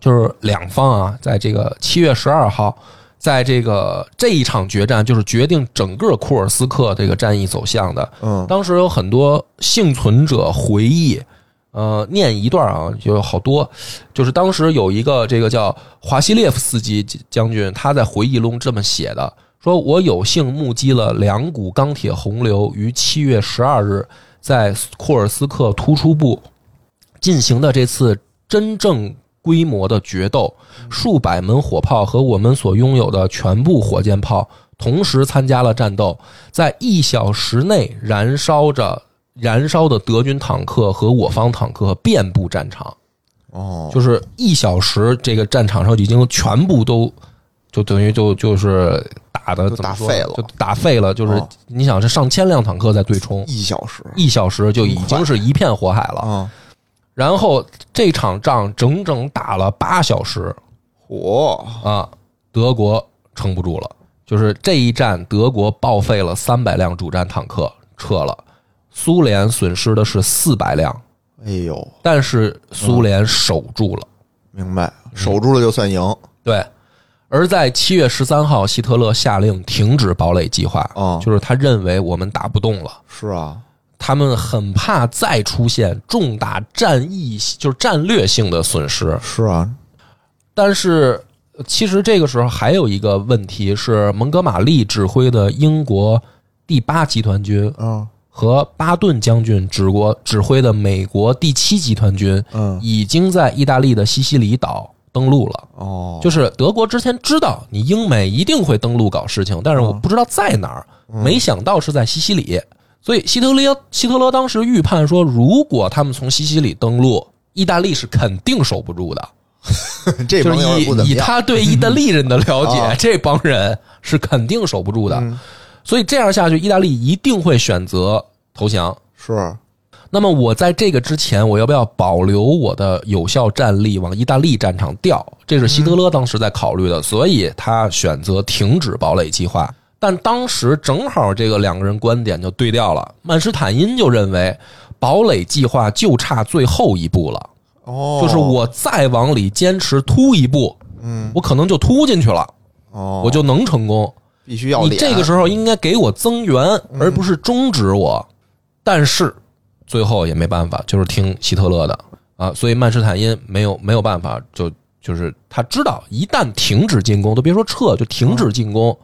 S1: 就是两方啊，在这个七月十二号，在这个这一场决战，就是决定整个库尔斯克这个战役走向的。
S2: 嗯，
S1: 当时有很多幸存者回忆，呃，念一段啊，有好多，就是当时有一个这个叫华西列夫斯基将军，他在回忆中这么写的：说我有幸目击了两股钢铁洪流于七月十二日在库尔斯克突出部进行的这次真正规模的决斗，数百门火炮和我们所拥有的全部火箭炮同时参加了战斗，在一小时内燃烧着燃烧的德军坦克和我方坦克遍布战场，
S2: 哦，
S1: 就是一小时这个战场上已经全部都。就等于就就是打的
S2: 就
S1: 怎么
S2: 打
S1: 说
S2: 废
S1: 呢
S2: 了
S1: 就打废了。就是
S2: 哦
S1: 你想，这上千辆坦克在对冲，
S2: 一小时
S1: 一小时就已经是一片火海了。
S2: 啊，
S1: 然后这场仗整整打了八小时
S2: 嚯，
S1: 啊，德国撑不住了。就是这一战，德国报废了三百辆主战坦克，撤了；苏联损失的是四百辆，
S2: 哎呦，
S1: 但是苏联守住了。
S2: 明白，
S1: 嗯
S2: 守住了就算赢。
S1: 对，而在七月十三号，希特勒下令停止堡垒计划，
S2: 哦
S1: 就是他认为我们打不动了。
S2: 是啊，
S1: 他们很怕再出现重大战役，就是战略性的损失。
S2: 是啊，
S1: 但是呃其实这个时候还有一个问题是，蒙哥马利指挥的英国第八集团军
S2: 嗯
S1: 和巴顿将军指国指挥的美国第七集团军
S2: 嗯，
S1: 已经在意大利的西西里岛登陆了。
S2: 哦，
S1: 就是德国之前知道你英美一定会登陆搞事情，但是我
S2: 哦
S1: 不知道在哪儿，
S2: 嗯
S1: 没想到是在西西里。所以希特勒希特勒当时预判说，如果他们从西西里登陆，意大利是肯定守不住的。
S2: *laughs* 这
S1: 就
S2: 帮
S1: 是
S2: 友不怎
S1: 以以
S2: 么样。
S1: 他对意大利人的了解，
S2: 啊嗯
S1: 这帮人是肯定守不住的。所以这样下去，意大利一定会选择投降。
S2: 是，
S1: 那么我在这个之前，我要不要保留我的有效战力往意大利战场调？这是希特
S2: 嗯
S1: 勒当时在考虑的，所以他选择停止堡垒计划。但当时正好这个两个人观点就对调了，曼施坦因就认为堡垒计划就差最后一步了，
S2: 哦，
S1: 就是我再往里坚持突一步，
S2: 嗯，
S1: 我可能就突进去了，
S2: 哦，
S1: 我就能成功。
S2: 必须要
S1: 你
S2: 脸。嗯
S1: 这个时候应该给我增援，而不是终止我。但是最后也没办法，就是听希特勒的啊，所以曼施坦因没有没有办法，就就是他知道，一旦停止进攻，都别说撤，就停止进攻，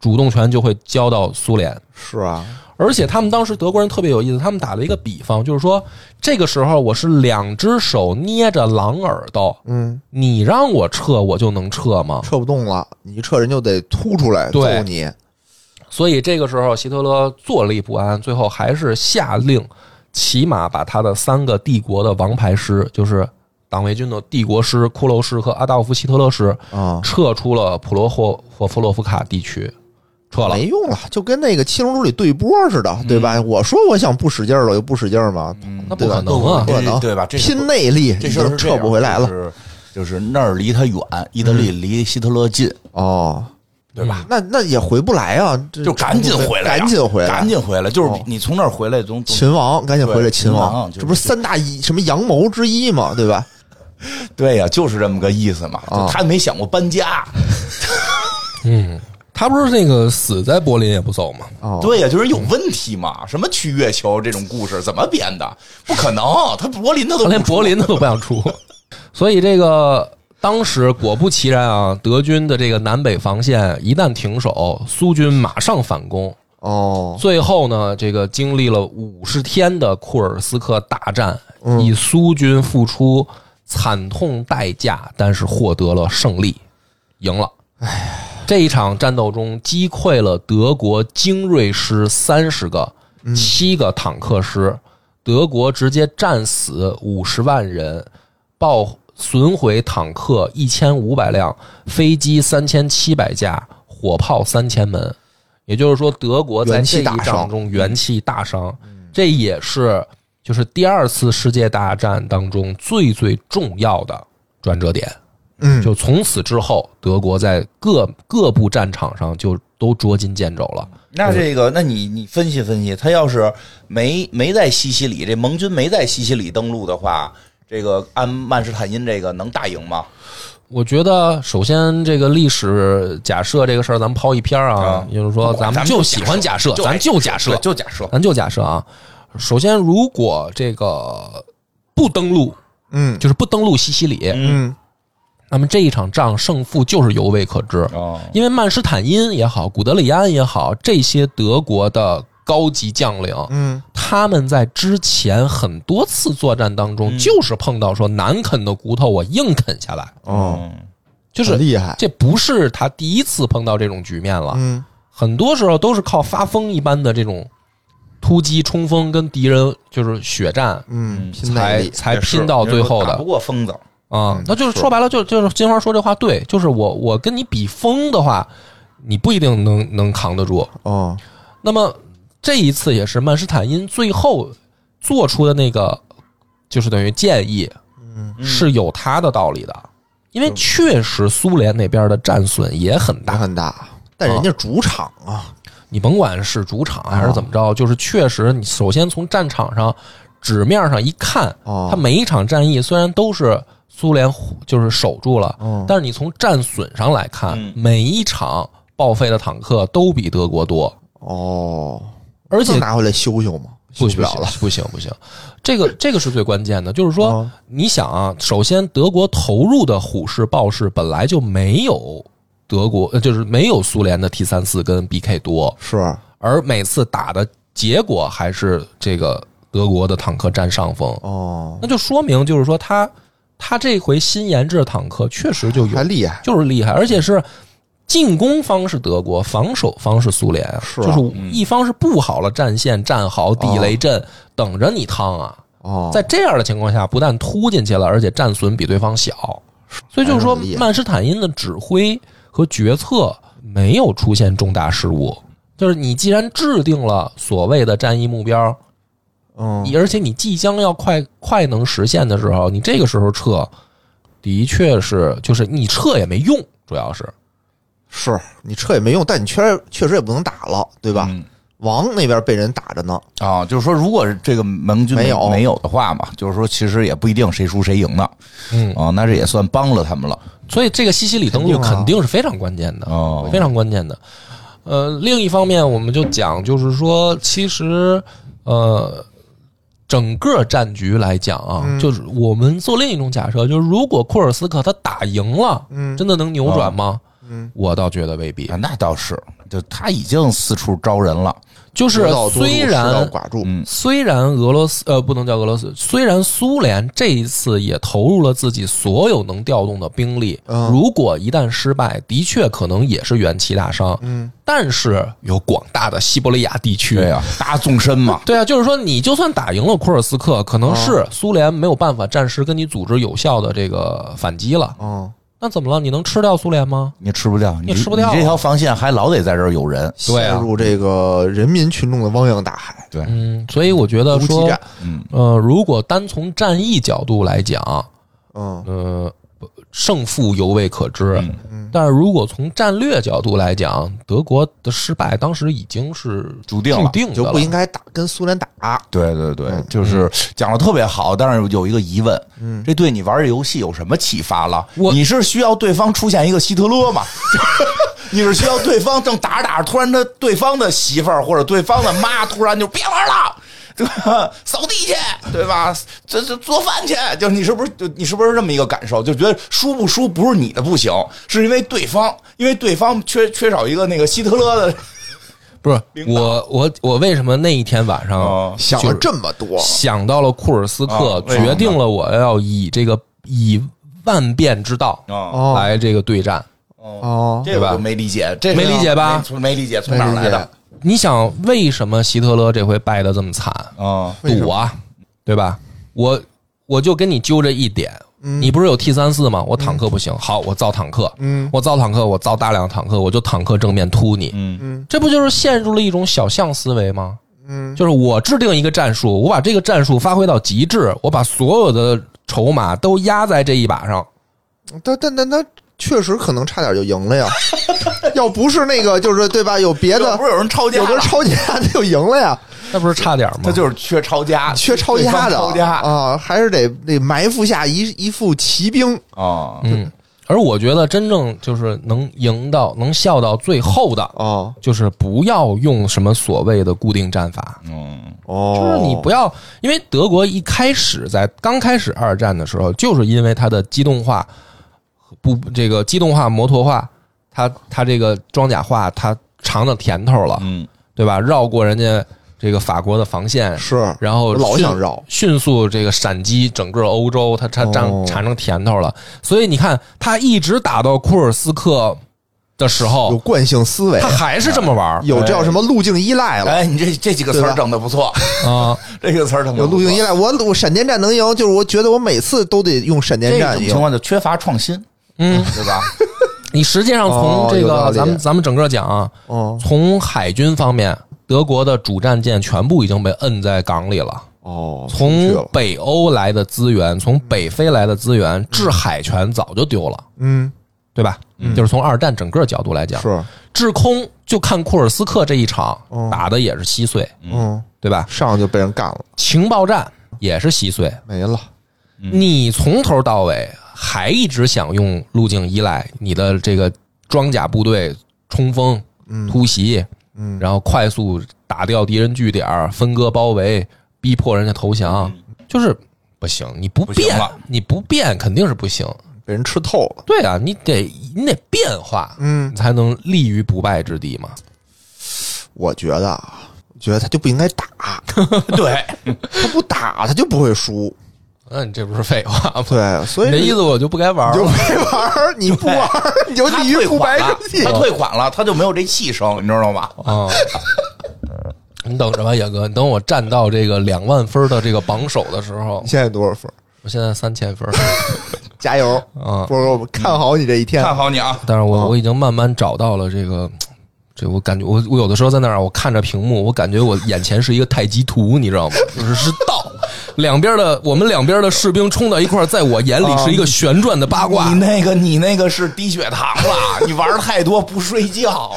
S1: 主动权就会交到苏联。
S2: 是啊，
S1: 而且他们当时德国人特别有意思，他们打了一个比方，就是说这个时候我是两只手捏着狼耳朵，
S2: 嗯，
S1: 你让我撤我就能撤吗？
S2: 撤不动了，你一撤人就得突出来
S1: 对
S2: 揍你。
S1: 所以这个时候，希特勒坐立不安，最后还是下令，起码把他的三个帝国的王牌师，就是党卫军的帝国师、骷髅师和阿道夫·希特勒师，
S2: 啊，
S1: 撤出了普罗霍霍夫洛夫卡地区，撤了。
S2: 没用了，就跟那个《七龙珠》里对波似
S3: 嗯
S2: 的，对吧？我说我想不使劲儿了，我就不使劲儿嘛，
S1: 那不可能啊
S2: 不！可能，
S3: 对吧这是
S2: 拼内力已
S3: 这事儿
S2: 经
S3: 是这
S2: 撤
S3: 样
S2: 不回来
S3: 就
S2: 了。
S3: 是就是那儿离他远，意大
S1: 嗯
S3: 利离希特勒近，
S2: 哦，
S3: 对吧？
S2: 那那也回不来啊，这
S3: 嗯就赶紧回来呀，啊
S2: 赶紧回来，
S3: 赶紧回来！就是
S2: 哦
S3: 你从那儿回来总，总
S2: 秦王，赶紧回来，
S3: 对
S2: 秦
S3: 秦
S2: 王
S3: 王，就是
S2: 这不是三大一什么阳谋之一嘛，对吧？
S3: 对呀、就是这么个意思嘛。
S2: 啊
S3: 就他没想过搬家，
S1: 他不是那个死在柏林也不走吗？
S2: 哦，
S3: 对呀、就是有问题嘛。什么去月球这种故事怎么编的？不可能，他柏林他都
S1: 他连柏林他都不想出。 *laughs* 所以这个当时果不其然啊，德军的这个南北防线一旦停手，苏军马上反攻。
S2: 哦，
S1: 最后呢，这个经历了五十天的库尔斯克大战，以苏军付出惨痛代价，但是获得了胜利，赢了。这一场战斗中击溃了德国精锐师三十个，七个坦克师，德国直接战死五十万人，报损毁坦克一千五百辆，飞机三千七百架，火炮三千门。也就是说，德国在
S2: 元气
S1: 这一
S2: 大伤嗯
S1: 仗中元气大伤，这也是就是第二次世界大战当中最最重要的转折点。
S2: 嗯，
S1: 就从此之后，德国在各各部战场上就都捉襟见肘了。
S3: 那
S2: 嗯
S3: 这个，那你你分析分析，他要是没没在西西里，这盟军没在西西里登陆的话，这个按曼施坦因这个能大赢吗？
S1: 我觉得，首先这个历史假设这个事儿，咱们抛一篇儿啊
S3: 啊，
S1: 也就是说，
S3: 不管
S1: 们
S3: 咱们
S1: 就
S3: 就
S1: 喜欢假
S3: 假
S1: 设
S3: 设，就
S1: 咱
S3: 爱
S1: 就假设
S3: 对，就假设，
S1: 咱就假设啊。首先，如果这个不登陆，
S2: 嗯
S1: 就是不登陆西西里，
S2: 嗯，
S1: 那么这一场仗胜负就是犹未可知。
S3: 哦，
S1: 因为曼施坦因也好，古德里安也好，这些德国的高级将领，
S2: 嗯，
S1: 他们在之前很多次作战当中，就是碰到说难啃的骨头我硬啃下来，
S3: 嗯
S2: 哦，
S1: 就是
S2: 很厉害，
S1: 这不是他第一次碰到这种局面了，
S2: 嗯，
S1: 很多时候都是靠发疯一般的这种突击冲锋跟敌人就是血战。
S2: 嗯，拼耐
S1: 才
S2: 力，
S1: 才
S3: 也是
S1: 拼到最后
S3: 打不
S1: 的
S3: 过疯子，
S1: 啊、那就是
S2: 嗯是
S1: 说白了，就就是金花说这话对，就是我我跟你比疯的话，你不一定能能扛得住。
S2: 哦，
S1: 那么这一次也是曼施坦因最后做出的那个，就是等于建议，
S2: 嗯
S3: 嗯
S1: 是有他的道理的，因为确实苏联那边的战损也很
S2: 打
S1: 大，
S2: 很大，但人家主场啊，
S1: 你甭管是主场啊还是怎么着，就是确实你首先从战场上纸面上一看，
S2: 哦
S1: 他每一场战役虽然都是。苏联就是守住了，
S2: 哦
S1: 但是你从战损上来看，
S3: 嗯
S1: 每一场报废的坦克都比德国多，
S2: 哦，
S1: 而且
S2: 能拿回来修修吗？修
S1: 不
S2: 不了了，，
S1: *laughs* 不行不行，这个这个是最关键的，就是说，
S2: 哦
S1: 你想啊，首先德国投入的虎式、豹式本来就没有德国，呃就是没有苏联的 T 三四跟 BK 多，
S2: 是，
S1: 而每次打的结果还是这个德国的坦克占上风，
S2: 哦，
S1: 那就说明就是说他他这回新研制的坦克确实就有
S2: 还厉害，
S1: 就是厉害，而且是进攻方是德国，防守方是苏联啊，
S2: 是啊嗯
S1: 就是一方是布好了战线、战壕、地雷阵，等着你趟啊。
S2: 哦，
S1: 在这样的情况下，不但突进去了，而且战损比对方小，所以就是说
S2: 还是很厉，害
S1: 曼施坦因的指挥和决策没有出现重大失误。就是你既然制定了所谓的战役目标，
S2: 嗯，
S1: 你而且你即将要快快能实现的时候，你这个时候撤，的确是就是你撤也没用，主要是
S2: 是你撤也没用，但你确实确实也不能打了，对吧？
S3: 嗯
S2: 王那边被人打着呢，
S3: 啊，就是说，如果是这个盟军
S2: 没有
S3: 没有的话嘛，就是说，其实也不一定谁输谁赢呢。
S1: 嗯
S3: 啊，那这也算帮了他们了。
S1: 所以这个西西里登陆
S2: 肯定啊
S1: 肯定是非常关键的，
S3: 哦
S1: 非常关键的。呃，另一方面，我们就讲，就是说，其实呃，整个战局来讲啊，
S2: 嗯
S1: 就是我们做另一种假设，就是如果库尔斯克他打赢了，
S2: 嗯
S1: 真的能扭转吗？
S2: 嗯，
S1: 我倒觉得未必
S3: 啊。那倒是，就他已经四处招人了。
S1: 就是
S2: 知道多助
S1: 虽
S2: 知道
S1: 然
S2: 寡助，
S3: 嗯
S1: 虽然俄罗斯呃不能叫俄罗斯，虽然苏联这一次也投入了自己所有能调动的兵力，
S2: 嗯
S1: 如果一旦失败，的确可能也是元气大伤。
S2: 嗯，
S1: 但是有广大的西伯利亚地区，。
S3: 对啊呀、大纵深嘛
S1: 对啊，就是说你就算打赢了库尔斯克，可能是苏联没有办法暂时跟你组织有效的这个反击了，
S2: 嗯，
S1: 那怎么了？你能吃掉苏联吗？
S3: 你吃不掉，你
S1: 你吃不掉啊
S3: 你这条防线还老得在这儿有人。
S1: 对啊
S2: 陷入这个人民群众的汪洋大海，
S3: 对，
S1: 嗯，所以我觉
S2: 突
S1: 得
S2: 击
S1: 说，
S2: 战，
S3: 嗯，
S1: 呃，如果单从战役角度来讲，
S2: 嗯
S1: 呃，不胜负犹未可知。
S3: 嗯
S1: 但是如果从战略角度来讲，德国的失败当时已经是
S3: 注定了
S1: 注定的
S2: 就
S1: 了
S2: 不应该打跟苏联打，
S3: 对对对，就是讲的特别好，但是有一个疑问，嗯，这对你玩这游戏有什么启发了？
S1: 我
S3: 你是需要对方出现一个希特勒吗？ *laughs* 你是需要对方正打着打着，突然他对方的媳妇儿或者对方的妈突然就别玩了。对吧？扫地去，对吧？这这做饭去，就你是不是就你是不是这么一个感受？就觉得输不输不是你的不行，是因为对方，因为对方缺缺少一个那个希特勒的
S1: 不是
S3: 领导
S1: 我我我为什么那一天晚上
S3: 哦
S2: 想
S1: 就
S2: 了
S1: 是
S2: 这么多，
S1: 想到了库尔斯克，
S3: 啊为什么呢
S1: 决定了我要以这个以万变之道
S3: 啊
S2: 哦
S1: 来这个对战。
S2: 哦，
S3: 这个我就没理解，这个
S1: 没理解吧
S3: 没从没理解从哪儿
S2: 没理
S3: 来
S2: 解
S3: 的？
S1: 你想为什么希特勒这回败得这么惨？
S3: 啊
S2: 为什么
S1: 赌啊，对吧？我我就跟你揪这一点，你不是有 T 三四吗？我坦克不行，好，我造坦克，
S2: 嗯
S1: 我造坦克，我造大量坦克，我就坦克正面突你，
S3: 嗯
S1: 这不就是陷入了一种小项思维吗？
S2: 嗯，
S1: 就是我制定一个战术，我把这个战术发挥到极致，我把所有的筹码都压在这一把上。
S2: 但但但他确实可能差点就赢了呀，要不是那个就是对吧？有别的
S3: 不是有人抄家
S2: 哎有
S3: 了，
S2: 个人抄家，他就赢了呀，
S1: 那不是差点吗？
S3: 他就是缺抄家，
S2: 缺抄家的
S3: 对方抄家
S2: 啊，还是得得埋伏下一一副骑兵，哦
S3: 啊
S1: 嗯。而我觉得真正就是能赢到、能笑到最后的，
S2: 哦
S1: 就是不要用什么所谓的固定战法，
S3: 嗯
S2: 哦，
S1: 就是你不要，因为德国一开始在刚开始二战的时候，就是因为它的机动化不这个机动化摩托化，它它这个装甲化，它尝到甜头了，
S3: 嗯
S1: 对吧？绕过人家这个法国的防线，
S2: 是
S1: 然后哦
S2: 我老
S1: 迅
S2: 想绕
S1: 迅速这个闪击整个欧洲，它它
S2: 哦
S1: 尝尝成甜头了。所以你看，他一直打到库尔斯克的时
S2: 有
S1: 候，
S2: 惯性思维
S1: 他，还是这么玩儿
S2: 有这叫什么路径依赖了。
S3: 哎，你这这几个词
S2: 对
S3: 儿
S2: 吧哦
S3: 整的不错，
S1: 啊。
S3: *laughs* 这个词儿整的
S2: 有路径依赖，我我闪电战能赢，就是我觉得我每次都得用闪电
S3: 这
S2: 战
S3: 种
S2: 赢
S3: 情。况就缺乏创新，
S1: 嗯，
S3: 对
S2: *laughs*
S3: 吧？
S1: 你实际上从
S2: 哦
S1: 这
S2: 有道
S1: 个
S2: 理
S1: 咱们咱们整个讲啊，
S2: 哦
S1: 从海军方面，德国的主战舰全部已经被摁在港里了。
S2: 哦，出去
S1: 从
S2: 了
S1: 北欧来的资源，从北非来的资源，制海权早就丢了，
S2: 嗯
S1: 对吧？就是从二战整个角度来讲，
S2: 是
S1: 制空就看库尔斯克这一场打的也是稀碎，
S2: 哦嗯
S1: 对吧？
S2: 上就被人干了，
S1: 情报战也是稀碎。
S2: 没了。
S1: 你从头到尾还一直想用路径依赖你的这个装甲部队冲锋、突袭，
S2: 嗯
S1: 然后快速打掉敌人据点，分割包围，逼迫人家投降，就是不行，你嗯不
S3: 不行
S1: 变
S3: 了，
S1: 你不变肯定是不行。
S2: 被人吃透了。
S1: 对啊，你得你得变化，
S2: 嗯
S1: 你才能立于不败之地嘛。
S2: 我觉得啊，我觉得他就不应该打， *laughs*
S3: 对，
S2: 他不打他就不会输。
S1: 那你这不是废话吗？
S2: 对，所以
S1: 你的意思我就不该玩
S2: 你就
S1: 了。
S2: 没玩儿，你不玩儿，你就
S3: 他
S2: 立于
S3: 退
S2: 不白
S3: 款了
S2: 之，地
S3: 他。退款了，他就没有这气声，你知道吗？
S1: 啊、你等着吧，野哥，你等我站到这个两万分的这个榜首的时候
S2: 你，现在多少分？
S1: 我现在三千分，
S2: 加油！
S3: 嗯
S1: 啊！
S2: 波哥，我们看好你这一天。
S3: 看好你啊！
S1: 但是
S2: 啊
S1: 我我已经慢慢找到了这个，这我感觉我我有的时候在那儿，我看着屏幕，我感觉我眼前是一个太极图，你知道吗？就是是道， *laughs* 两边的我们两边的士兵冲到一块儿，在我眼里是一个旋转的八卦
S3: 啊你。那个你那个是低血糖了，你玩儿太多不睡觉。
S2: 好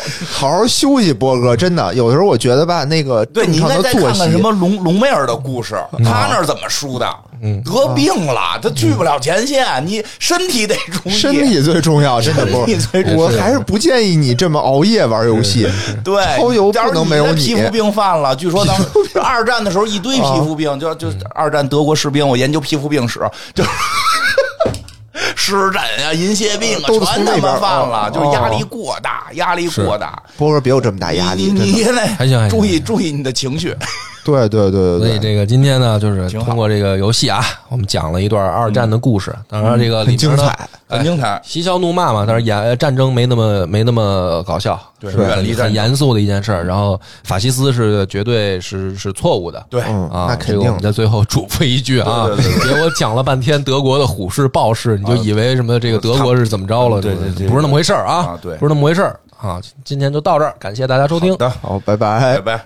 S2: 好休息，波哥，真的，有的时候我觉得吧，那个
S3: 对
S2: 正
S3: 你应
S2: 常
S3: 该
S2: 的
S3: 再
S2: 作
S3: 看
S2: 息，
S3: 看什么隆隆妹儿的故事，
S1: 嗯
S3: 她那儿怎么输的？得病了，她去不了前线，你身体得注意。
S2: 身体最重要，真的
S3: 身
S2: 不
S3: 体最重
S1: 要
S2: 我还是不建议你这么熬夜玩游戏。
S3: 对，
S2: 超油
S3: 假如
S2: 不能没有你
S3: 皮肤病犯了，据说当时二战的时候一堆皮肤
S2: 啊
S3: 病，就就二战德国士兵，我研究皮肤病史，就是 *laughs* 湿疹啊、银屑病啊，
S2: 都是
S3: 全
S2: 从那
S3: 他
S2: 边
S3: 妈
S2: 儿
S3: 犯了，
S2: 哦
S3: 就是压力过大，压力过大。
S2: 波哥别有这么大压力，
S3: 你
S2: 真
S3: 你
S2: 的。
S3: 现在
S1: 还行还行哎
S3: 注意注意你的情绪。
S2: 对对对
S1: 所以
S2: 对对，
S1: 这个今天呢，就是
S3: 挺好嗯
S1: 通过这个游戏啊，我们讲了一段二战的故事。当然，这个里边
S2: 很精
S1: 呢
S2: 彩，
S3: 很精彩，
S1: 嬉笑怒骂嘛，但是演战争没那么没那么搞笑，
S3: 对
S1: 是吧
S3: 远离战争
S1: 很严肃的一件事儿。然后法西斯是绝对是是错误的，
S3: 对，
S2: 嗯，
S1: 啊，
S2: 那肯
S1: 这个我
S2: 定
S1: 们。在最后嘱咐一句啊，
S3: 对对对啊
S1: 结果讲了半天德国的虎式豹式，你就以为什么这个德国是怎么着了？
S3: 对对对
S1: 不是那么回事儿啊
S3: 啊对
S1: 不是那么回事儿啊。今天就到这儿，感谢大家收听
S3: 好。的，
S2: 好，拜拜
S3: 拜。拜。